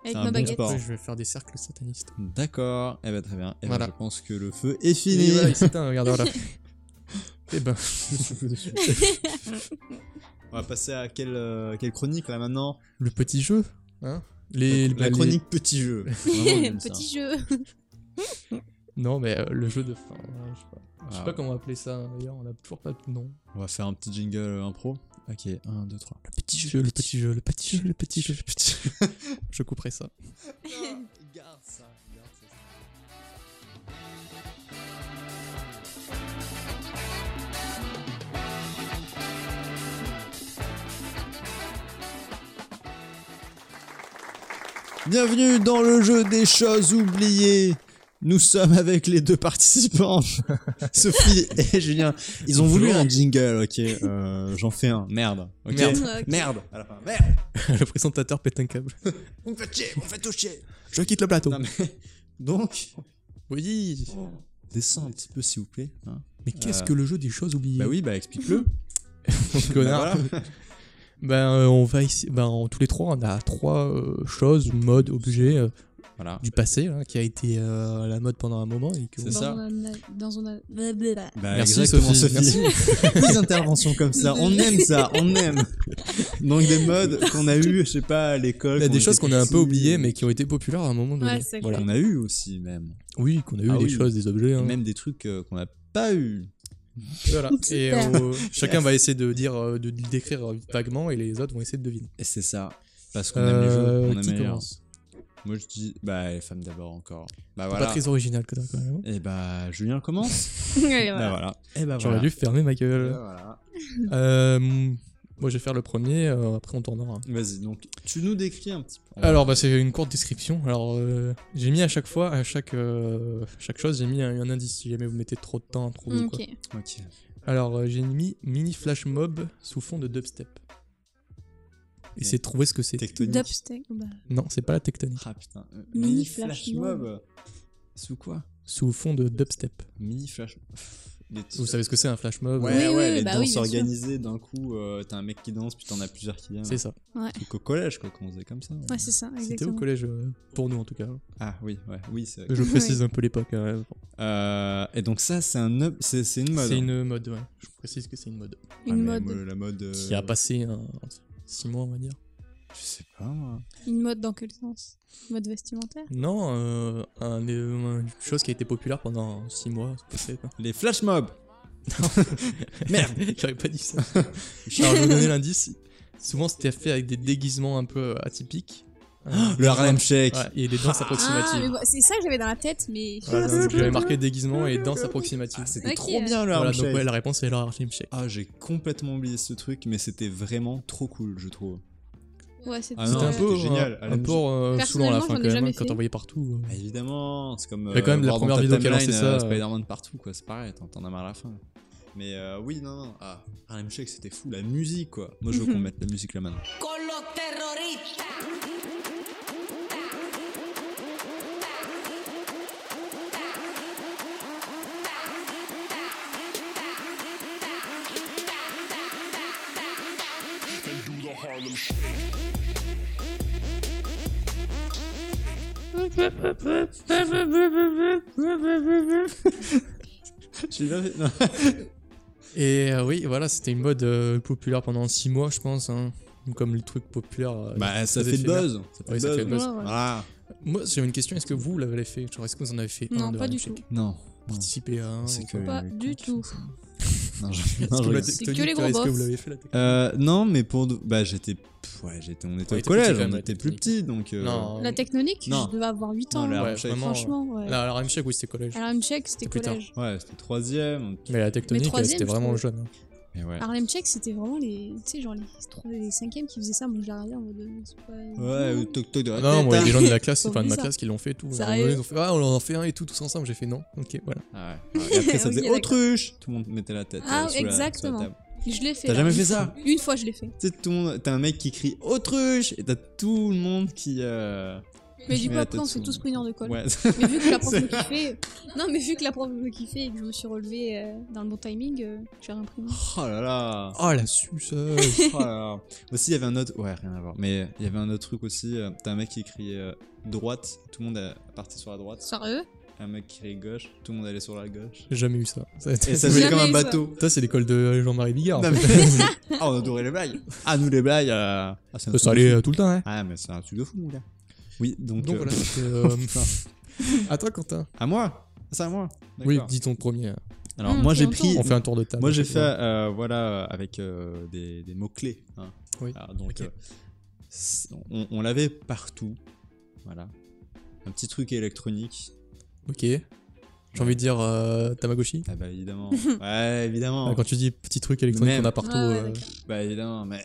Speaker 2: avec
Speaker 1: un
Speaker 2: ma
Speaker 1: bon
Speaker 2: baguette.
Speaker 1: sport.
Speaker 3: Après, je vais faire des cercles satanistes.
Speaker 1: D'accord, eh ben très bien. Eh ben,
Speaker 3: Voilà.
Speaker 1: je pense que le feu est fini.
Speaker 3: Et voilà, c'est un, regarde, voilà. Eh ben,
Speaker 1: On va passer à quelle, euh, quelle chronique là maintenant
Speaker 3: le petit jeu. Hein les,
Speaker 1: La-
Speaker 3: bah,
Speaker 1: La
Speaker 3: les-
Speaker 1: chronique petit jeu. Vraiment, j'aime ça.
Speaker 2: Petit jeu.
Speaker 3: Non, mais euh, le jeu de fin. ouais, je sais pas, Je sais
Speaker 1: Ah,
Speaker 3: pas comment appeler ça. hein. D'ailleurs, on a toujours pas de nom.
Speaker 1: On va faire un petit jingle euh, impro. Ok, 1, 2, 3.
Speaker 3: Le petit jeu, le petit jeu, le petit jeu, le petit jeu, le petit jeu. Je couperai ça.
Speaker 1: Garde ça, garde ça. Bienvenue dans le jeu des choses oubliées. Nous sommes avec les deux participants, Sophie et Julien. Ils ont voulu
Speaker 3: Bonjour.
Speaker 1: un jingle, ok. euh, J'en fais un. Merde. ok.
Speaker 3: Merde.
Speaker 2: Ok.
Speaker 1: Eh, Merde. À la fin. Merde.
Speaker 3: le présentateur pète un câble.
Speaker 1: On me fait chier. On me fait toucher.
Speaker 3: Je quitte le plateau.
Speaker 1: Non, mais- Donc,
Speaker 3: Oui. Ah.
Speaker 1: descends un petit peu, s'il vous plaît. hein.
Speaker 3: Mais qu'est-ce
Speaker 1: Euh.
Speaker 3: que le jeu des choses oubliées
Speaker 1: Bah oui, bah explique-le.
Speaker 3: Connard.
Speaker 1: Bah voilà.
Speaker 3: Ben, euh, on va ici, ben, en- tous les trois, on a trois euh, choses, modes, objets euh,
Speaker 1: Voilà.
Speaker 3: du passé hein, qui a été euh, à la mode pendant un moment et que
Speaker 1: C'est
Speaker 2: Dans
Speaker 1: ça.
Speaker 2: un- Dans un. blablabla.
Speaker 1: Bah,
Speaker 3: Merci,
Speaker 1: exactement,
Speaker 3: Ah, Sophie.
Speaker 1: Des interventions comme ça, on aime ça, on aime. Donc des modes qu'on a eu, je sais pas, à l'école.
Speaker 3: Il y a
Speaker 1: qu'on
Speaker 3: des
Speaker 1: était
Speaker 3: choses qu'on a un peu
Speaker 1: petits,
Speaker 3: oubliées mais qui ont été populaires à un moment donné.
Speaker 2: Ouais, c'est
Speaker 3: voilà.
Speaker 1: qu'on a eu aussi même,
Speaker 3: Oui, qu'on a eu
Speaker 1: Ah
Speaker 3: des
Speaker 1: oui.
Speaker 3: choses, des objets.
Speaker 1: Et
Speaker 3: hein.
Speaker 1: même des trucs euh, qu'on n'a pas eu.
Speaker 3: Voilà. Et
Speaker 2: Super.
Speaker 3: euh, chacun va essayer de dire, euh, de le décrire euh, vaguement et les autres vont essayer de deviner.
Speaker 1: Et c'est ça, parce qu'on aime les
Speaker 3: Euh,
Speaker 1: jeux, on aime
Speaker 3: qui
Speaker 1: les gens.
Speaker 3: commence
Speaker 1: Moi je dis, bah les femmes d'abord encore. Bah voilà.
Speaker 3: Pas très original que t'as quand même.
Speaker 1: Et bah Julien commence.
Speaker 2: Ouais,
Speaker 1: Bah
Speaker 2: voilà.
Speaker 1: voilà. Et bah
Speaker 3: J'aurais
Speaker 1: voilà.
Speaker 3: dû fermer ma gueule.
Speaker 1: Bah, voilà.
Speaker 3: Euh, moi, je vais faire le premier. euh, après, on tournera.
Speaker 1: Vas-y, donc tu nous décris un petit peu.
Speaker 3: Alors, bah, c'est une courte description. Alors, euh, j'ai mis à chaque fois, à chaque, euh, chaque chose, j'ai mis un, un indice si jamais vous mettez trop de temps, trop de quoi.
Speaker 2: Ok.
Speaker 1: Ok.
Speaker 3: Alors, euh, j'ai mis mini flash mob sous fond de dubstep. Et c'est de trouver ce que c'est.
Speaker 1: Tectonique.
Speaker 2: Dubstep. bah,
Speaker 3: Non, c'est pas la tectonique.
Speaker 1: Ah putain. euh,
Speaker 2: Mini
Speaker 1: mini
Speaker 2: flash
Speaker 1: flash
Speaker 2: mob.
Speaker 1: mob. Sous quoi
Speaker 3: Sous fond de dubstep.
Speaker 1: Mini flash. Les petits-
Speaker 3: Vous savez ce que c'est un flash mob
Speaker 1: Ouais,
Speaker 3: euh,
Speaker 1: ouais,
Speaker 2: Oui, oui,
Speaker 1: les
Speaker 2: bah oui,
Speaker 1: danses
Speaker 2: bien sûr.
Speaker 1: organisées d'un coup, euh, t'as un mec qui danse, puis t'en as plusieurs qui viennent.
Speaker 3: C'est ça.
Speaker 1: Truc au collège, quoi, qu'on faisait comme ça.
Speaker 2: Ouais, c'est ça,
Speaker 3: C'était au
Speaker 2: exactement.
Speaker 3: collège, euh, pour nous en tout cas.
Speaker 1: Ah oui, ouais, oui, c'est vrai.
Speaker 3: Je précise un peu l'époque. hein.
Speaker 1: Euh, et donc, ça, c'est un up- c'est c'est une mode.
Speaker 3: C'est
Speaker 1: hein.
Speaker 3: une mode, Euh. ouais. Je précise que c'est une mode.
Speaker 1: Ah,
Speaker 2: Une
Speaker 1: mais
Speaker 2: mode.
Speaker 1: moi, La mode. euh,
Speaker 3: Qui a passé 6 mois, on va dire.
Speaker 1: Je sais pas, moi.
Speaker 2: Une mode dans quel sens Mode vestimentaire
Speaker 3: Non, euh, un, euh, une chose qui a été populaire pendant 6 mois, peut-être.
Speaker 1: Les flash mobs
Speaker 3: Merde, j'aurais pas dit ça. Alors, je vais vous donner l'indice. Souvent, c'était fait avec des déguisements un peu atypiques. Euh,
Speaker 1: Le Harlem Shake
Speaker 3: ouais, et des danses
Speaker 2: Ah, mais
Speaker 3: approximatives.
Speaker 2: bon, c'est ça que j'avais dans la tête, mais.
Speaker 3: Voilà, donc J'avais marqué déguisement et danse approximative.
Speaker 1: Ah, c'était
Speaker 2: Ok.
Speaker 1: trop bien le
Speaker 3: voilà,
Speaker 1: Harlem
Speaker 3: donc
Speaker 1: Shake
Speaker 3: ouais, la réponse est le Harlem Shake.
Speaker 1: Ah, j'ai complètement oublié ce truc, mais c'était vraiment trop cool, je trouve.
Speaker 2: Ouais, c'est
Speaker 1: Ah
Speaker 2: tout
Speaker 1: non,
Speaker 3: c'était un
Speaker 2: ça.
Speaker 3: peu,
Speaker 1: c'était génial,
Speaker 3: un, un
Speaker 1: Harlem
Speaker 3: peu euh, saoulant à la
Speaker 2: Personnellement,
Speaker 3: fin
Speaker 2: j'en ai
Speaker 3: quand même,
Speaker 2: jamais
Speaker 3: hein, quand
Speaker 2: fait.
Speaker 3: on voyait partout.
Speaker 1: Ah,
Speaker 3: euh.
Speaker 1: évidemment, c'est comme. euh,
Speaker 3: Mais quand même, la
Speaker 1: voir dans
Speaker 3: première
Speaker 1: ta
Speaker 3: vidéo qui a lancé
Speaker 1: timeline,
Speaker 3: ça,
Speaker 1: euh,
Speaker 3: euh,
Speaker 1: Spider-Man partout, quoi, c'est pareil, t'en t'en as marre à la fin. Mais euh, oui, non, non. Ah, Harlem Shake, c'était fou, la musique, quoi. Moi, je veux
Speaker 2: Mhm.
Speaker 1: qu'on mette la musique là maintenant.
Speaker 4: con los terroristas.
Speaker 2: Ok.
Speaker 1: J'ai bien fait- non.
Speaker 3: Et euh, oui, voilà, c'était une mode euh, populaire pendant 6 mois, je pense. hein. Comme les trucs populaires. euh,
Speaker 1: Bah, ça
Speaker 3: très
Speaker 1: fait le
Speaker 3: éphémères.
Speaker 1: buzz. Ça fait
Speaker 3: Oui,
Speaker 1: le
Speaker 3: ça
Speaker 1: buzz.
Speaker 3: fait le buzz.
Speaker 2: Ouais, ouais.
Speaker 1: Voilà.
Speaker 3: Moi, j'avais une question. Est-ce que vous l'avez fait Genre, est-ce que vous en avez fait un
Speaker 2: Non,
Speaker 3: de
Speaker 2: pas du
Speaker 3: handshake
Speaker 2: tout.
Speaker 1: Non.
Speaker 3: Participer à un
Speaker 1: C'est
Speaker 3: ou
Speaker 1: que.
Speaker 2: Pas du tout.
Speaker 1: Non, je- non,
Speaker 3: Est-ce
Speaker 1: je
Speaker 3: que bah, la
Speaker 1: rigole.
Speaker 2: C'est
Speaker 3: tectonique,
Speaker 2: que les gros
Speaker 3: Est-ce que
Speaker 2: boss.
Speaker 3: vous l'avez fait la tectonique
Speaker 1: Euh, non, mais pour. de- Bah, j'étais. pff, Ouais, j'étais. On était
Speaker 3: Ouais,
Speaker 1: au
Speaker 3: t'étais petit
Speaker 1: collège,
Speaker 3: quand même,
Speaker 1: on
Speaker 3: ouais,
Speaker 1: était
Speaker 3: t'étais
Speaker 1: plus
Speaker 3: petit.
Speaker 1: petits, donc. euh,
Speaker 3: Non.
Speaker 2: La technonique,
Speaker 1: Non.
Speaker 2: je devais avoir 8
Speaker 1: Non,
Speaker 2: ans. hein.
Speaker 1: la
Speaker 3: Ouais,
Speaker 1: Ramshack.
Speaker 3: vraiment.
Speaker 2: Franchement, ouais.
Speaker 3: La, la Ramshack, oui, c'était collège.
Speaker 2: Harlem Shake, c'était
Speaker 3: plus tard.
Speaker 2: collège.
Speaker 1: Ouais, c'était troisième.
Speaker 3: Mais la tectonique, elle,
Speaker 2: troisième,
Speaker 3: c'était
Speaker 2: je
Speaker 3: vraiment
Speaker 2: trouve.
Speaker 3: jeune. hein.
Speaker 1: Mais ouais.
Speaker 2: Harlem Shake, c'était vraiment les, tu sais, genre les, trois- les cinquièmes qui faisaient ça. Moi, je la regardais en mode. euh, c'est pas-
Speaker 1: Ouais,
Speaker 2: non.
Speaker 1: ou toc toc de la
Speaker 3: Non,
Speaker 1: tête,
Speaker 3: moi, il y a
Speaker 1: hein.
Speaker 3: des gens de la classe,
Speaker 2: Faut
Speaker 3: enfin de ma
Speaker 2: oublier ça.
Speaker 3: classe, qui l'ont fait et tout. À un moment
Speaker 2: Sérieux
Speaker 3: donné, ils ont fait, ah, on en fait un et tout, tous ensemble. J'ai fait non. Ok, voilà.
Speaker 1: Ah ouais. Et après, ça
Speaker 2: Ok,
Speaker 1: faisait
Speaker 2: d'accord.
Speaker 1: autruche. Tout le monde mettait la tête.
Speaker 2: Ah,
Speaker 1: euh, sous la- sous la
Speaker 2: exactement.
Speaker 1: table.
Speaker 2: Je l'ai fait.
Speaker 1: T'as
Speaker 2: là.
Speaker 1: jamais fait ça
Speaker 2: Une fois, je l'ai fait.
Speaker 1: Tu sais, tout le monde. T'as un mec qui crie autruche et t'as tout le monde qui. euh,
Speaker 2: Mais
Speaker 1: qui
Speaker 2: du
Speaker 1: met
Speaker 2: coup,
Speaker 1: la
Speaker 2: après,
Speaker 1: tête
Speaker 2: on s'est
Speaker 1: sous-
Speaker 2: tous pris une heure de colle.
Speaker 1: Ouais.
Speaker 2: Mais vu que la prof me kiffait. Non, mais vu que la prof me kiffait et que je me suis relevée euh, dans le bon timing, euh, j'ai réimprimé.
Speaker 1: Oh là là.
Speaker 3: Ah, la suceuse
Speaker 1: Oh là là. Aussi, il y avait un autre. Ouais, rien à voir. Mais il y avait un autre truc aussi. euh, T'as un mec qui criait euh, droite. Tout le monde est parti sur la droite.
Speaker 2: Sérieux
Speaker 1: Un mec qui criait gauche. Tout le monde allait sur la gauche.
Speaker 3: J'ai jamais eu ça. Ça,
Speaker 1: Et ça
Speaker 2: J'ai
Speaker 1: faisait
Speaker 2: jamais
Speaker 1: comme un
Speaker 2: eu ça.
Speaker 1: bateau.
Speaker 3: Ça, c'est l'école de Jean-Marie Bigard.
Speaker 1: Non,
Speaker 3: en fait.
Speaker 1: mais- ah, on adorait les blagues. Ah, nous les blagues. euh, ah, c'est un
Speaker 3: Ça,
Speaker 1: truc
Speaker 3: ça
Speaker 1: de
Speaker 3: allait
Speaker 1: fou.
Speaker 3: euh, tout le temps, hein.
Speaker 1: Ah, mais c'est un truc de fou, mon gars. Oui, donc.
Speaker 3: Donc
Speaker 1: euh,
Speaker 3: voilà, c'était. euh,
Speaker 1: putain.
Speaker 3: À toi, Quentin.
Speaker 1: À moi C'est à moi
Speaker 3: Oui,
Speaker 1: D'accord.
Speaker 3: dis ton premier.
Speaker 1: Alors,
Speaker 2: Mm,
Speaker 1: moi,
Speaker 2: c'est
Speaker 1: j'ai
Speaker 2: mon
Speaker 1: pris.
Speaker 2: tour.
Speaker 3: On fait un tour de table.
Speaker 1: Moi, j'ai fait, euh, voilà, euh, avec euh, des, des mots-clés. hein.
Speaker 3: Oui,
Speaker 1: Ah, donc,
Speaker 3: ok.
Speaker 1: euh, c'est- on, on l'avait partout. Voilà. Un petit truc électronique.
Speaker 3: Ok. J'ai envie de dire euh, Tamagotchi.
Speaker 1: Ah, bah, évidemment. ouais, évidemment.
Speaker 3: Ah, Quand tu dis petit truc électronique
Speaker 1: Même.
Speaker 3: qu'on a partout.
Speaker 2: Ouais, ouais,
Speaker 3: euh,
Speaker 2: d'accord.
Speaker 1: Bah, évidemment, mais.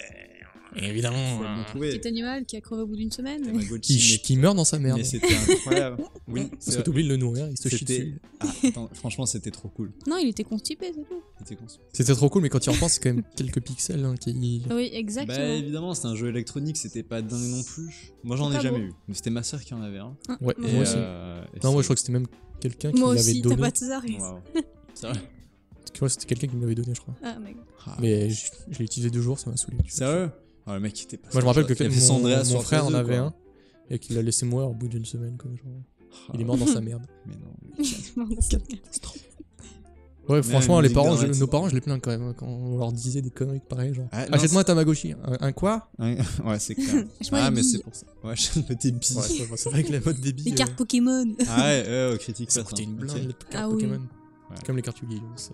Speaker 3: Évidemment.
Speaker 1: faut bien
Speaker 3: hein.
Speaker 1: trouvé.
Speaker 2: Petit animal qui a crevé au bout d'une semaine.
Speaker 1: Tamagotchi,
Speaker 3: Qui, ch-
Speaker 1: mais-
Speaker 3: qui meurt dans sa
Speaker 1: mais,
Speaker 3: merde.
Speaker 1: c'était incroyable. Oui,
Speaker 3: Parce
Speaker 1: c'est
Speaker 3: que t'oublies de le nourrir, il se chie
Speaker 1: c'était.
Speaker 3: dessus.
Speaker 1: Ah, attends, franchement, c'était trop cool.
Speaker 2: Non, il était constipé, c'est tout.
Speaker 1: C'était con.
Speaker 3: C'était trop cool, mais quand tu y repenses, c'est quand même quelques pixels hein, qui.
Speaker 2: Oui,
Speaker 1: Bah,
Speaker 2: exactement.
Speaker 1: évidemment, c'était un jeu électronique, c'était pas dingue non plus. Moi, j'en
Speaker 2: C'est
Speaker 1: ai
Speaker 2: pas
Speaker 1: jamais
Speaker 2: beau.
Speaker 1: eu. Mais c'était ma soeur qui en avait un.
Speaker 2: Hein,
Speaker 3: Ouais,
Speaker 2: moi
Speaker 1: Et,
Speaker 3: moi aussi.
Speaker 1: euh, et
Speaker 3: Non, moi, je
Speaker 1: c'est-
Speaker 3: crois que c'était même quelqu'un qui
Speaker 2: Moi
Speaker 3: l'avait
Speaker 2: aussi, t'as
Speaker 3: donné.
Speaker 2: pas de hasard.
Speaker 1: Waouh. C'est vrai
Speaker 3: Tu vois, c'était quelqu'un qui me l'avait donné, je crois.
Speaker 2: Ah, mec.
Speaker 1: Ah,
Speaker 3: Mais je je l'ai utilisé deux jours, ça m'a saoulé.
Speaker 1: Sérieux Ah, le mec qui était pas.
Speaker 3: Moi, je me rappelle que
Speaker 1: Il y
Speaker 3: quel-
Speaker 1: avait
Speaker 3: mon,
Speaker 1: Sandrea
Speaker 3: mon
Speaker 1: sur
Speaker 3: frère en
Speaker 1: Fresno,
Speaker 3: avait
Speaker 1: quoi.
Speaker 3: un et qu'il l'a laissé mourir au bout d'une semaine. Quoi, genre.
Speaker 1: Ah,
Speaker 3: Il est mort dans sa merde.
Speaker 1: Mais non.
Speaker 3: Ouais, franchement,
Speaker 1: la musique
Speaker 3: les parents, je-
Speaker 1: d'Internet.
Speaker 3: nos parents, je les plains quand même hein, quand on leur disait des conneries pareilles. Genre,
Speaker 1: Ah, non,
Speaker 3: achète-moi un Tamagotchi. Un, un quoi
Speaker 1: Ouais, ouais, c'est clair.
Speaker 2: Franchement,
Speaker 1: ah,
Speaker 2: les
Speaker 1: mais
Speaker 2: billes.
Speaker 1: c'est pour ça. Ouais, je me tes billes.
Speaker 3: Ouais, c'est vrai- c'est vrai que la mode euh, des billes.
Speaker 2: Les cartes Pokémon.
Speaker 1: Ah ouais, euh, critique
Speaker 3: ça
Speaker 1: ça,
Speaker 3: coûtait
Speaker 1: hein.
Speaker 3: une
Speaker 1: Ok.
Speaker 3: blinde, les cartes
Speaker 2: Ah oui.
Speaker 3: Pokémon.
Speaker 1: Ouais.
Speaker 3: Comme les cartes Yu-Gi-Oh! ça.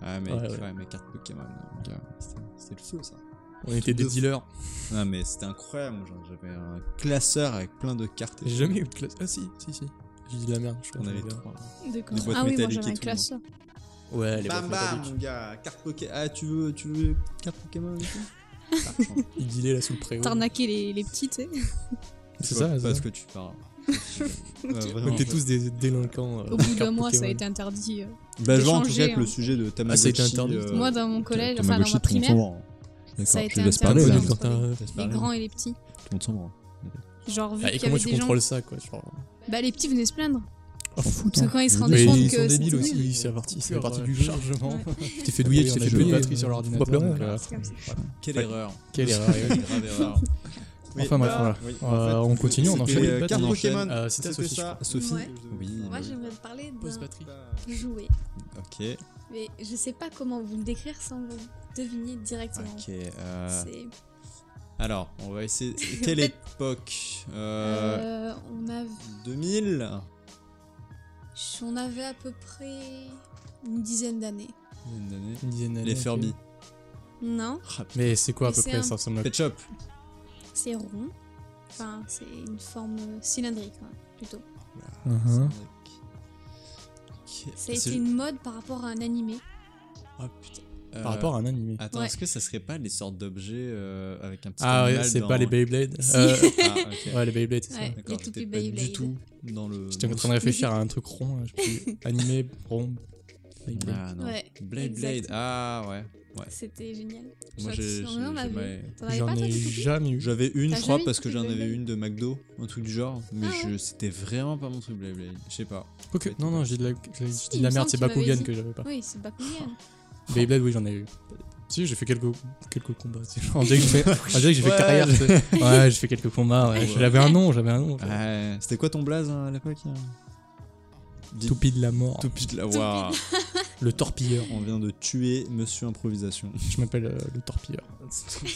Speaker 1: Ah, mais
Speaker 3: Ouais,
Speaker 1: ouais,
Speaker 3: ouais.
Speaker 1: mes cartes Pokémon. là, mon gars, C'était c'était le feu, ça.
Speaker 3: On était des
Speaker 1: de fou.
Speaker 3: dealers.
Speaker 1: Non, mais c'était incroyable. moi, genre, J'avais un classeur avec plein de cartes. et
Speaker 3: J'ai
Speaker 1: tout.
Speaker 3: jamais eu de classe. Ah si, si, si. J'ai dit de la merde, je crois.
Speaker 1: On
Speaker 3: j'en
Speaker 1: avait
Speaker 3: avais un.
Speaker 1: trois.
Speaker 2: D'accord.
Speaker 1: Des boîtes
Speaker 2: Ah oui, moi
Speaker 1: métalliques et
Speaker 2: j'avais un
Speaker 1: tout, Oh,
Speaker 2: classeur.
Speaker 3: Ouais, les
Speaker 1: Bam
Speaker 3: boîtes
Speaker 1: bam,
Speaker 3: métalliques.
Speaker 1: mon gars. Carte Pokémon. Ah, tu veux, tu veux carte Pokémon et tout L'argent.
Speaker 3: Ils dealaient là sous le préau.
Speaker 2: T'arnaquais les, les petits, tu sais.
Speaker 3: C'est
Speaker 1: Je
Speaker 3: ça,
Speaker 1: vois
Speaker 3: c'est
Speaker 1: Pas ce
Speaker 3: ça.
Speaker 1: que tu parles. Ouais, vraiment,
Speaker 3: On était
Speaker 1: je-
Speaker 3: tous des délinquants. euh,
Speaker 2: Au bout d'un
Speaker 3: cartes
Speaker 2: mois, ça a
Speaker 3: Pokémon.
Speaker 2: été interdit. euh.
Speaker 1: Bah, je vois en tout
Speaker 2: d'échanger,
Speaker 1: cas que le
Speaker 2: hein.
Speaker 1: sujet de
Speaker 3: Ah,
Speaker 1: Tamagotchi.
Speaker 3: ça a été interdit.
Speaker 1: euh,
Speaker 2: Moi, dans mon collège, enfin dans
Speaker 1: Tamagotchi,
Speaker 2: ma
Speaker 1: tout le monde
Speaker 2: primaire,
Speaker 1: s'en branche.
Speaker 2: ça a
Speaker 1: D'accord,
Speaker 2: été
Speaker 1: je laisse
Speaker 3: Ah,
Speaker 1: parler,
Speaker 2: interdit
Speaker 3: ouais,
Speaker 1: là.
Speaker 2: entre
Speaker 3: quand t'as-
Speaker 1: Laisse
Speaker 2: les
Speaker 1: parler, hein,
Speaker 2: grands et les petits.
Speaker 1: Tout le monde s'en hein. branle.
Speaker 2: Genre, vu
Speaker 3: Ah, Et
Speaker 2: qu'il y
Speaker 3: comment
Speaker 2: avait
Speaker 3: tu
Speaker 2: des gens.
Speaker 3: contrôles ça, quoi genre...
Speaker 2: Bah, les petits venaient se plaindre.
Speaker 3: Oh,
Speaker 2: Parce que quand ils se
Speaker 1: Mais
Speaker 2: rendaient
Speaker 1: ils
Speaker 2: compte
Speaker 1: sont
Speaker 2: que. c'était-
Speaker 3: aussi, c'est parti, c'est parti du jeu.
Speaker 5: chargement.
Speaker 2: Ouais.
Speaker 3: Tu t'es fait douiller, tu t'es
Speaker 5: On a
Speaker 3: fait
Speaker 5: joué
Speaker 3: douiller.
Speaker 5: aux batteries sur
Speaker 3: euh,
Speaker 5: l'ordinateur,
Speaker 3: faut pas pleurer,
Speaker 5: donc,
Speaker 3: quoi.
Speaker 5: euh,
Speaker 2: C'est comme ça.
Speaker 1: Quelle
Speaker 3: Ouais.
Speaker 1: erreur.
Speaker 5: Quelle erreur.
Speaker 1: Grave erreur. Oui,
Speaker 5: Enfin, bref,
Speaker 1: bah,
Speaker 5: voilà.
Speaker 1: oui,
Speaker 5: Euh,
Speaker 1: en fait,
Speaker 5: on continue, on
Speaker 1: c'était,
Speaker 5: enchaîne.
Speaker 1: euh, Carte
Speaker 3: On enchaîne.
Speaker 1: Pokémon.
Speaker 3: Euh, c'était à
Speaker 1: C'était
Speaker 3: Sophie,
Speaker 1: ça,
Speaker 3: je
Speaker 1: Sophie.
Speaker 2: Ouais.
Speaker 1: Oui.
Speaker 2: Moi, j'aimerais te parler
Speaker 3: Pause
Speaker 2: d'un
Speaker 3: batterie.
Speaker 2: jouet.
Speaker 1: Ok.
Speaker 2: Mais je sais pas comment vous le décrire sans vous deviner directement.
Speaker 1: Ok. euh,
Speaker 2: C'est-
Speaker 1: Alors, on va essayer. Quelle
Speaker 2: fait-
Speaker 1: époque Euh,
Speaker 2: Euh, on, avait,
Speaker 1: 2000
Speaker 2: on avait à peu près une dizaine d'années.
Speaker 1: Une année.
Speaker 3: Une dizaine d'années.
Speaker 1: Les Furby.
Speaker 2: Non,
Speaker 1: Ah, putain.
Speaker 3: Mais c'est quoi à
Speaker 2: Mais
Speaker 3: peu
Speaker 2: c'est
Speaker 3: près
Speaker 2: un-
Speaker 3: ça ressemble à...
Speaker 1: Pet Shop.
Speaker 2: c'est rond. Enfin, c'est une forme euh, cylindrique, hein, plutôt.
Speaker 1: Hein
Speaker 3: Mhm.
Speaker 1: Ok.
Speaker 2: Ça a
Speaker 1: C'est-
Speaker 2: été une mode par rapport à un animé.
Speaker 1: Ah, putain. Euh,
Speaker 3: Par rapport à un animé.
Speaker 1: Attends,
Speaker 2: Ouais.
Speaker 1: est-ce que ça serait pas les sortes d'objets euh, avec un petit
Speaker 3: Ah ouais,
Speaker 1: animal
Speaker 3: c'est
Speaker 1: dans-
Speaker 3: pas les Beyblade.
Speaker 2: Si.
Speaker 3: Euh,
Speaker 1: Ah, ok.
Speaker 3: Ouais, les Beyblade, c'est ça.
Speaker 2: Ouais.
Speaker 1: D'accord,
Speaker 2: Les toupies
Speaker 1: j'étais pas du
Speaker 2: Beyblade.
Speaker 1: tout dans le.
Speaker 3: J'étais en train de réfléchir à un truc rond, là, je sais plus. animé, rond, Beyblade.
Speaker 1: Ah non.
Speaker 2: Ouais,
Speaker 1: Blade Blade,
Speaker 2: exactement.
Speaker 1: ah ouais.
Speaker 2: C'était génial.
Speaker 1: Moi
Speaker 2: Soit-
Speaker 1: j'ai.
Speaker 2: non,
Speaker 1: j'ai-
Speaker 2: mais on
Speaker 1: j'ai
Speaker 2: avait-
Speaker 1: mal-
Speaker 2: T'en avais pas,
Speaker 3: J'en
Speaker 2: toi,
Speaker 3: ai
Speaker 2: des toupies
Speaker 3: jamais eu.
Speaker 1: J'avais une,
Speaker 2: T'as
Speaker 1: je crois,
Speaker 2: jamais eu
Speaker 1: parce
Speaker 2: de
Speaker 1: que
Speaker 2: truc
Speaker 1: j'en
Speaker 2: Blade
Speaker 1: avais
Speaker 2: Blade
Speaker 1: une de McDo, un truc du genre, mais
Speaker 2: Ah
Speaker 1: je c'était vraiment pas mon truc Blade Blade. Je sais pas.
Speaker 3: Quoique, non, non, j'ai de la, j'ai- j'ai dit de
Speaker 2: Il
Speaker 3: la
Speaker 2: me
Speaker 3: merde,
Speaker 2: semble
Speaker 3: c'est
Speaker 2: qu'il m'avait
Speaker 3: Bakugan
Speaker 2: dit.
Speaker 3: que j'avais pas.
Speaker 2: Oui, c'est Bakugan.
Speaker 3: Beyblade, oui, j'en ai eu. Si, j'ai fait quelques, quelques combats. tu sais. On dirait que j'ai fait, on dirait que j'ai fait
Speaker 1: Ouais,
Speaker 3: carrière.
Speaker 1: je-
Speaker 3: tu sais. Ouais, j'ai fait quelques combats. ouais.
Speaker 1: Ouais.
Speaker 3: J'avais un nom, j'avais un nom. j'avais-
Speaker 1: Ouais, C'était quoi ton blaze hein, à l'époque hein Vite-
Speaker 3: Toupie de la mort.
Speaker 1: Toupie de la. Waouh
Speaker 3: Le torpilleur.
Speaker 1: On vient de tuer Monsieur Improvisation.
Speaker 3: Je m'appelle euh, le torpilleur.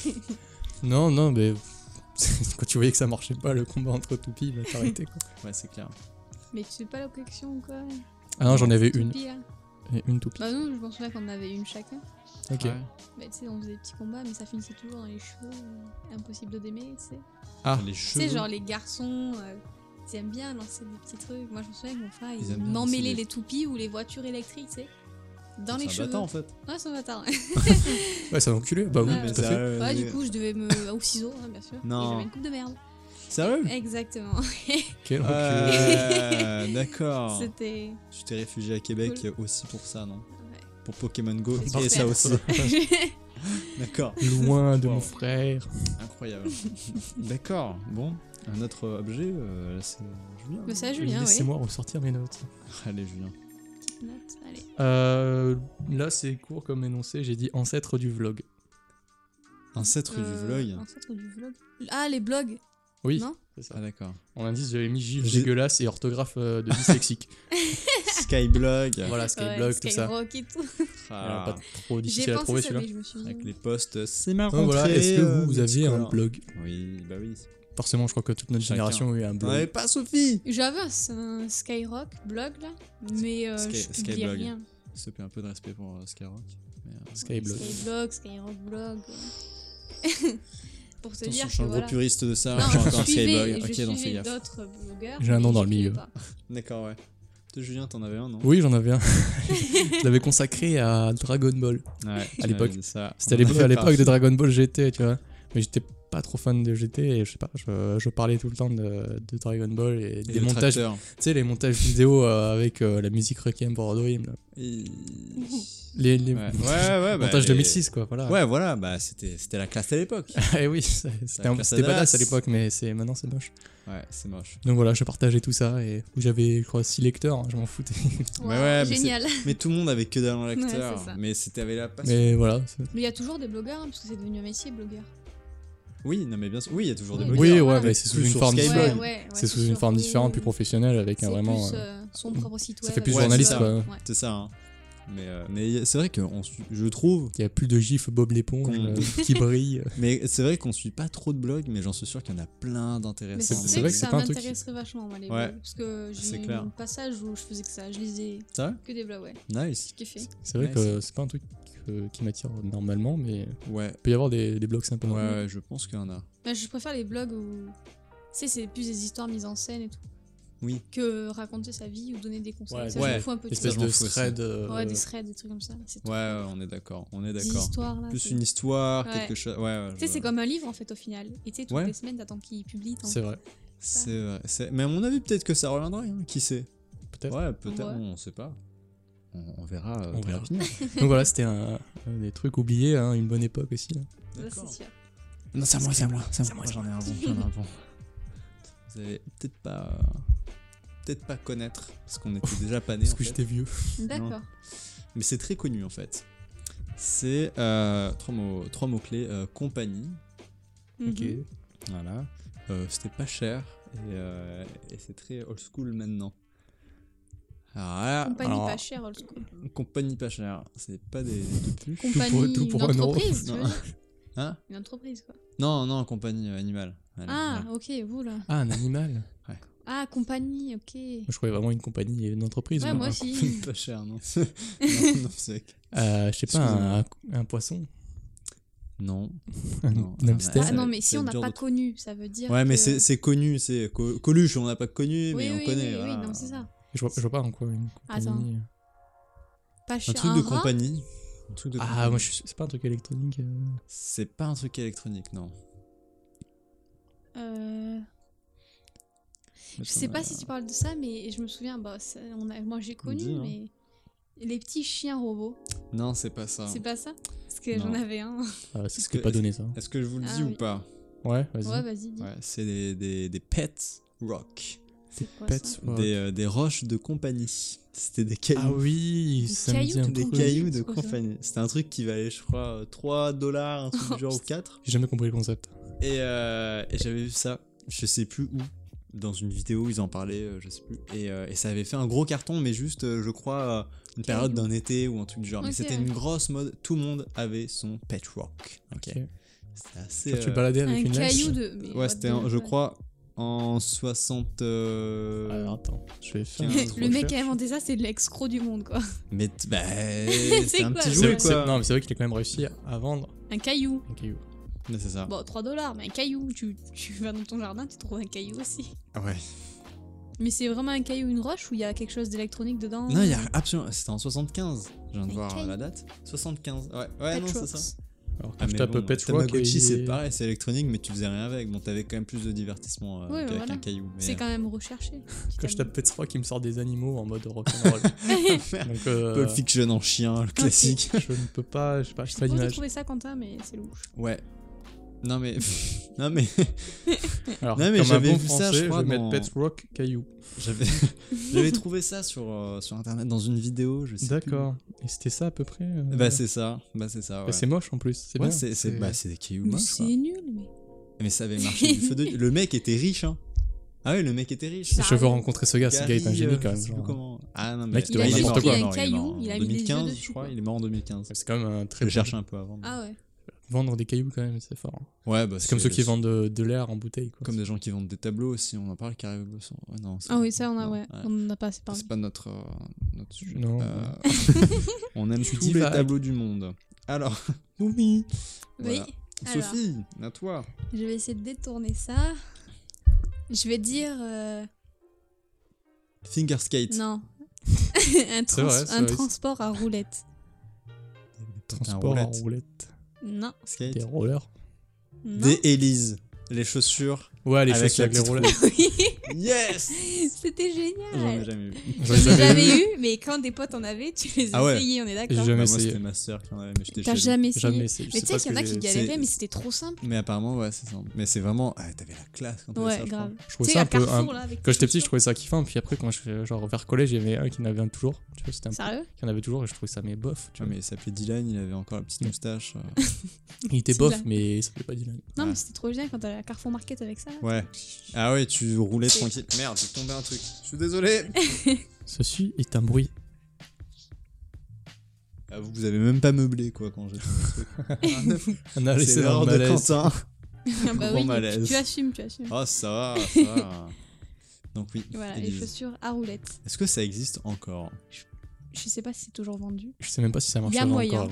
Speaker 3: non, non, mais quand tu voyais que ça marchait pas, le combat entre Toupie, bah, t'arrêtais quoi.
Speaker 1: Ouais, c'est clair.
Speaker 2: Mais tu sais pas la collection ou quoi
Speaker 3: Ah non, j'en avais
Speaker 2: Tout
Speaker 3: une.
Speaker 2: pire.
Speaker 3: Et une Toupie.
Speaker 2: Bah nous, je me souviens qu'on en avait une chacun.
Speaker 3: Ok.
Speaker 1: Ouais.
Speaker 2: Bah tu sais, on faisait des petits combats, mais ça finissait toujours dans les cheveux. euh, impossible de d'aimer, tu sais.
Speaker 3: Ah,
Speaker 1: les
Speaker 2: Tu
Speaker 1: cheveux.
Speaker 2: sais, genre les garçons, euh, ils aiment bien lancer des petits trucs. Moi, je me souviens que mon frère,
Speaker 1: Ils
Speaker 2: il
Speaker 1: aiment bien lancer
Speaker 2: m'emmêlait
Speaker 1: des-
Speaker 2: les toupies ou les voitures électriques, tu sais. Dans
Speaker 1: C'est
Speaker 2: les
Speaker 1: un
Speaker 2: cheveux.
Speaker 1: bâtard, en fait.
Speaker 2: Ouais, ça m'attend.
Speaker 3: Ouais, ça l'enculé. Bah oui,
Speaker 2: Ouais,
Speaker 1: mais
Speaker 3: tout à fait.
Speaker 1: sérieux,
Speaker 2: Ouais, du
Speaker 1: mais-
Speaker 2: coup, je devais me. Au ciseau, hein, bien sûr.
Speaker 1: Non.
Speaker 2: Et j'avais une coupe de merde.
Speaker 1: Sérieux
Speaker 2: Exactement.
Speaker 3: Quel enculé.
Speaker 1: Ouais, D'accord.
Speaker 2: C'était.
Speaker 1: Tu t'es réfugié à Québec aussi pour ça, non Pour Pokémon Go
Speaker 2: C'est
Speaker 1: et ça
Speaker 2: super.
Speaker 1: aussi.
Speaker 2: Ouais.
Speaker 1: D'accord.
Speaker 3: Loin de
Speaker 1: Wow.
Speaker 3: mon frère.
Speaker 1: Incroyable. D'accord. Bon, un autre objet, euh, c'est Julien.
Speaker 2: Mais c'est à Julien, oui.
Speaker 3: Laissez-moi ressortir mes notes.
Speaker 1: Allez, Julien.
Speaker 2: Note, Allez.
Speaker 3: Euh, là, c'est court comme énoncé. J'ai dit ancêtre du vlog.
Speaker 1: Ancêtre
Speaker 2: Euh,
Speaker 1: du vlog.
Speaker 2: un centre du vlog. Ah, les blogs
Speaker 3: Oui.
Speaker 2: Non
Speaker 3: c'est ça.
Speaker 1: Ah, d'accord.
Speaker 3: En indice, j'avais mis gif
Speaker 1: J'ai-
Speaker 3: dégueulasse et orthographe euh, de dyslexique.
Speaker 1: Skyblog.
Speaker 3: voilà, Skyblog, tout ça.
Speaker 2: Skyrock et tout.
Speaker 1: Ah,
Speaker 3: Voilà, pas trop
Speaker 2: J'ai
Speaker 3: difficile à
Speaker 2: pensé
Speaker 3: trouver
Speaker 2: ça, mais
Speaker 3: celui-là.
Speaker 2: je me suis dit.
Speaker 1: Avec les posts, c'est ma
Speaker 3: Donc voilà,
Speaker 1: rentrée,
Speaker 3: est-ce que
Speaker 1: euh,
Speaker 3: vous, vous aviez un
Speaker 1: multicolore.
Speaker 3: blog
Speaker 1: Oui, bah oui.
Speaker 3: Forcément, je crois que toute notre
Speaker 1: Chacun.
Speaker 3: génération a eu un
Speaker 1: T'en
Speaker 3: blog.
Speaker 1: avais pas, Sophie
Speaker 2: J'avais un, un Skyrock blog là, mais euh,
Speaker 1: Sky-
Speaker 2: je publiais
Speaker 1: Skyblog.
Speaker 2: rien.
Speaker 1: Ça fait un peu de respect pour euh, Skyrock. mais, euh,
Speaker 3: Skyblog.
Speaker 2: Skyblog, Skyrock blog. ouais. Pour te
Speaker 1: Attention,
Speaker 2: dire
Speaker 1: je
Speaker 2: que
Speaker 1: suis un gros
Speaker 2: voilà.
Speaker 1: puriste de ça.
Speaker 2: Non,
Speaker 1: je suis
Speaker 2: je
Speaker 1: encore un
Speaker 2: suivais,
Speaker 1: Skyblog.
Speaker 2: je
Speaker 1: Ok, donc fais
Speaker 2: suivais
Speaker 1: gaffe.
Speaker 2: d'autres blogueurs.
Speaker 3: J'ai un
Speaker 2: mais
Speaker 3: nom dans
Speaker 2: je
Speaker 3: le
Speaker 2: suivais
Speaker 3: milieu.
Speaker 2: pas.
Speaker 1: D'accord, ouais. Toi, Julien, t'en avais un, non
Speaker 3: Oui, j'en avais un. je l'avais consacré à Dragon Ball.
Speaker 1: Ouais, tu
Speaker 3: À l'époque.
Speaker 1: m'avais dit ça.
Speaker 3: C'était à
Speaker 1: On en
Speaker 3: l'époque- à
Speaker 1: avait
Speaker 3: l'époque de
Speaker 1: parlé.
Speaker 3: Dragon Ball GT, tu vois. Mais j'étais pas trop fan de GT et je sais pas, je, je parlais tout le temps de, de Dragon Ball et,
Speaker 1: Et
Speaker 3: des
Speaker 1: le
Speaker 3: montages. Tu
Speaker 1: tracteur.
Speaker 3: sais, les montages vidéo euh, avec euh, la musique Requiem pour Elohim, là.
Speaker 1: Et-
Speaker 3: Les, les
Speaker 1: Ouais, ouais, ouais. bah,
Speaker 3: montages
Speaker 1: et-
Speaker 3: 2006, quoi, voilà.
Speaker 1: Ouais, voilà, bah c'était c'était la classe à l'époque.
Speaker 3: et oui, ça- c'était
Speaker 1: La
Speaker 3: un-
Speaker 1: classe
Speaker 3: c'était
Speaker 1: Adidas.
Speaker 3: badass à l'époque, mais c'est- maintenant c'est moche.
Speaker 1: Ouais, c'est moche.
Speaker 3: Donc voilà, je partageais tout ça et j'avais, je crois, 6 lecteurs, hein, je m'en foutais.
Speaker 1: Mais ouais, mais
Speaker 2: génial.
Speaker 1: Mais tout le monde avait que dalle en
Speaker 2: Ouais,
Speaker 1: l'acteur.
Speaker 2: c'est ça.
Speaker 1: mais c'était avec la passion.
Speaker 3: mais voilà. c'est-
Speaker 2: Mais il y a toujours des blogueurs hein, parce que c'est devenu un métier blogueur.
Speaker 1: Oui, non, mais bien sûr. Oui, il y a toujours des
Speaker 2: Oui,
Speaker 1: blogueurs.
Speaker 3: Oui, ouais,
Speaker 2: voilà.
Speaker 3: mais c'est sous
Speaker 1: Plus
Speaker 3: une
Speaker 1: sur
Speaker 3: forme
Speaker 1: Skyblog.
Speaker 3: différente.
Speaker 1: ouais,
Speaker 3: C'est sous une forme différente, plus professionnelle, avec
Speaker 2: euh, C'est
Speaker 3: un vraiment.
Speaker 2: plus
Speaker 3: euh,
Speaker 2: euh, son propre site
Speaker 3: ça
Speaker 2: web.
Speaker 3: fait plus
Speaker 2: avec-
Speaker 1: journaliste,
Speaker 2: Ouais,
Speaker 1: quoi.
Speaker 2: ouais.
Speaker 1: C'est ça. hein. Mais euh, mais c'est vrai que on su- je trouve.
Speaker 3: Il y a plus de gif Bob l'éponge
Speaker 1: Qu'on-
Speaker 3: euh, qui brille.
Speaker 1: Mais c'est vrai qu'on suit pas trop de blogs, mais j'en suis sûr qu'il y en a plein
Speaker 2: Mais
Speaker 1: d'intéressants.
Speaker 2: c'est vrai
Speaker 3: c'est vrai
Speaker 2: que
Speaker 3: que c'est
Speaker 2: ça
Speaker 3: pas un truc qui-
Speaker 2: m'intéresserait vachement, moi, les
Speaker 1: Ouais.
Speaker 2: blogs. Parce que
Speaker 1: C'est
Speaker 2: j'ai eu
Speaker 1: clair.
Speaker 2: un passage où je faisais que ça. Je lisais
Speaker 1: Ça
Speaker 2: que des blogs, ouais.
Speaker 1: Nice.
Speaker 2: J'ai kiffé.
Speaker 3: C'est vrai
Speaker 1: Ouais,
Speaker 3: que c'est pas un truc que- qui m'attire normalement, mais il
Speaker 1: Ouais.
Speaker 3: peut y avoir des, des blogs sympas.
Speaker 1: Ouais, ouais, je pense qu'il y en a.
Speaker 2: Bah, je préfère les blogs où. Tu sais, c'est plus des histoires mises en scène et tout.
Speaker 1: Oui.
Speaker 2: Que raconter sa vie ou donner des conseils.
Speaker 3: Ouais,
Speaker 2: ça, je
Speaker 1: ouais.
Speaker 2: m'en fous un peu de
Speaker 1: Espèce
Speaker 2: ça.
Speaker 3: Espèce
Speaker 1: Je m'en
Speaker 3: de
Speaker 1: fous aussi.
Speaker 3: thread. euh,
Speaker 2: Ouais, des threads, des trucs comme ça. C'est
Speaker 1: Ouais,
Speaker 2: trop
Speaker 1: ouais,
Speaker 2: bien.
Speaker 1: on est d'accord. On est
Speaker 2: Des
Speaker 1: d'accord.
Speaker 2: histoires, là.
Speaker 1: Plus
Speaker 2: c'est-
Speaker 1: une histoire,
Speaker 2: Ouais.
Speaker 1: quelque chose. Ouais, ouais.
Speaker 2: Tu sais,
Speaker 1: je-
Speaker 2: c'est comme un livre, en fait, au final. Et tu sais, toutes
Speaker 1: Ouais.
Speaker 2: les semaines, t'attends qu'il publie. t'en-
Speaker 3: C'est vrai,
Speaker 1: C'est vrai, c'est- Mais à mon avis, peut-être que ça reviendrait. hein, Qui sait
Speaker 3: peut-être.
Speaker 1: Ouais, peut-être.
Speaker 2: Ouais.
Speaker 1: On, on sait pas. On, on verra. euh,
Speaker 3: On
Speaker 1: dans
Speaker 3: verra.
Speaker 1: l'avenir.
Speaker 3: Donc voilà, c'était un, un des trucs oubliés, hein, une bonne époque aussi. là.
Speaker 2: Ça, c'est sûr.
Speaker 1: Non, c'est à moi, c'est à moi, c'est à
Speaker 3: C'est
Speaker 1: moi.
Speaker 3: à moi,
Speaker 1: J'en ai un bon, j'en ai un bon. Vous allez peut-être pas, euh, peut-être pas connaître parce qu'on était déjà pas nés.
Speaker 3: Parce
Speaker 1: en
Speaker 3: que
Speaker 1: fait.
Speaker 3: j'étais vieux.
Speaker 2: D'accord.
Speaker 1: Mais c'est très connu en fait. C'est euh, trois mots, trois mots clés compagnie.
Speaker 2: Mhm.
Speaker 1: Voilà. Euh, C'était pas cher et, euh, et c'est très old school maintenant. Alors, là,
Speaker 2: Compagnie
Speaker 1: Ah, alors,
Speaker 2: pas chère, old school.
Speaker 1: compagnie pas chère, c'est pas des, deux putes.
Speaker 2: Compagnie,
Speaker 3: tout pour un
Speaker 2: une
Speaker 3: euro.
Speaker 2: entreprise, tu
Speaker 1: Non.
Speaker 2: veux dire.
Speaker 1: Hein
Speaker 2: Une entreprise, quoi.
Speaker 1: Non, non, compagnie euh, animale. Voilà,
Speaker 2: Ah,
Speaker 1: voilà.
Speaker 2: ok, vous, là.
Speaker 3: Ah, un animal
Speaker 2: Ah, compagnie, ok.
Speaker 3: Je croyais vraiment une compagnie et une entreprise.
Speaker 2: Ouais,
Speaker 3: moi.
Speaker 1: hein.
Speaker 2: moi aussi. Ah,
Speaker 1: pas cher, non. non, non, c'est
Speaker 3: Euh, je sais pas, un, un poisson
Speaker 1: Non.
Speaker 3: Un
Speaker 1: Non,
Speaker 3: un hamster
Speaker 1: Ça-
Speaker 2: Ah non, mais
Speaker 1: c'est
Speaker 2: si on n'a
Speaker 1: dur
Speaker 2: pas
Speaker 1: de-
Speaker 2: connu, ça veut dire.
Speaker 1: Ouais, mais
Speaker 2: que-
Speaker 1: c'est- c'est connu, c'est Co- Coluche, on n'a pas connu,
Speaker 2: Oui,
Speaker 1: mais on
Speaker 2: oui,
Speaker 1: connaît.
Speaker 2: Oui, oui,
Speaker 1: voilà.
Speaker 2: non, c'est ça.
Speaker 3: je, vois, je vois pas en quoi une
Speaker 2: Attends.
Speaker 3: compagnie. euh.
Speaker 2: Pas
Speaker 1: un
Speaker 2: cher.
Speaker 1: truc de
Speaker 2: rat
Speaker 1: compagnie. Un truc de
Speaker 3: Ah,
Speaker 1: compagnie.
Speaker 3: moi, je suis- c'est pas un truc électronique. euh.
Speaker 1: C'est pas un truc électronique, non.
Speaker 2: Euh, je
Speaker 1: euh,
Speaker 2: sais pas si tu parles de ça, mais je me souviens, bah, ça- on a- moi j'ai connu,
Speaker 1: Dis, hein.
Speaker 2: mais. Les petits chiens robots,
Speaker 1: Non, c'est pas ça.
Speaker 2: c'est pas ça Parce que
Speaker 1: Non.
Speaker 2: j'en avais un.
Speaker 3: Ah, c'est
Speaker 1: Est-ce
Speaker 3: ce qui
Speaker 1: que-
Speaker 3: est pas donné, ça.
Speaker 1: Est-ce que je vous le
Speaker 2: Ah
Speaker 1: dis
Speaker 2: oui.
Speaker 1: ou pas
Speaker 2: bah,
Speaker 3: Ouais, vas-y.
Speaker 2: Ouais, vas-y, dis.
Speaker 1: Ouais, c'est des, des, des pets rock.
Speaker 2: C'est quoi ça
Speaker 3: Pets. ouais.
Speaker 1: Des, euh, des roches de compagnie. C'était des cailloux.
Speaker 3: Ah oui,
Speaker 2: Des
Speaker 3: ça me dit
Speaker 2: cailloux
Speaker 3: un
Speaker 2: de
Speaker 1: Des
Speaker 3: peu.
Speaker 2: compagnie.
Speaker 1: cailloux de
Speaker 2: c'est quoi ça
Speaker 1: compagnie. C'était un truc qui valait, je crois, euh, 3 dollars, un truc du genre, ou 4.
Speaker 3: J'ai jamais compris le concept.
Speaker 1: Et, euh, et j'avais vu ça, je sais plus où, dans une vidéo, ils en parlaient, euh, je sais plus. Et, euh, et ça avait fait un gros carton, mais juste, euh, je crois, euh, une période d'un été ou un truc du genre. Mais
Speaker 2: Ok,
Speaker 1: c'était
Speaker 2: ouais.
Speaker 1: une grosse mode, tout le monde avait son patchwork. Ok. C'était assez.
Speaker 3: Quand tu
Speaker 1: euh,
Speaker 3: te baladais
Speaker 2: Un
Speaker 3: avec une hache.
Speaker 2: caillou de. mais
Speaker 1: Ouais,
Speaker 2: what
Speaker 1: c'était,
Speaker 2: the
Speaker 1: en- je
Speaker 2: fuck.
Speaker 1: crois, en 60. euh,
Speaker 3: Alors Ah, attends, je vais faire.
Speaker 1: Tiens,
Speaker 3: une
Speaker 2: Le mec
Speaker 3: recherche.
Speaker 2: qui a inventé ça, c'est de l'excro du monde, quoi.
Speaker 1: Mais t- bah, c'était un
Speaker 2: quoi,
Speaker 1: petit
Speaker 2: ça
Speaker 1: jouet
Speaker 3: C'est- c'est-
Speaker 1: quoi.
Speaker 3: Non, mais c'est vrai qu'il a quand même réussi à vendre
Speaker 2: Un caillou.
Speaker 3: un caillou.
Speaker 1: Mais c'est ça.
Speaker 2: Bon, 3 dollars, mais un caillou. Tu, tu vas dans ton jardin, tu trouves un caillou aussi.
Speaker 1: Ah Ouais.
Speaker 2: Mais c'est vraiment un caillou, une roche, ou il y a quelque chose d'électronique dedans
Speaker 1: Non, il y a absolument. C'était en 75. Je viens de
Speaker 2: Mais
Speaker 1: voir
Speaker 2: quel-
Speaker 1: la date. 75. Ouais, ouais, Ah non, c'est ça.
Speaker 2: Patchworks.
Speaker 3: Alors quand
Speaker 1: Ah,
Speaker 3: je
Speaker 1: mais
Speaker 3: tape
Speaker 1: bon,
Speaker 3: Pets Rock,
Speaker 1: Tamagotchi,
Speaker 3: il
Speaker 1: c'est
Speaker 3: est-
Speaker 1: pareil, c'est électronique, mais tu faisais rien avec. Bon, t'avais quand même plus de divertissement euh,
Speaker 2: Ouais,
Speaker 1: qu'avec
Speaker 2: voilà.
Speaker 1: un caillou. Mais... euh,
Speaker 2: C'est quand même recherché. Tu
Speaker 3: Quand je
Speaker 2: t'amuses.
Speaker 3: tape Pets Rock, il me sort des animaux en mode rock'n'roll. Donc, euh,
Speaker 1: Pulp Fiction en chien, le classique.
Speaker 3: je ne peux pas, je sais pas, je
Speaker 2: Je
Speaker 3: sais pas
Speaker 2: suppose de
Speaker 3: d'image.
Speaker 2: trouver ça, Quentin, mais c'est louche.
Speaker 1: Ouais. Non, mais. non, mais.
Speaker 3: Alors,
Speaker 1: Non, mais
Speaker 3: comme un
Speaker 1: j'avais
Speaker 3: bon
Speaker 1: vu ça, je
Speaker 3: français,
Speaker 1: crois,
Speaker 3: vais
Speaker 1: dans-
Speaker 3: mettre Pets Rock caillou.
Speaker 1: J'avais j'avais trouvé ça sur, euh, sur internet dans une vidéo, je sais plus.
Speaker 3: D'accord. Et c'était ça à peu près. euh,
Speaker 1: Bah, c'est ça. Bah, c'est ça.
Speaker 3: bah,
Speaker 1: Ouais.
Speaker 3: c'est moche en plus. C'est
Speaker 1: Ouais,
Speaker 3: bien.
Speaker 1: c'est- c'est- bah, c'est des cailloux
Speaker 2: Mais
Speaker 1: moches.
Speaker 2: c'est
Speaker 1: quoi.
Speaker 2: nul, mais.
Speaker 1: Mais ça avait marché du feu de Dieu. Le mec était riche, hein. Ah ouais, le mec était riche.
Speaker 2: Ça
Speaker 3: je veux rencontrer ce gars. Ce gars est un
Speaker 1: Gary,
Speaker 3: génie
Speaker 1: euh,
Speaker 3: quand
Speaker 1: je
Speaker 3: même.
Speaker 1: sais plus
Speaker 3: genre.
Speaker 1: comment. Ah non, mais
Speaker 3: Mec, il
Speaker 1: il,
Speaker 3: a
Speaker 1: est mort
Speaker 3: juste pris
Speaker 1: quoi.
Speaker 3: un
Speaker 1: Non, il est
Speaker 2: caillou,
Speaker 1: mort en
Speaker 2: il a mis des yeux
Speaker 1: 2015,
Speaker 2: dessus,
Speaker 1: je crois.
Speaker 2: quoi.
Speaker 1: Il est mort en 2015.
Speaker 3: C'est quand même un très.
Speaker 1: Je
Speaker 3: bon
Speaker 1: cherche
Speaker 3: jeu.
Speaker 1: un peu avant. mais-
Speaker 2: Ah ouais.
Speaker 3: Vendre des cailloux quand même, c'est fort. hein.
Speaker 1: Ouais, bah,
Speaker 3: C'est comme ceux qui vendent euh, de, de l'air en bouteille. Quoi.
Speaker 1: Comme des gens qui vendent des tableaux aussi, on en parle carrément. Ouais, non, c'est-
Speaker 2: Ah oui, ça, on a,
Speaker 1: non,
Speaker 2: ouais. On en a pas assez parlé.
Speaker 1: C'est pas notre, euh, notre sujet.
Speaker 3: Non.
Speaker 1: Euh, on aime
Speaker 3: Tu
Speaker 1: tous les
Speaker 3: divagues.
Speaker 1: tableaux du monde. Alors,
Speaker 3: Oui.
Speaker 2: Oui.
Speaker 1: Voilà.
Speaker 2: Alors.
Speaker 1: Sophie, à toi.
Speaker 2: Je vais essayer de détourner ça. Je vais dire. euh,
Speaker 1: Finger skate.
Speaker 2: Non. un trans-
Speaker 3: vrai, c'est
Speaker 2: un
Speaker 3: vrai.
Speaker 2: transport à roulette.
Speaker 3: Transport
Speaker 1: Un
Speaker 3: en
Speaker 1: roulette.
Speaker 3: roulette.
Speaker 2: Non.
Speaker 1: Skate.
Speaker 3: Des rollers.
Speaker 2: non.
Speaker 1: Des Élise. Les chaussures.
Speaker 3: Ouais, les
Speaker 1: Avec
Speaker 3: chaussures
Speaker 1: la
Speaker 3: Ah, avec les
Speaker 1: petite
Speaker 3: rollers.
Speaker 2: Oui,
Speaker 1: Yes
Speaker 2: C'était
Speaker 1: J'en ai
Speaker 2: génial.
Speaker 1: jamais vu. Bah,
Speaker 3: Je
Speaker 2: J'en
Speaker 3: les
Speaker 2: ai
Speaker 3: avais
Speaker 2: jamais
Speaker 3: vues.
Speaker 2: eu, mais quand des potes en avaient, tu les
Speaker 1: Ah ouais.
Speaker 2: essayais, on est
Speaker 3: J'ai
Speaker 2: d'accord.
Speaker 1: Bah,
Speaker 3: jamais
Speaker 1: moi,
Speaker 3: essayé.
Speaker 1: c'était ma soeur qui en avait, mais j'étais
Speaker 2: T'as
Speaker 1: chez elle.
Speaker 2: jamais essayé.
Speaker 3: Jamais essayé.
Speaker 2: Mais tu sais qu'il y en a qui
Speaker 1: c'est-
Speaker 2: galéraient, mais c'était trop simple.
Speaker 1: Mais apparemment, ouais, c'est ça. Mais c'est vraiment. Ah, t'avais la classe quand t'avais
Speaker 2: Ouais,
Speaker 1: ça, je
Speaker 2: grave.
Speaker 3: Je
Speaker 2: Tu sais,
Speaker 3: trouvais
Speaker 2: euh,
Speaker 3: ça
Speaker 2: à
Speaker 3: un peu.
Speaker 2: Carrefour,
Speaker 3: un-
Speaker 2: là, avec
Speaker 3: Quand
Speaker 2: les
Speaker 3: j'étais petit, je
Speaker 2: chaussures.
Speaker 3: trouvais ça kiffant. Puis après, quand je, genre vers collège, il y avait un qui en avait un toujours. Tu vois, c'était un peu-
Speaker 2: Sérieux
Speaker 3: qui en avait toujours et je trouvais ça mais bof. Tu
Speaker 1: crois. Ouais,
Speaker 3: vois.
Speaker 1: mais il s'appelait Dylan, il avait encore la petite
Speaker 3: Ouais.
Speaker 1: moustache. euh.
Speaker 3: Il était
Speaker 2: C'est
Speaker 3: bof,
Speaker 2: dingue.
Speaker 3: mais ça plaît pas Dylan.
Speaker 2: Non,
Speaker 1: Ouais.
Speaker 2: mais c'était trop génial quand t'allais à Carrefour Market avec ça. là.
Speaker 1: Ouais. Ah ouais, tu roulais tranquille. Merde, j'ai tombé un truc. Je suis désolé.
Speaker 3: Ceci est un bruit.
Speaker 1: Ah, vous, vous avez même pas meublé quoi quand j'ai tombé un truc. Ah,
Speaker 3: On a
Speaker 1: c'est
Speaker 3: laissé dans
Speaker 1: l'heure
Speaker 3: le
Speaker 1: de
Speaker 3: malaise.
Speaker 1: Quentin.
Speaker 2: Ah bah
Speaker 1: Grand
Speaker 2: oui, tu-
Speaker 1: malaise.
Speaker 2: Tu assumes, tu assumes.
Speaker 1: Oh, ça va, ça va. Donc oui.
Speaker 2: Voilà, les
Speaker 1: Élise.
Speaker 2: chaussures à roulette.
Speaker 1: Est-ce que ça existe encore
Speaker 2: Je sais pas si c'est toujours vendu.
Speaker 3: Je sais même pas si ça marche
Speaker 2: Y a moyen.
Speaker 3: encore.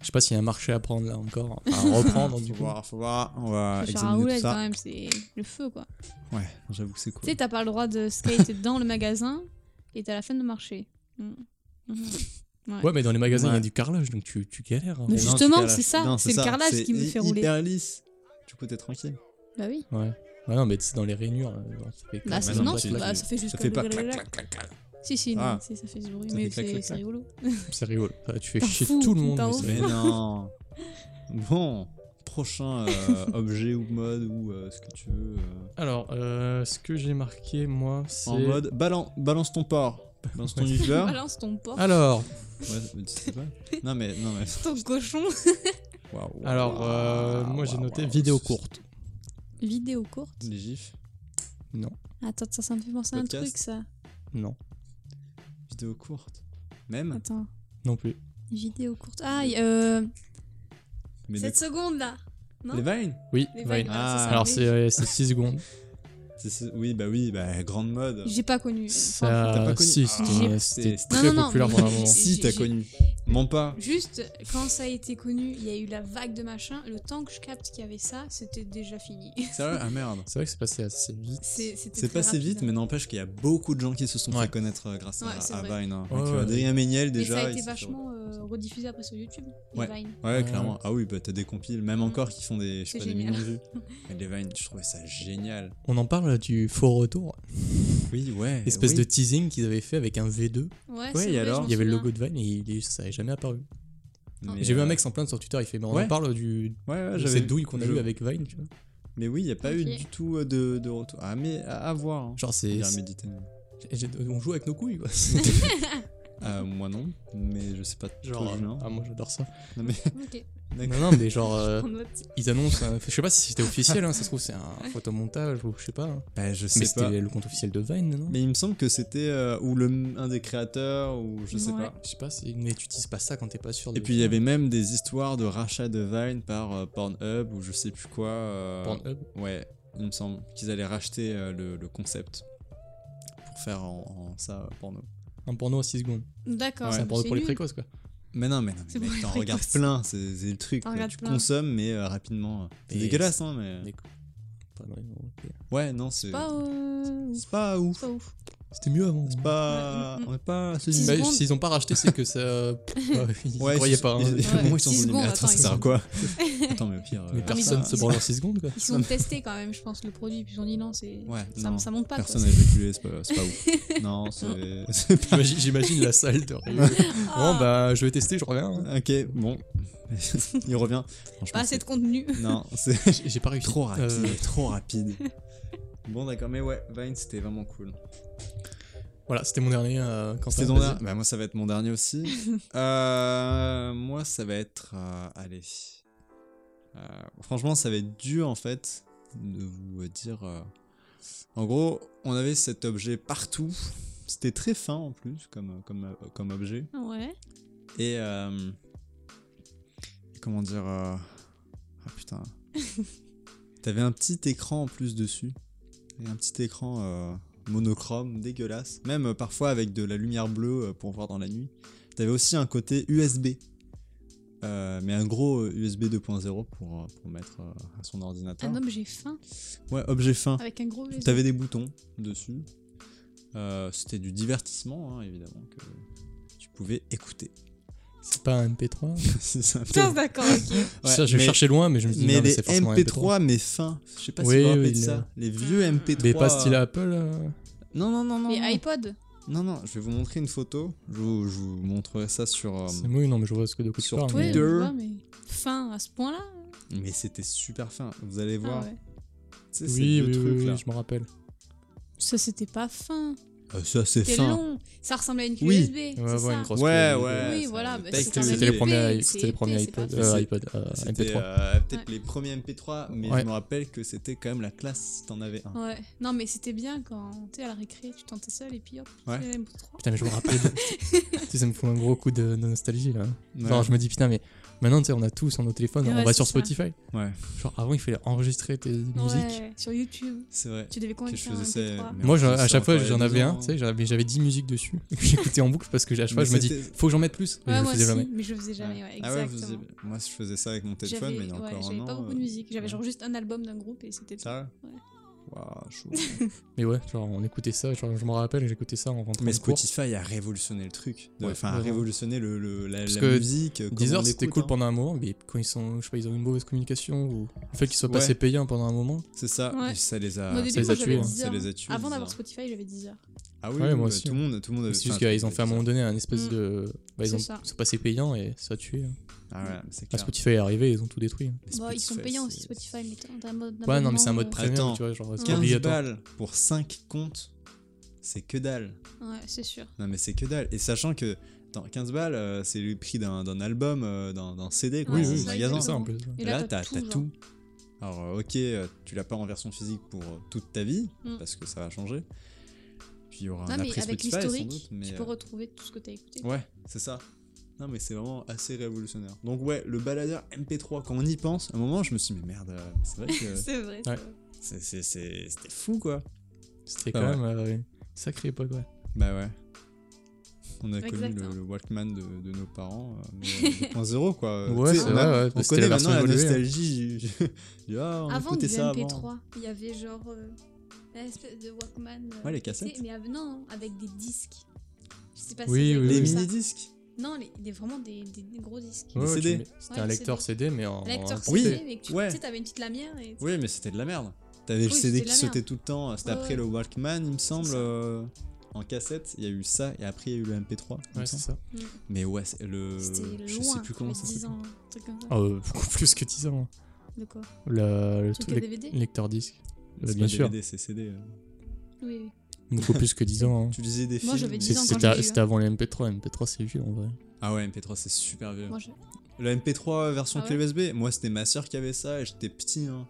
Speaker 3: Je sais pas s'il y a un marché à prendre là encore, à reprendre
Speaker 1: Faut
Speaker 3: du coup.
Speaker 1: voir, faut voir. On va examiner
Speaker 2: chaussures à
Speaker 1: Ah, tout
Speaker 2: roulette, quand
Speaker 1: ça.
Speaker 2: même, c'est le feu, quoi.
Speaker 1: Ouais, j'avoue que c'est cool.
Speaker 2: Tu sais, t'as pas le droit de skate dans le magasin et t'as la fin de marché. Mm. Mhm.
Speaker 3: Ouais, mais dans les magasins, il y
Speaker 1: Ouais.
Speaker 3: a du carrelage, donc tu, tu galères. hein.
Speaker 2: Mais
Speaker 1: Non,
Speaker 2: juste-
Speaker 1: tu
Speaker 2: justement,
Speaker 1: calages.
Speaker 2: c'est ça,
Speaker 1: Non,
Speaker 2: c'est le carrelage qui me
Speaker 1: hy-
Speaker 2: fait rouler.
Speaker 1: Hyper lisse. Du coup, t'es tranquille.
Speaker 2: Bah oui.
Speaker 3: Ouais. Ouais, Ah non, mais c'est dans les rainures. là, genre, ça fait
Speaker 1: c'est-
Speaker 2: Bah, c'est-
Speaker 1: maintenant,
Speaker 2: non,
Speaker 1: tu-
Speaker 2: c'est-
Speaker 1: tu-
Speaker 2: bah, ça fait juste.
Speaker 1: Ça fait pas
Speaker 2: clac,
Speaker 1: clac,
Speaker 2: clac,
Speaker 1: clac, clac, clac.
Speaker 2: clac. Si, si, non,
Speaker 1: Ah.
Speaker 2: si, ça fait ce bruit.
Speaker 1: Ça
Speaker 2: mais
Speaker 1: fait clac,
Speaker 2: c'est
Speaker 1: clac,
Speaker 2: c'est
Speaker 1: clac.
Speaker 2: rigolo.
Speaker 3: c'est rigolo. Ouais, tu fais
Speaker 2: T'en
Speaker 3: chier
Speaker 2: fous,
Speaker 3: tout le monde.
Speaker 2: t'en
Speaker 3: mais
Speaker 1: Mais
Speaker 3: c'est-
Speaker 1: non Bon, prochain euh, objet ou mode ou euh, ce que tu veux. euh.
Speaker 3: Alors, euh, ce que j'ai marqué, moi, c'est.
Speaker 1: En mode balan- balance ton porc, balance ton user.
Speaker 2: Balance ton
Speaker 3: Ah,
Speaker 2: porc,
Speaker 3: Alors,
Speaker 1: Ouais, mais tu sais pas. Non mais, non mais.
Speaker 2: ton cochon.
Speaker 1: waouh, waouh,
Speaker 3: alors euh,
Speaker 1: waouh,
Speaker 3: moi, j'ai
Speaker 1: waouh,
Speaker 3: noté
Speaker 1: waouh,
Speaker 3: vidéo
Speaker 1: ce-
Speaker 3: courte.
Speaker 2: Vidéo courte.
Speaker 1: Les gifs,
Speaker 3: Non,
Speaker 2: Attends, ça, ça me fait penser à un
Speaker 1: Podcast.
Speaker 2: truc, ça.
Speaker 3: non,
Speaker 1: vidéo courte. Même.
Speaker 2: Attends.
Speaker 3: non plus.
Speaker 2: Vidéo courte. Ah, y- euh,
Speaker 1: Mais
Speaker 2: cette seconde là.
Speaker 1: des- les vines
Speaker 3: Oui,
Speaker 2: Les
Speaker 3: Vine.
Speaker 2: Vine, voilà,
Speaker 1: Ah,
Speaker 2: ça,
Speaker 3: Alors,
Speaker 2: oui. Ah,
Speaker 3: c'est euh, c'est 6 secondes.
Speaker 1: C'est- c'est- Oui, bah oui, bah grande mode.
Speaker 2: J'ai pas connu.
Speaker 3: Ça,
Speaker 1: T'as pas connu
Speaker 3: si,
Speaker 1: Ah,
Speaker 3: c'était
Speaker 2: J'ai-
Speaker 3: c'était
Speaker 1: c'est-
Speaker 3: très
Speaker 2: Non, non, non,
Speaker 3: populaire
Speaker 2: mais-
Speaker 3: pendant un moment.
Speaker 1: Si, t'as
Speaker 2: J'ai-
Speaker 1: connu. Mens pas.
Speaker 2: Juste, quand ça a été connu, il y a eu la vague de machin. Le temps que je capte qu'il y avait ça, c'était déjà fini.
Speaker 1: Sérieux Ah merde.
Speaker 3: C'est vrai que c'est passé assez vite.
Speaker 2: C'est- C'était
Speaker 1: C'est
Speaker 2: très
Speaker 1: passé
Speaker 2: rapide.
Speaker 1: vite, mais n'empêche qu'il y a beaucoup de gens qui se sont
Speaker 3: Ouais.
Speaker 1: fait connaître euh, grâce à-
Speaker 2: Ouais, c'est
Speaker 1: à,
Speaker 2: vrai.
Speaker 1: Vine. hein.
Speaker 3: Ouais,
Speaker 1: Avec, euh,
Speaker 3: ouais.
Speaker 1: Adrien Méniel
Speaker 2: Mais
Speaker 1: déjà.
Speaker 2: ça a
Speaker 1: il
Speaker 2: été
Speaker 1: s'est fait-
Speaker 2: vachement euh, rediffusé après sur YouTube, les Vines.
Speaker 1: Ouais,
Speaker 3: Ouais.
Speaker 1: clairement. Ah oui, bah t'as des compiles, même encore, qui font des, je sais
Speaker 2: C'est
Speaker 1: pas, des millions
Speaker 2: génial.
Speaker 1: de vues. Mais les Vines, je trouvais ça génial.
Speaker 3: On en parle du faux retour,
Speaker 1: Oui, ouais.
Speaker 3: espèce
Speaker 1: Eh oui.
Speaker 3: de teasing qu'ils avaient fait avec un V2.
Speaker 1: et
Speaker 2: Ouais, c'est vrai,
Speaker 1: alors
Speaker 2: je m'en
Speaker 3: Il y avait le
Speaker 2: souviens.
Speaker 3: logo de Vine et il est- ça n'avait jamais apparu.
Speaker 1: Mais,
Speaker 3: Ah, J'ai vu
Speaker 1: euh,
Speaker 3: un mec s'en plaindre sur Twitter, il fait mais on
Speaker 1: ouais.
Speaker 3: en parle du,
Speaker 1: Ouais, ouais,
Speaker 3: de
Speaker 1: j'avais.
Speaker 3: cette douille qu'on a
Speaker 1: je-
Speaker 3: eue avec Vine, tu vois.
Speaker 1: Mais oui, il n'y a pas
Speaker 2: Ok.
Speaker 1: eu du tout euh, de, de retour. Ah, mais à, à voir. hein.
Speaker 3: Genre,
Speaker 1: On
Speaker 3: c'est.
Speaker 1: dirait
Speaker 3: c'est-
Speaker 1: Méditerranée.
Speaker 3: j'ai- On joue avec nos couilles, quoi.
Speaker 1: Euh, moi non, mais je sais pas
Speaker 3: Genre,
Speaker 1: trop.
Speaker 3: ah, moi j'adore ça.
Speaker 2: Ok.
Speaker 3: Non, non, mais genre, euh,
Speaker 2: On note.
Speaker 3: ils annoncent. un- Je sais pas si c'était officiel, hein, ça se trouve, c'est un photomontage ou je sais pas. hein.
Speaker 1: Bah, je
Speaker 3: Mais
Speaker 1: sais pas.
Speaker 3: c'était le compte officiel de Vine, non
Speaker 1: Mais il me semble que c'était euh, ou le un des créateurs ou je sais
Speaker 2: Ouais.
Speaker 1: pas.
Speaker 3: Je sais pas, c'est- mais tu utilises pas ça quand t'es pas sûr.
Speaker 1: Et
Speaker 3: de-
Speaker 1: puis il y avait même des histoires de rachat de Vine par euh, Pornhub ou je sais plus quoi. euh,
Speaker 3: Pornhub.
Speaker 1: Ouais, il me semble qu'ils allaient racheter euh, le, le concept pour faire en, en ça euh, porno.
Speaker 3: Un porno à 6 secondes.
Speaker 2: D'accord.
Speaker 1: Ouais,
Speaker 3: c'est un porno
Speaker 2: c'est
Speaker 3: pour les
Speaker 2: nul.
Speaker 3: précoces, quoi.
Speaker 1: Mais non, mais non,
Speaker 2: C'est
Speaker 1: mais
Speaker 2: pour
Speaker 1: mec,
Speaker 2: les
Speaker 1: t'en regardes
Speaker 2: précoces.
Speaker 1: plein, c'est c'est le truc.
Speaker 2: T'en
Speaker 1: quoi.
Speaker 2: regardes
Speaker 1: Tu
Speaker 2: plein.
Speaker 1: consommes, mais euh, rapidement. C'est
Speaker 3: Mais
Speaker 1: dégueulasse, hein, mais...
Speaker 3: mais- Pas dans les noms, ok.
Speaker 1: Ouais, non, c'est.
Speaker 2: Pas euh, ouf.
Speaker 1: C'est pas ouf.
Speaker 2: Pas ouf.
Speaker 3: C'était mieux avant.
Speaker 1: C'est pas.
Speaker 2: Ouais, mm,
Speaker 1: On est pas. c'est-
Speaker 2: Six
Speaker 3: Bah,
Speaker 2: secondes.
Speaker 3: S'ils ont pas racheté, c'est que ça. euh, bah, ils y
Speaker 1: Ouais,
Speaker 3: croyaient
Speaker 1: ils-
Speaker 3: pas. hein.
Speaker 1: ils-
Speaker 2: Ouais,
Speaker 1: moi, ils sont
Speaker 2: six
Speaker 1: venus, mais
Speaker 2: secondes,
Speaker 1: attends, ça
Speaker 2: attends,
Speaker 1: sert à
Speaker 2: ils- Ah,
Speaker 1: quoi Attends, mais au pire. euh,
Speaker 3: Mais personne
Speaker 2: ils-
Speaker 3: se branle en 6 secondes, quoi.
Speaker 2: Ils sont testés quand même, je pense, le produit. Puis ils ont dit non, c'est.
Speaker 1: Ouais,
Speaker 2: ça,
Speaker 1: non.
Speaker 2: ça monte pas. quoi.
Speaker 1: Personne n'a éjaculé, c'est pas, c'est pas ouf. Non, c'est. c'est pas-
Speaker 3: J'imagine- J'imagine la salle de rue. Bon,
Speaker 2: Ah,
Speaker 3: bah, je vais tester, je reviens. hein.
Speaker 1: Ok, bon. Il revient. Franchement,
Speaker 2: Pas assez de contenu.
Speaker 1: c'est- Non, c'est
Speaker 3: J'ai j'ai pas réussi.
Speaker 1: trop rapide.
Speaker 3: Euh,
Speaker 1: Trop rapide. Bon, d'accord, mais ouais, Vine, c'était vraiment cool.
Speaker 3: Voilà, c'était mon dernier. euh, Quentin,
Speaker 1: C'était ton
Speaker 3: vas-y.
Speaker 1: dernier Bah, moi, ça va être mon dernier aussi. Euh, moi, ça va être. euh, allez. Euh, franchement, ça va être dur en fait de vous dire. euh, En gros, on avait cet objet partout. C'était très fin en plus comme, comme, comme objet.
Speaker 2: Ah Ouais.
Speaker 1: Et. euh, Comment dire. euh, Ah putain. T'avais un petit écran en plus dessus. Et un petit écran euh, monochrome, dégueulasse. Même euh, parfois avec de la lumière bleue euh, pour voir dans la nuit. T'avais aussi un côté USB. Euh, mais un gros euh, USB 2.0 pour, euh, pour mettre euh, à son ordinateur.
Speaker 2: Un objet fin
Speaker 1: Ouais, objet fin.
Speaker 2: avec un gros. USB.
Speaker 1: T'avais des boutons dessus. Euh, C'était du divertissement, hein, évidemment, que tu pouvais écouter.
Speaker 3: C'est pas un MP3.
Speaker 1: C'est ça.
Speaker 2: Putain, d'accord. ok.
Speaker 1: Ouais,
Speaker 3: ça, je
Speaker 1: mais-
Speaker 3: cherchais loin, mais je me dis,
Speaker 1: mais
Speaker 3: non, mais
Speaker 1: les
Speaker 3: c'est forcément un
Speaker 1: MP3, mais fins. Je sais pas
Speaker 3: Oui,
Speaker 1: si vous vous rappelez
Speaker 3: oui,
Speaker 1: de
Speaker 3: les-
Speaker 1: ça. Les vieux MP3.
Speaker 3: Mais pas style Apple. euh,
Speaker 1: Non, non, non, non.
Speaker 2: Mais
Speaker 1: non.
Speaker 2: iPod.
Speaker 1: Non, non, je vais vous montrer une photo. Je vous, je vous montrerai ça sur. euh,
Speaker 3: C'est oui, non, mais je vois ce que de quoi tu
Speaker 1: sur
Speaker 3: parles.
Speaker 2: Ouais,
Speaker 3: mais-
Speaker 1: Twitter.
Speaker 2: je vois, mais fin à ce point-là.
Speaker 1: Mais c'était super fin. Vous allez
Speaker 2: Ah
Speaker 1: voir.
Speaker 2: ouais.
Speaker 1: Tu sais, ces
Speaker 3: Oui,
Speaker 1: vieux
Speaker 3: oui,
Speaker 1: trucs,
Speaker 3: oui,
Speaker 1: là.
Speaker 3: oui, je me rappelle.
Speaker 2: Ça, c'était pas fin.
Speaker 1: Euh, ça, c'est
Speaker 2: C'était
Speaker 1: fin.
Speaker 2: long. Ça ressemblait à une clé
Speaker 1: Oui.
Speaker 2: USB. c'est
Speaker 3: Ouais, ouais,
Speaker 2: ça.
Speaker 3: une grosse
Speaker 1: Ouais,
Speaker 3: clé.
Speaker 1: ouais.
Speaker 2: Oui,
Speaker 1: ça,
Speaker 2: voilà,
Speaker 1: le
Speaker 2: bah,
Speaker 1: texte,
Speaker 2: c'était un
Speaker 3: C'était les
Speaker 2: LP, c'est
Speaker 3: premiers, c'était les premiers
Speaker 2: épais, c'est pas
Speaker 3: iPod,
Speaker 2: facile.
Speaker 3: euh, iPod, euh,
Speaker 1: C'était
Speaker 3: MP3.
Speaker 1: euh, peut-être
Speaker 2: Ouais.
Speaker 1: les premiers MP3, mais
Speaker 3: Ouais.
Speaker 1: je me rappelle que c'était quand même la classe si t'en avais un.
Speaker 2: Ouais. Non, mais c'était bien quand tu sais, à la récré, tu tentais seul et puis hop, tu
Speaker 1: Ouais.
Speaker 2: fais la MP3.
Speaker 3: Putain, mais je me rappelle. tu sais, ça me fout un gros coup de, de nostalgie là.
Speaker 1: Ouais.
Speaker 3: Genre, je me dis, putain, mais maintenant, tu sais, on a tout sur nos téléphones,
Speaker 2: Ouais,
Speaker 3: on va
Speaker 2: c'est
Speaker 3: sur
Speaker 2: ça.
Speaker 3: Spotify.
Speaker 1: Ouais.
Speaker 3: Genre, avant, il fallait enregistrer tes musiques.
Speaker 2: Ouais, sur YouTube.
Speaker 1: C'est vrai.
Speaker 2: Tu devais
Speaker 1: Que
Speaker 2: convaincre
Speaker 1: je
Speaker 2: un
Speaker 1: faisais ça.
Speaker 2: MP3.
Speaker 1: mais
Speaker 3: Moi,
Speaker 1: on
Speaker 3: je-
Speaker 1: faisait
Speaker 3: à
Speaker 1: ça
Speaker 3: chaque fois,
Speaker 1: encore il y a
Speaker 3: j'en
Speaker 1: deux
Speaker 3: avais un,
Speaker 1: ans.
Speaker 3: tu sais, j'avais j'avais 10 musiques dessus, que j'écoutais en boucle parce que à chaque fois,
Speaker 1: hein. Mais
Speaker 3: je me dis,
Speaker 1: c'était-
Speaker 3: faut que j'en mette plus.
Speaker 2: Ouais,
Speaker 3: Mais je le
Speaker 2: moi
Speaker 3: faisais
Speaker 2: aussi,
Speaker 3: jamais.
Speaker 2: mais je le faisais jamais, ouais,
Speaker 1: Ah ouais, vous-
Speaker 2: exactement.
Speaker 1: moi je faisais ça avec mon téléphone,
Speaker 2: J'avais
Speaker 1: mais il y a
Speaker 2: ouais,
Speaker 1: encore
Speaker 2: j'avais
Speaker 1: un an.
Speaker 2: pas beaucoup
Speaker 1: euh,
Speaker 2: de musique, j'avais
Speaker 1: ouais.
Speaker 2: genre juste un album d'un groupe et c'était tout.
Speaker 1: Sérieux
Speaker 2: Ouais.
Speaker 1: Waouh, chaud.
Speaker 3: Mais ouais, genre, on écoutait ça, genre, je me rappelle, j'écoutais ça en rentrant.
Speaker 1: Mais
Speaker 3: de cours.
Speaker 1: Spotify a révolutionné le truc. de-
Speaker 3: Ouais,
Speaker 1: Enfin, a
Speaker 3: vraiment.
Speaker 1: révolutionné le, le- la,
Speaker 3: Parce
Speaker 1: la
Speaker 3: que
Speaker 1: musique. euh, comment on
Speaker 3: Deezer, c'était
Speaker 1: l'écoute,
Speaker 3: cool
Speaker 1: hein.
Speaker 3: pendant un moment, mais quand ils sont, je sais pas, ils ont une mauvaise communication ou le fait qu'ils soient
Speaker 1: Ouais.
Speaker 3: passés payants pendant un moment.
Speaker 1: C'est ça,
Speaker 2: Ouais.
Speaker 1: et ça les a,
Speaker 2: Moi, au début,
Speaker 3: ça les a
Speaker 2: moi, j'avais
Speaker 3: tués, hein.
Speaker 2: 10
Speaker 1: ça
Speaker 2: heures.
Speaker 1: les a tués.
Speaker 2: Avant d'avoir
Speaker 1: Deezer.
Speaker 2: Spotify, j'avais 10 heures.
Speaker 1: Ah oui,
Speaker 3: Ouais,
Speaker 1: oui,
Speaker 3: moi
Speaker 1: bah,
Speaker 3: aussi, hein.
Speaker 1: Tout le monde, tout le monde avait-
Speaker 3: C'est juste
Speaker 1: enfin,
Speaker 3: qu'ils ont
Speaker 1: tout
Speaker 3: fait à un
Speaker 1: le monde
Speaker 3: moment donné un espèce
Speaker 2: Mm.
Speaker 3: de. bah, ils,
Speaker 2: C'est
Speaker 3: ont,
Speaker 2: ça.
Speaker 3: ils sont passés payants et ça a tué.
Speaker 1: avait ça. Ah ouais, mais c'est
Speaker 3: Quand
Speaker 1: clair.
Speaker 3: Spotify est arrivé, ils ont tout détruit.
Speaker 1: Mais
Speaker 2: Bah, ils sont
Speaker 1: Spotify,
Speaker 2: payants aussi,
Speaker 1: c'est-
Speaker 2: Spotify, mais euh, t'as un mode.
Speaker 3: Ouais, non, mais c'est un mode
Speaker 2: d'abonnement,
Speaker 3: premium,
Speaker 1: Attends,
Speaker 3: tu vois, genre, c'est
Speaker 1: 15
Speaker 3: obligatoire.
Speaker 1: balles pour 5 comptes, c'est que dalle.
Speaker 2: euh, Ouais, c'est sûr.
Speaker 1: Non, mais c'est que dalle. Et sachant que attends, 15 balles, euh, c'est le prix d'un d'un album, euh, d'un d'un CD, quoi,
Speaker 2: Ouais,
Speaker 3: Oui,
Speaker 1: dans
Speaker 3: oui,
Speaker 1: un
Speaker 2: c'est ça,
Speaker 1: magasin.
Speaker 3: c'est ça en plus.
Speaker 2: Et
Speaker 1: là,
Speaker 2: là,
Speaker 1: t'as
Speaker 2: t'as
Speaker 1: t'as
Speaker 2: tout. hein.
Speaker 1: tout.
Speaker 2: genre.
Speaker 1: Alors, euh, ok, euh, tu l'as pas en version physique pour euh, toute ta vie,
Speaker 2: Mm.
Speaker 1: parce que ça va changer. Puis il y aura
Speaker 2: Non,
Speaker 1: un
Speaker 2: mais
Speaker 1: après
Speaker 2: avec
Speaker 1: Spotify, sans doute,
Speaker 2: l'historique,
Speaker 1: mais,
Speaker 2: tu peux
Speaker 1: euh,
Speaker 2: retrouver tout ce que t'as écouté.
Speaker 1: Ouais, c'est ça. Non, mais c'est vraiment assez révolutionnaire. Donc, ouais, le baladeur MP3, quand on y pense, à un moment, je me suis dit, mais merde, euh, c'est vrai que
Speaker 2: C'est vrai. c'est
Speaker 3: Ouais.
Speaker 2: vrai.
Speaker 1: c'est- c'est- c'est- c'était fou, quoi.
Speaker 3: C'était
Speaker 1: Ah
Speaker 3: quand
Speaker 1: ouais.
Speaker 3: même euh, une sacrée époque, ouais.
Speaker 1: Bah ouais. On a connu
Speaker 2: Exactement.
Speaker 1: le, le Walkman de, de nos parents, euh, mais, euh, 2.0, quoi. Euh,
Speaker 3: Ouais,
Speaker 1: tu sais,
Speaker 3: c'est
Speaker 1: on a-
Speaker 3: vrai, ouais,
Speaker 1: On
Speaker 3: c'était
Speaker 1: connaît
Speaker 3: la
Speaker 1: maintenant
Speaker 3: version
Speaker 1: la
Speaker 3: évoluée. hein.
Speaker 1: nostalgie. du- du, ah, on
Speaker 2: Avant du
Speaker 1: écoutait ça avant.
Speaker 2: MP3, il y avait genre euh, la espèce de Walkman. euh,
Speaker 1: Ouais, les
Speaker 2: tu sais,
Speaker 1: cassettes.
Speaker 2: Mais av- non, avec des disques. Je sais pas
Speaker 3: Oui,
Speaker 2: si vous
Speaker 3: oui,
Speaker 1: Les
Speaker 2: avez
Speaker 3: oui.
Speaker 2: ça.
Speaker 1: mini-disques.
Speaker 2: Non, les, des- vraiment des, des- des gros disques.
Speaker 1: Des
Speaker 3: Ouais, ouais,
Speaker 1: CD.
Speaker 3: tu mets- C'était
Speaker 2: Ouais,
Speaker 3: un
Speaker 2: des
Speaker 3: lecteur CD, mais en.
Speaker 2: Lecteur
Speaker 3: en
Speaker 2: CD,
Speaker 1: Oui,
Speaker 2: mais que tu
Speaker 1: ouais.
Speaker 2: tu sais, t'avais une petite lamière. Et
Speaker 1: Oui, mais c'était de la merde. T'avais le
Speaker 2: Oui,
Speaker 1: CD
Speaker 2: c'était de
Speaker 1: qui
Speaker 2: la merde.
Speaker 1: sautait tout le temps. C'était
Speaker 2: Ouais,
Speaker 1: après
Speaker 2: ouais.
Speaker 1: le Walkman, il me semble.
Speaker 2: ça.
Speaker 1: euh, en cassette, il y a eu ça. Et après, il y a eu le MP3. il me
Speaker 3: Ouais, c'est
Speaker 1: semble.
Speaker 3: ça.
Speaker 1: Mais ouais, c'est le.
Speaker 2: C'était
Speaker 1: Euh, Je
Speaker 2: loin,
Speaker 1: sais plus comment ça
Speaker 2: s'appelle.
Speaker 1: s'appelle.
Speaker 2: ans, un truc comme ça.
Speaker 3: Ah, euh, beaucoup plus que 10 ans.
Speaker 2: De quoi
Speaker 3: Le, le
Speaker 2: Tout
Speaker 3: truc-
Speaker 2: est DVD
Speaker 1: Hmm.
Speaker 2: Oui,
Speaker 3: lecteur disque. Euh,
Speaker 1: C'est
Speaker 3: bien
Speaker 1: pas
Speaker 3: sûr.
Speaker 1: DVD, c'est CD. euh.
Speaker 2: oui.
Speaker 3: Beaucoup plus que 10 ans. hein.
Speaker 1: Tu lisais des films.
Speaker 2: Moi, j'avais
Speaker 1: mais-
Speaker 2: 10 ans quand
Speaker 3: C'était
Speaker 2: je l'ai eu, hein.
Speaker 3: c'était avant les MP3. MP3, c'est vieux en vrai.
Speaker 1: Ah ouais, MP3, c'est super vieux.
Speaker 2: Moi, je-
Speaker 1: La MP3 version
Speaker 2: Ah
Speaker 1: clé USB, moi c'était ma soeur qui avait ça et j'étais petit. Hein.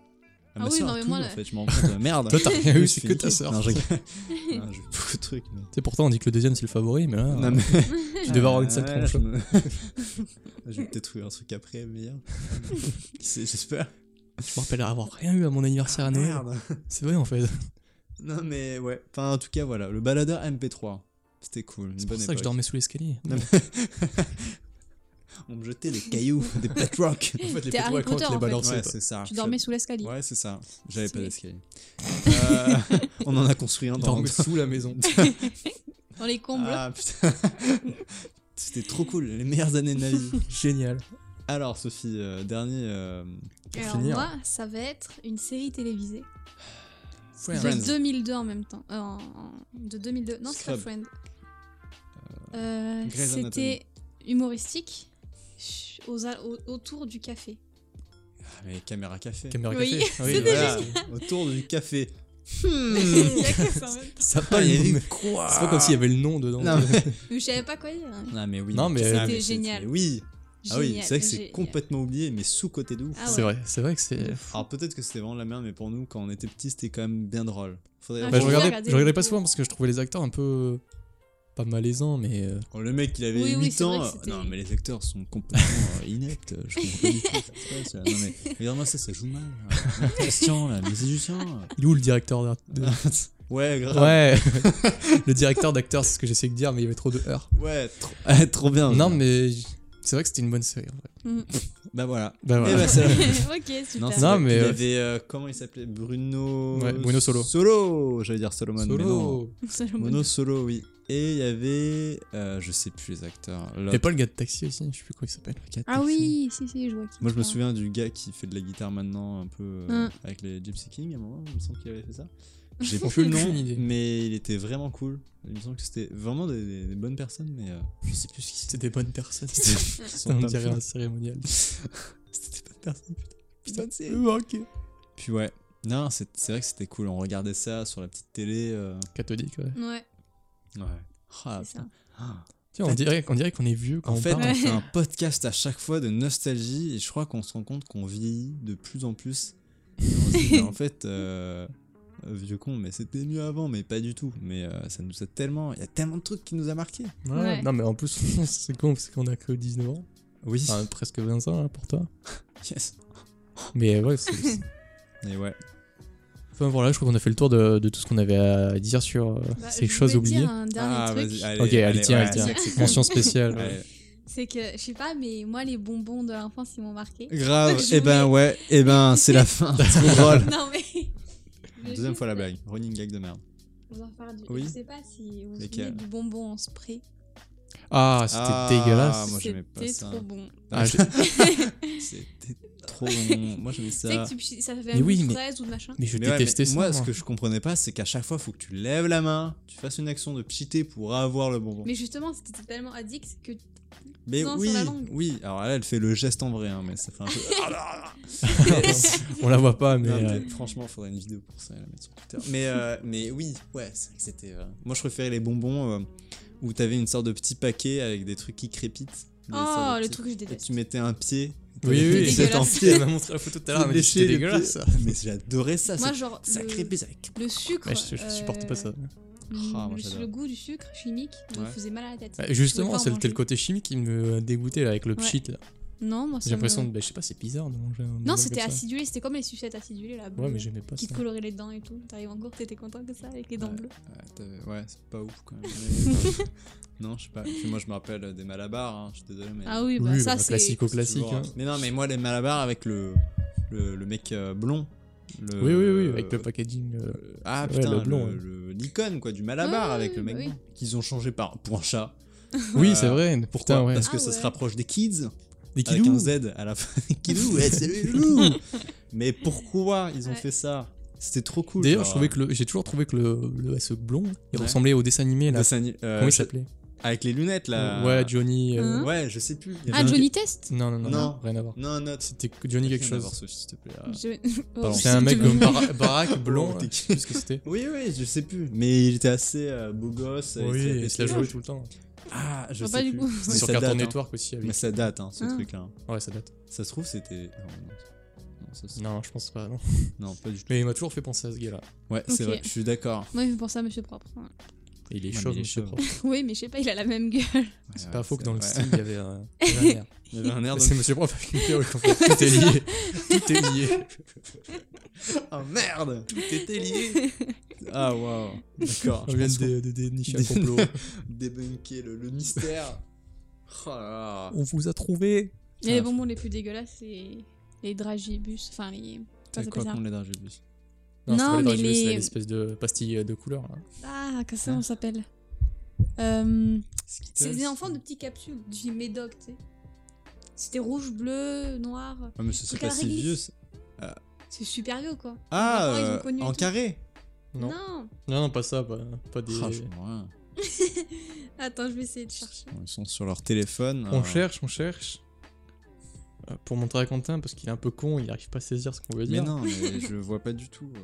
Speaker 1: Ah, ma
Speaker 2: Ah oui,
Speaker 1: sœur a
Speaker 2: non, mais
Speaker 1: tout
Speaker 2: moi,
Speaker 1: eu,
Speaker 2: la-
Speaker 1: en fait, je m'en fous. Merde.
Speaker 3: Toi, t'as rien
Speaker 1: Je
Speaker 3: eu, c'est
Speaker 1: suis
Speaker 3: que ta
Speaker 1: niqué.
Speaker 3: sœur.
Speaker 1: Non, je rigole. Non, J'ai beaucoup de trucs. mais-
Speaker 3: Tu sais, pourtant, on dit que le deuxième c'est le favori, mais là,
Speaker 1: Non, mais-
Speaker 3: tu devais avoir une sale
Speaker 1: Ah,
Speaker 3: tronche.
Speaker 1: je me- Je vais peut-être trouver un truc après meilleur. Qui sait, J'espère.
Speaker 3: Je me rappelle avoir rien eu à mon anniversaire à Noël.
Speaker 1: Merde.
Speaker 3: C'est vrai en fait.
Speaker 1: Non mais ouais. Enfin en tout cas voilà, le baladeur MP3. C'était cool. une
Speaker 3: C'est pour
Speaker 1: bonne
Speaker 3: ça que je
Speaker 1: époque.
Speaker 3: dormais sous l'escalier.
Speaker 1: Non, On me jetait des cailloux, des patchwork.
Speaker 3: En fait, les
Speaker 2: T'es Harry
Speaker 3: pétois, quand
Speaker 2: Potter,
Speaker 3: tu les
Speaker 2: en fait.
Speaker 3: balançais,
Speaker 1: Ouais,
Speaker 3: toi.
Speaker 1: c'est ça.
Speaker 2: Tu dormais sous l'escalier.
Speaker 1: Ouais, c'est ça. J'avais pas
Speaker 2: Stylé.
Speaker 1: d'escalier. Euh, on en a construit un
Speaker 3: Je
Speaker 1: dans
Speaker 3: dormais sous la maison.
Speaker 2: Dans les combles.
Speaker 1: Ah putain. C'était trop cool, les meilleures années de ma vie.
Speaker 3: Génial.
Speaker 1: Alors Sophie, euh, dernier euh, pour
Speaker 2: Alors
Speaker 1: finir.
Speaker 2: moi, ça va être une série télévisée
Speaker 1: Friends.
Speaker 2: de 2002 en même temps. Euh, en- en- de 2002. Non, c'est pas
Speaker 1: Scrub.
Speaker 2: Friend. Euh,
Speaker 1: Grey's
Speaker 2: C'était humoristique ch- aux a- au- autour du café.
Speaker 1: Ah, mais caméra café.
Speaker 3: Caméra
Speaker 2: Oui,
Speaker 3: café. Ah
Speaker 1: Oui,
Speaker 2: c'était
Speaker 1: voilà, autour du café.
Speaker 2: Il y a que ça en même temps.
Speaker 3: Ça a
Speaker 1: Ah,
Speaker 3: pas
Speaker 1: il y
Speaker 3: le
Speaker 1: avait
Speaker 3: nom, mais-
Speaker 1: quoi
Speaker 3: C'est pas comme s'il y avait le nom dedans.
Speaker 1: Non, mais-
Speaker 2: Mais Je savais pas quoi dire.
Speaker 1: Non, mais oui.
Speaker 3: Non, mais-
Speaker 1: Ah,
Speaker 2: C'était
Speaker 1: c'est-
Speaker 2: génial.
Speaker 1: mais Oui. Ah oui,
Speaker 2: Génial,
Speaker 1: c'est vrai que c'est
Speaker 2: génial.
Speaker 1: complètement oublié, mais sous côté de ouf.
Speaker 2: Ah ouais.
Speaker 3: C'est vrai, c'est vrai que c'est.
Speaker 1: Alors peut-être que c'était vraiment de la merde, mais pour nous, quand on était petits, c'était quand même bien drôle. Faudrait...
Speaker 2: Ah,
Speaker 3: Bah,
Speaker 2: j'ai déjà
Speaker 3: je regardais,
Speaker 2: regardé
Speaker 3: je regardais pas
Speaker 2: beaucoup.
Speaker 3: souvent parce que je trouvais les acteurs un peu. pas malaisants, mais. euh,
Speaker 1: Oh, le mec, il avait
Speaker 2: Oui, oui,
Speaker 1: 8
Speaker 2: c'est vrai
Speaker 1: ans.
Speaker 2: que
Speaker 1: euh,
Speaker 2: c'était-
Speaker 1: Non, mais les acteurs sont complètement euh, ineptes. Je comprends pas du tout. ça se passe, là. Non, mais regarde-moi ça, ça joue mal. là. Christian, là, mais c'est Lucien.
Speaker 3: Il est où le directeur d'art- de-
Speaker 1: Ouais, grave.
Speaker 3: Ouais Le directeur d'acteur, c'est ce que j'essayais de dire, mais il y avait trop de heures.
Speaker 1: Ouais, trop, ah, trop bien.
Speaker 3: Non, mais j- c'est vrai que c'était une bonne série en vrai.
Speaker 1: Bah voilà.
Speaker 3: Bah
Speaker 1: Eh
Speaker 3: voilà.
Speaker 1: ben, c'est la-
Speaker 2: ok, super.
Speaker 1: Non,
Speaker 3: Non,
Speaker 1: mais
Speaker 3: mais,
Speaker 1: il
Speaker 3: euh,
Speaker 1: avait euh, comment il s'appelait Bruno
Speaker 3: Ouais, Bruno Solo.
Speaker 1: Solo, j'allais dire Solomon. mais non.
Speaker 3: Solo
Speaker 2: Salomon.
Speaker 1: Bruno Solo, oui. Et il y avait euh, je sais plus les acteurs. L'autre.
Speaker 3: Et pas le gars de taxi aussi, je sais plus quoi il s'appelle. le gars de
Speaker 2: Ah
Speaker 3: Taxi.
Speaker 2: oui, si, si, je vois qui.
Speaker 1: Moi je me
Speaker 2: parle.
Speaker 1: souviens du gars qui fait de la guitare maintenant un peu euh,
Speaker 2: Hum.
Speaker 1: avec les Gypsy King à un moment, il me semble qu'il avait fait ça. J'ai plus le
Speaker 3: Aucune
Speaker 1: nom,
Speaker 3: idée.
Speaker 1: mais il était vraiment cool. Il me semble que c'était vraiment des, des- des bonnes personnes, mais euh, je sais plus ce qui
Speaker 3: C'était des bonnes personnes.
Speaker 1: c'était.
Speaker 3: Ça
Speaker 1: Ils sont
Speaker 3: me
Speaker 1: pas
Speaker 3: dirait
Speaker 1: fous.
Speaker 3: un cérémonial.
Speaker 1: C'était des bonnes personnes, putain. Putain de série.
Speaker 3: Euh, ok.
Speaker 1: Puis ouais. Non, c'est c'est vrai que c'était cool. On regardait ça sur la petite télé. euh,
Speaker 3: Catholique, ouais.
Speaker 2: Ouais,
Speaker 1: Ouais. Ah,
Speaker 2: c'est ça.
Speaker 1: putain.
Speaker 3: Tiens, on dirait, on dirait qu'on est vieux quand
Speaker 1: En
Speaker 3: on
Speaker 1: fait,
Speaker 3: parle.
Speaker 1: on
Speaker 2: Ouais.
Speaker 1: fait un podcast à chaque fois de nostalgie et je crois qu'on se rend compte qu'on vieillit de plus en plus. Et on se dit, mais en fait, euh, euh, vieux con, mais c'était mieux avant, mais pas du tout. Mais euh, ça nous a tellement. Il y a tellement de trucs qui nous a marqué.
Speaker 3: Ouais,
Speaker 2: Ouais.
Speaker 3: Non, mais en plus, c'est con parce qu'on a que 19 ans.
Speaker 1: Oui.
Speaker 3: Enfin, presque 20 ans hein, pour toi.
Speaker 1: Ah, yes.
Speaker 3: Mais ouais, c'est. c'est-
Speaker 1: Et ouais.
Speaker 3: Enfin voilà, je crois qu'on a fait le tour de, de tout ce qu'on avait à dire sur euh,
Speaker 2: Bah,
Speaker 3: ces
Speaker 2: je
Speaker 3: choses
Speaker 2: voulais dire
Speaker 3: oubliées.
Speaker 2: un dernier truc.
Speaker 1: Ah, allez.
Speaker 3: Ok, allez, tiens,
Speaker 1: ouais,
Speaker 3: allez, tiens.
Speaker 1: c'est que c'est cool.
Speaker 3: Mention spéciale.
Speaker 1: Ouais.
Speaker 2: C'est que, je sais pas, mais moi, les bonbons de l'enfance, ils m'ont marqué.
Speaker 1: Grave,
Speaker 2: Je
Speaker 1: et ben ouais, et ben c'est la fin. Trop drôle.
Speaker 2: non, mais.
Speaker 1: Deuxième fois la blague. Running gag de merde.
Speaker 2: Vous en parle du.
Speaker 1: Oui.
Speaker 2: Je sais pas si vous vous
Speaker 1: Lesquels
Speaker 2: souvenez du bonbon en spray.
Speaker 3: Ah, c'était
Speaker 1: Ah,
Speaker 3: dégueulasse.
Speaker 1: moi, j'aimais pas
Speaker 2: C'était
Speaker 1: ça.
Speaker 2: trop bon.
Speaker 3: Ah, j'ai-
Speaker 1: C'était trop bon. Moi j'avais
Speaker 2: Tu
Speaker 1: ça.
Speaker 2: sais que tu- ça fait
Speaker 3: Mais
Speaker 2: un goût
Speaker 3: oui,
Speaker 2: de
Speaker 3: mais-
Speaker 2: fraise ou de machin.
Speaker 3: mais je
Speaker 1: Mais ouais,
Speaker 3: détestais
Speaker 1: mais
Speaker 3: ça.
Speaker 1: Moi, ce que je comprenais pas, c'est qu'à chaque fois, faut que tu lèves la main, tu fasses une action de pchiter pour avoir le bonbon.
Speaker 2: Mais justement, c'était tellement addict que.
Speaker 1: Mais
Speaker 2: non, sur
Speaker 1: oui,
Speaker 2: la langue.
Speaker 1: oui. Alors là, elle fait le geste en vrai, hein, mais ça fait un peu. Ah là
Speaker 3: on la voit pas, mais.
Speaker 1: là. Non, mais
Speaker 3: euh,
Speaker 1: franchement, faudrait une vidéo pour ça, la mettre sur Twitter. Mais, euh, mais oui, ouais, c'est vrai que c'était. euh, Moi, je préférais les bonbons euh, où t'avais une sorte de petit paquet avec des trucs qui crépitent. des sortes
Speaker 2: Oh,
Speaker 1: de
Speaker 2: le
Speaker 1: petits-
Speaker 2: truc que je
Speaker 1: Et
Speaker 2: déteste.
Speaker 1: tu mettais un pied.
Speaker 3: Oui, oui,
Speaker 2: C'est
Speaker 1: c'est un
Speaker 2: dégueulasse.
Speaker 1: pied.
Speaker 3: m'a montré la photo tout à
Speaker 1: Tu
Speaker 3: l'heure, elle m'a dit,
Speaker 1: léchais
Speaker 3: c'était
Speaker 1: le pied.
Speaker 3: dégueulasse ça.
Speaker 1: Mais j'adorais ça.
Speaker 2: Moi,
Speaker 1: c'est-
Speaker 2: genre,
Speaker 1: Ça
Speaker 2: le,
Speaker 1: crépite, ça crépite.
Speaker 2: le sucre.
Speaker 3: Mais je, je supporte pas
Speaker 2: euh,
Speaker 3: ça.
Speaker 1: Ah, moi,
Speaker 2: le-
Speaker 1: j'adore.
Speaker 2: le goût du sucre chimique me
Speaker 1: Ouais.
Speaker 2: faisait mal à la tête.
Speaker 3: Ouais,
Speaker 2: Je pouvais
Speaker 3: Bah, Justement,
Speaker 2: pas en
Speaker 3: c'était
Speaker 2: manger.
Speaker 3: le côté chimique qui me dégoûtait là, avec le
Speaker 2: Ouais.
Speaker 3: pchit. là.
Speaker 2: Non, moi, ça
Speaker 3: J'ai l'impression,
Speaker 2: me-
Speaker 3: de- bah, je sais pas, c'est bizarre de manger un bonbon
Speaker 2: Non, c'était
Speaker 3: comme ça.
Speaker 2: acidulé, c'était comme les sucettes acidulées là.
Speaker 3: Ouais,
Speaker 2: bleues,
Speaker 3: mais j'aimais pas ça.
Speaker 2: Qui te coloraient les dents et tout. T'arrives en cours, t'étais content que ça, avec les dents
Speaker 1: Ouais.
Speaker 2: bleues.
Speaker 1: Ouais, t'avais- ouais, c'est pas ouf quand même. Mais- euh, non, je sais pas. Et Puis moi, je me rappelle euh, des malabars, hein, je suis désolé, mais.
Speaker 2: Ah oui, bah
Speaker 3: Oui,
Speaker 2: ça,
Speaker 3: bah,
Speaker 2: c'est.
Speaker 3: classico classique.
Speaker 1: Toujours,
Speaker 3: hein.
Speaker 1: Mais non, mais moi, les malabars avec le, le, le mec euh, blond. Le-
Speaker 3: Oui, oui, oui, avec le packaging. euh,
Speaker 1: le- Ah
Speaker 3: Ouais,
Speaker 1: putain,
Speaker 3: le
Speaker 1: le
Speaker 3: blond, ouais.
Speaker 1: le- l'icône quoi, du malabar
Speaker 2: Ouais,
Speaker 1: avec le
Speaker 2: bah
Speaker 1: mec
Speaker 2: oui.
Speaker 1: blond, qu'ils ont changé par, pour un chat.
Speaker 3: Oui,
Speaker 1: Euh,
Speaker 3: c'est vrai.
Speaker 1: Pourquoi
Speaker 3: Pourtant, ouais.
Speaker 1: Parce que
Speaker 2: Ah
Speaker 1: ça se
Speaker 2: ouais.
Speaker 1: rapproche des kids,
Speaker 3: Des
Speaker 1: avec un
Speaker 3: kilous.
Speaker 1: Z à la fin. Kidou, ouais, c'est le loup Mais pourquoi ils ont
Speaker 2: Ouais.
Speaker 1: fait ça C'était trop cool. genre,
Speaker 3: D'ailleurs,
Speaker 1: euh,
Speaker 3: je trouvais que le- j'ai toujours trouvé que le, le- ce blond, il
Speaker 1: Oh. Ouais.
Speaker 3: ressemblait au dessin animé là.
Speaker 1: dessin ani- euh,
Speaker 3: Comment il
Speaker 1: je-
Speaker 3: s'appelait
Speaker 1: Avec les lunettes là.
Speaker 3: Ouais, Johnny. euh,
Speaker 2: Hein
Speaker 1: ouais, je sais plus. Il y
Speaker 2: Ah,
Speaker 1: avait un-
Speaker 2: Johnny Test
Speaker 3: Non, non, non,
Speaker 1: Non.
Speaker 3: rien à voir.
Speaker 1: Non, non, c'est
Speaker 3: C'était Johnny quelque
Speaker 1: Rien à
Speaker 3: chose.
Speaker 1: voir, Sophie, s'il te plaît. euh.
Speaker 2: Je-
Speaker 1: Pardon.
Speaker 3: C'était Euh, un mec
Speaker 2: Johnny.
Speaker 3: comme bara- baraque blond,
Speaker 1: Oh,
Speaker 3: je
Speaker 1: t'es-
Speaker 3: sais plus ce que c'était.
Speaker 1: Oui, oui, je sais plus. Mais il était assez euh, beau gosse.
Speaker 3: Oui,
Speaker 1: s'est-
Speaker 3: il se la
Speaker 1: s'est-
Speaker 3: jouait tout le temps.
Speaker 1: Ah, je
Speaker 2: vois
Speaker 1: sais
Speaker 2: pas du
Speaker 1: plus.
Speaker 2: coup.
Speaker 1: Mais
Speaker 3: C'était sur
Speaker 1: ça
Speaker 3: Cartoon
Speaker 1: date, hein.
Speaker 3: Network aussi. Avec...
Speaker 1: Mais ça date, hein, ce
Speaker 2: Ah.
Speaker 1: truc là.
Speaker 3: Ouais, ça date.
Speaker 1: Ça se trouve, c'était. Non, non. Non, ça se-
Speaker 3: Non, je pense pas, non.
Speaker 1: non, pas du tout.
Speaker 3: Mais il m'a toujours fait penser à ce gars-là.
Speaker 1: Ouais, c'est
Speaker 2: Ok.
Speaker 1: vrai, je suis d'accord.
Speaker 2: Moi, il fait penser à Monsieur Propre. ouais.
Speaker 3: Et Il est
Speaker 1: Ouais, mais
Speaker 3: chauve,
Speaker 1: il est
Speaker 3: mais je sais
Speaker 1: chauve.
Speaker 3: pas.
Speaker 2: Oui, mais je sais pas, il a la même gueule.
Speaker 3: C'est
Speaker 1: Ouais,
Speaker 3: pas
Speaker 1: ouais,
Speaker 3: faux que dans le
Speaker 1: ouais.
Speaker 3: style, il y avait euh, il y avait un air.
Speaker 1: Il y avait un air de.
Speaker 3: C'est Monsieur Prof avec une perruque, en fait. Tout est lié. Tout est lié.
Speaker 1: Oh merde Tout était lié Ah, waouh D'accord.
Speaker 3: On
Speaker 1: je
Speaker 3: vient
Speaker 1: pense
Speaker 3: de dénicher un
Speaker 1: Des-
Speaker 3: complot.
Speaker 1: qu'on- débunker le, le mystère. Oh là là.
Speaker 3: On vous a trouvé.
Speaker 2: Mais les bonbons les plus dégueulasses, c'est les dragibus. Enfin, les. Comment
Speaker 1: C'est
Speaker 2: ça
Speaker 1: quoi
Speaker 2: s'appelle ça
Speaker 1: qu'on les dragibus
Speaker 2: Non,
Speaker 3: Non, c'est pas les
Speaker 2: mais
Speaker 3: dragibus,
Speaker 2: les-
Speaker 3: c'est l'espèce de pastille euh, de couleur. là.
Speaker 2: Ah, qu'est-ce qu'on s'appelle Euh, C'est
Speaker 1: Skittles
Speaker 2: des enfants de petites capsules du médoc, tu sais. C'était rouge, bleu, noir.
Speaker 1: Ah, mais ce serait
Speaker 2: Truc à
Speaker 1: pas si
Speaker 2: réglisse.
Speaker 1: vieux. ça.
Speaker 2: C'est super vieux, quoi.
Speaker 1: Ah,
Speaker 2: Vraiment, ils ont
Speaker 1: euh,
Speaker 2: connu et
Speaker 1: en
Speaker 2: tout.
Speaker 1: carré
Speaker 3: Non. Non, non, pas ça. Pas, pas des...
Speaker 1: Ah, je- ouais.
Speaker 2: Attends, je vais essayer de chercher.
Speaker 1: Ils sont sur leur téléphone.
Speaker 3: On
Speaker 1: euh,
Speaker 3: cherche, on cherche. Euh, Pour montrer à Quentin, parce qu'il est un peu con, il arrive pas à saisir ce qu'on veut
Speaker 1: Mais
Speaker 3: dire.
Speaker 1: non, mais je vois pas du tout. euh.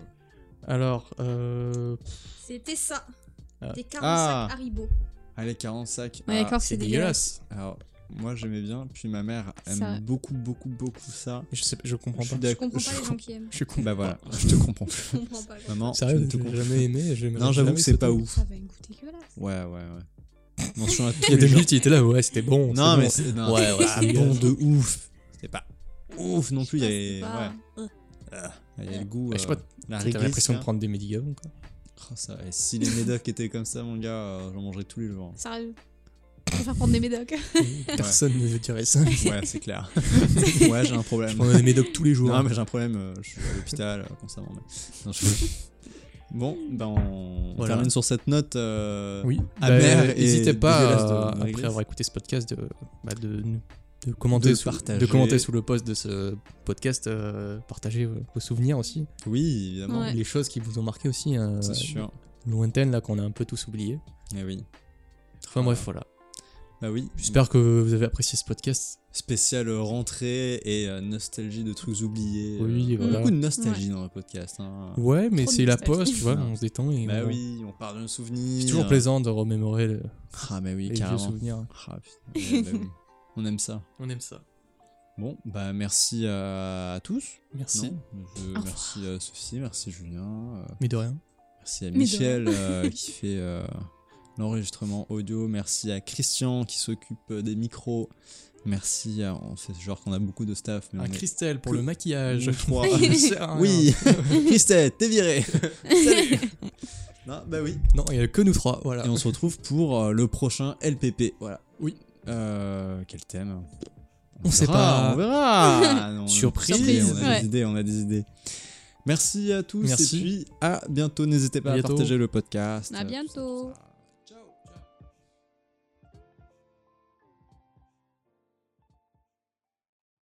Speaker 3: Alors, euh,
Speaker 2: C'était ça.
Speaker 3: Ah.
Speaker 2: Des 45
Speaker 1: Ah.
Speaker 2: Haribo.
Speaker 1: Allez, 40 sacs.
Speaker 2: Ouais,
Speaker 1: Ah,
Speaker 2: d'accord, c'est
Speaker 3: c'est
Speaker 2: dégueulasse.
Speaker 3: dégueulasse.
Speaker 1: Alors, moi j'aimais bien, puis ma mère aime
Speaker 2: Ça-
Speaker 1: beaucoup, beaucoup, beaucoup ça.
Speaker 3: Je sais, je comprends
Speaker 1: Je suis
Speaker 3: pas.
Speaker 2: Je
Speaker 1: d'accord.
Speaker 2: comprends pas les gens qui aiment.
Speaker 3: Je suis con.
Speaker 1: Bah voilà, je te comprends plus.
Speaker 2: Je comprends pas. quoi.
Speaker 1: Maman, je
Speaker 3: Sérieux,
Speaker 1: ne te
Speaker 3: j'ai
Speaker 1: comprends
Speaker 3: jamais aimé. j'ai
Speaker 1: Non,
Speaker 3: jamais-
Speaker 1: j'avoue
Speaker 3: jamais
Speaker 1: que c'est pas
Speaker 3: goûté.
Speaker 1: ouf.
Speaker 2: Ça va une goût dégueulasse.
Speaker 1: Ouais, ouais, ouais. Mention à tous
Speaker 3: Il y a
Speaker 1: les
Speaker 3: des
Speaker 1: gens.
Speaker 3: minutes, il était là, ouais, c'était bon.
Speaker 1: Non,
Speaker 3: c'est
Speaker 1: mais
Speaker 3: bon.
Speaker 1: c'est non,
Speaker 3: Ouais,
Speaker 1: c'est
Speaker 3: ouais,
Speaker 1: pas
Speaker 3: c'est
Speaker 1: bon
Speaker 3: dégueulasse.
Speaker 1: de ouf. C'était pas ouf non plus. Il y
Speaker 2: Je sais
Speaker 1: avait,
Speaker 2: pas,
Speaker 1: ouais,
Speaker 2: c'est pas-
Speaker 1: il y avait le goût.
Speaker 3: Eh, Je sais pas,
Speaker 1: euh, la
Speaker 3: t'avais l'impression de
Speaker 1: réglisse,
Speaker 3: prendre des médicaments, quoi.
Speaker 1: là. Oh, ça, et si les médocs étaient comme ça, mon gars, euh, j'en mangerais tous les jours.
Speaker 2: Sérieux. Je préfère prendre des médocs.
Speaker 3: Personne ne dirait ça.
Speaker 1: Ouais, c'est clair. ouais, j'ai un
Speaker 3: Je
Speaker 1: problème.
Speaker 3: prends des médocs tous les jours.
Speaker 1: Non, mais j'ai un problème, euh, je suis à l'hôpital euh, constamment. mais- Non, je- Bon, ben on on
Speaker 3: Voilà.
Speaker 1: termine sur cette note. euh,
Speaker 3: Oui, Bah,
Speaker 1: Amer et dégueulasse de-
Speaker 3: n'hésitez pas, à-
Speaker 1: de
Speaker 3: après
Speaker 1: réglisse.
Speaker 3: avoir écouté ce podcast, de, bah, de, de commenter
Speaker 1: De
Speaker 3: sous,
Speaker 1: partager.
Speaker 3: de commenter sous le post de ce podcast, euh, partagez vos vos souvenirs aussi,
Speaker 1: Oui, évidemment.
Speaker 2: Ouais.
Speaker 3: les choses qui vous ont marqué aussi, euh,
Speaker 1: C'est sûr.
Speaker 3: lointaines là qu'on a un peu tous oublié.
Speaker 1: Eh oui.
Speaker 3: Enfin bref, voilà.
Speaker 1: Bah oui.
Speaker 3: J'espère que vous avez apprécié ce podcast.
Speaker 1: Spécial euh, rentrée et euh, nostalgie de trucs oubliés.
Speaker 3: Oui,
Speaker 1: euh,
Speaker 3: voilà.
Speaker 1: Beaucoup de nostalgie dans le podcast. hein.
Speaker 3: Ouais, mais
Speaker 2: Trop de
Speaker 3: c'est la
Speaker 2: nostalgie.
Speaker 3: poste, tu vois,
Speaker 1: Non.
Speaker 3: on se détend et
Speaker 1: Bah
Speaker 3: on-
Speaker 1: oui, on parle de nos souvenirs.
Speaker 3: c'est toujours plaisant de remémorer le-
Speaker 1: Ah, bah oui,
Speaker 3: les vieux
Speaker 1: carrément.
Speaker 3: souvenirs.
Speaker 1: Ah, putain, ouais, bah oui. On aime ça.
Speaker 3: On aime ça.
Speaker 1: Bon, bah merci euh, à, à tous.
Speaker 3: Merci.
Speaker 1: Non, je-
Speaker 2: revoir.
Speaker 1: merci à Sophie, merci Julien. euh,
Speaker 3: Mais de rien.
Speaker 1: Merci à
Speaker 2: Mais de
Speaker 1: Michel euh, qui fait euh, l'enregistrement audio. Merci à Christian qui s'occupe euh, des micros. Merci à. On fait genre qu'on a beaucoup de staff. Mais
Speaker 3: À
Speaker 1: on est-
Speaker 3: Christelle pour le
Speaker 1: Nous
Speaker 3: maquillage.
Speaker 1: nous trois.
Speaker 3: Ça sert à rien.
Speaker 1: oui Christelle, t'es viré Salut Non, bah oui.
Speaker 3: Non, il y a que nous trois, voilà.
Speaker 1: Et on se retrouve pour euh, le prochain LPP. Voilà.
Speaker 3: Oui.
Speaker 1: Euh, quel thème
Speaker 3: On sait
Speaker 1: verra,
Speaker 3: pas.
Speaker 1: On verra Non, on-
Speaker 3: Surprise.
Speaker 1: On a des
Speaker 2: Ouais.
Speaker 1: idées, on a des idées. Merci à tous
Speaker 3: Merci.
Speaker 1: et puis à bientôt. N'hésitez pas
Speaker 3: Bientôt.
Speaker 1: à partager le podcast.
Speaker 2: À bientôt.
Speaker 1: Tout ça.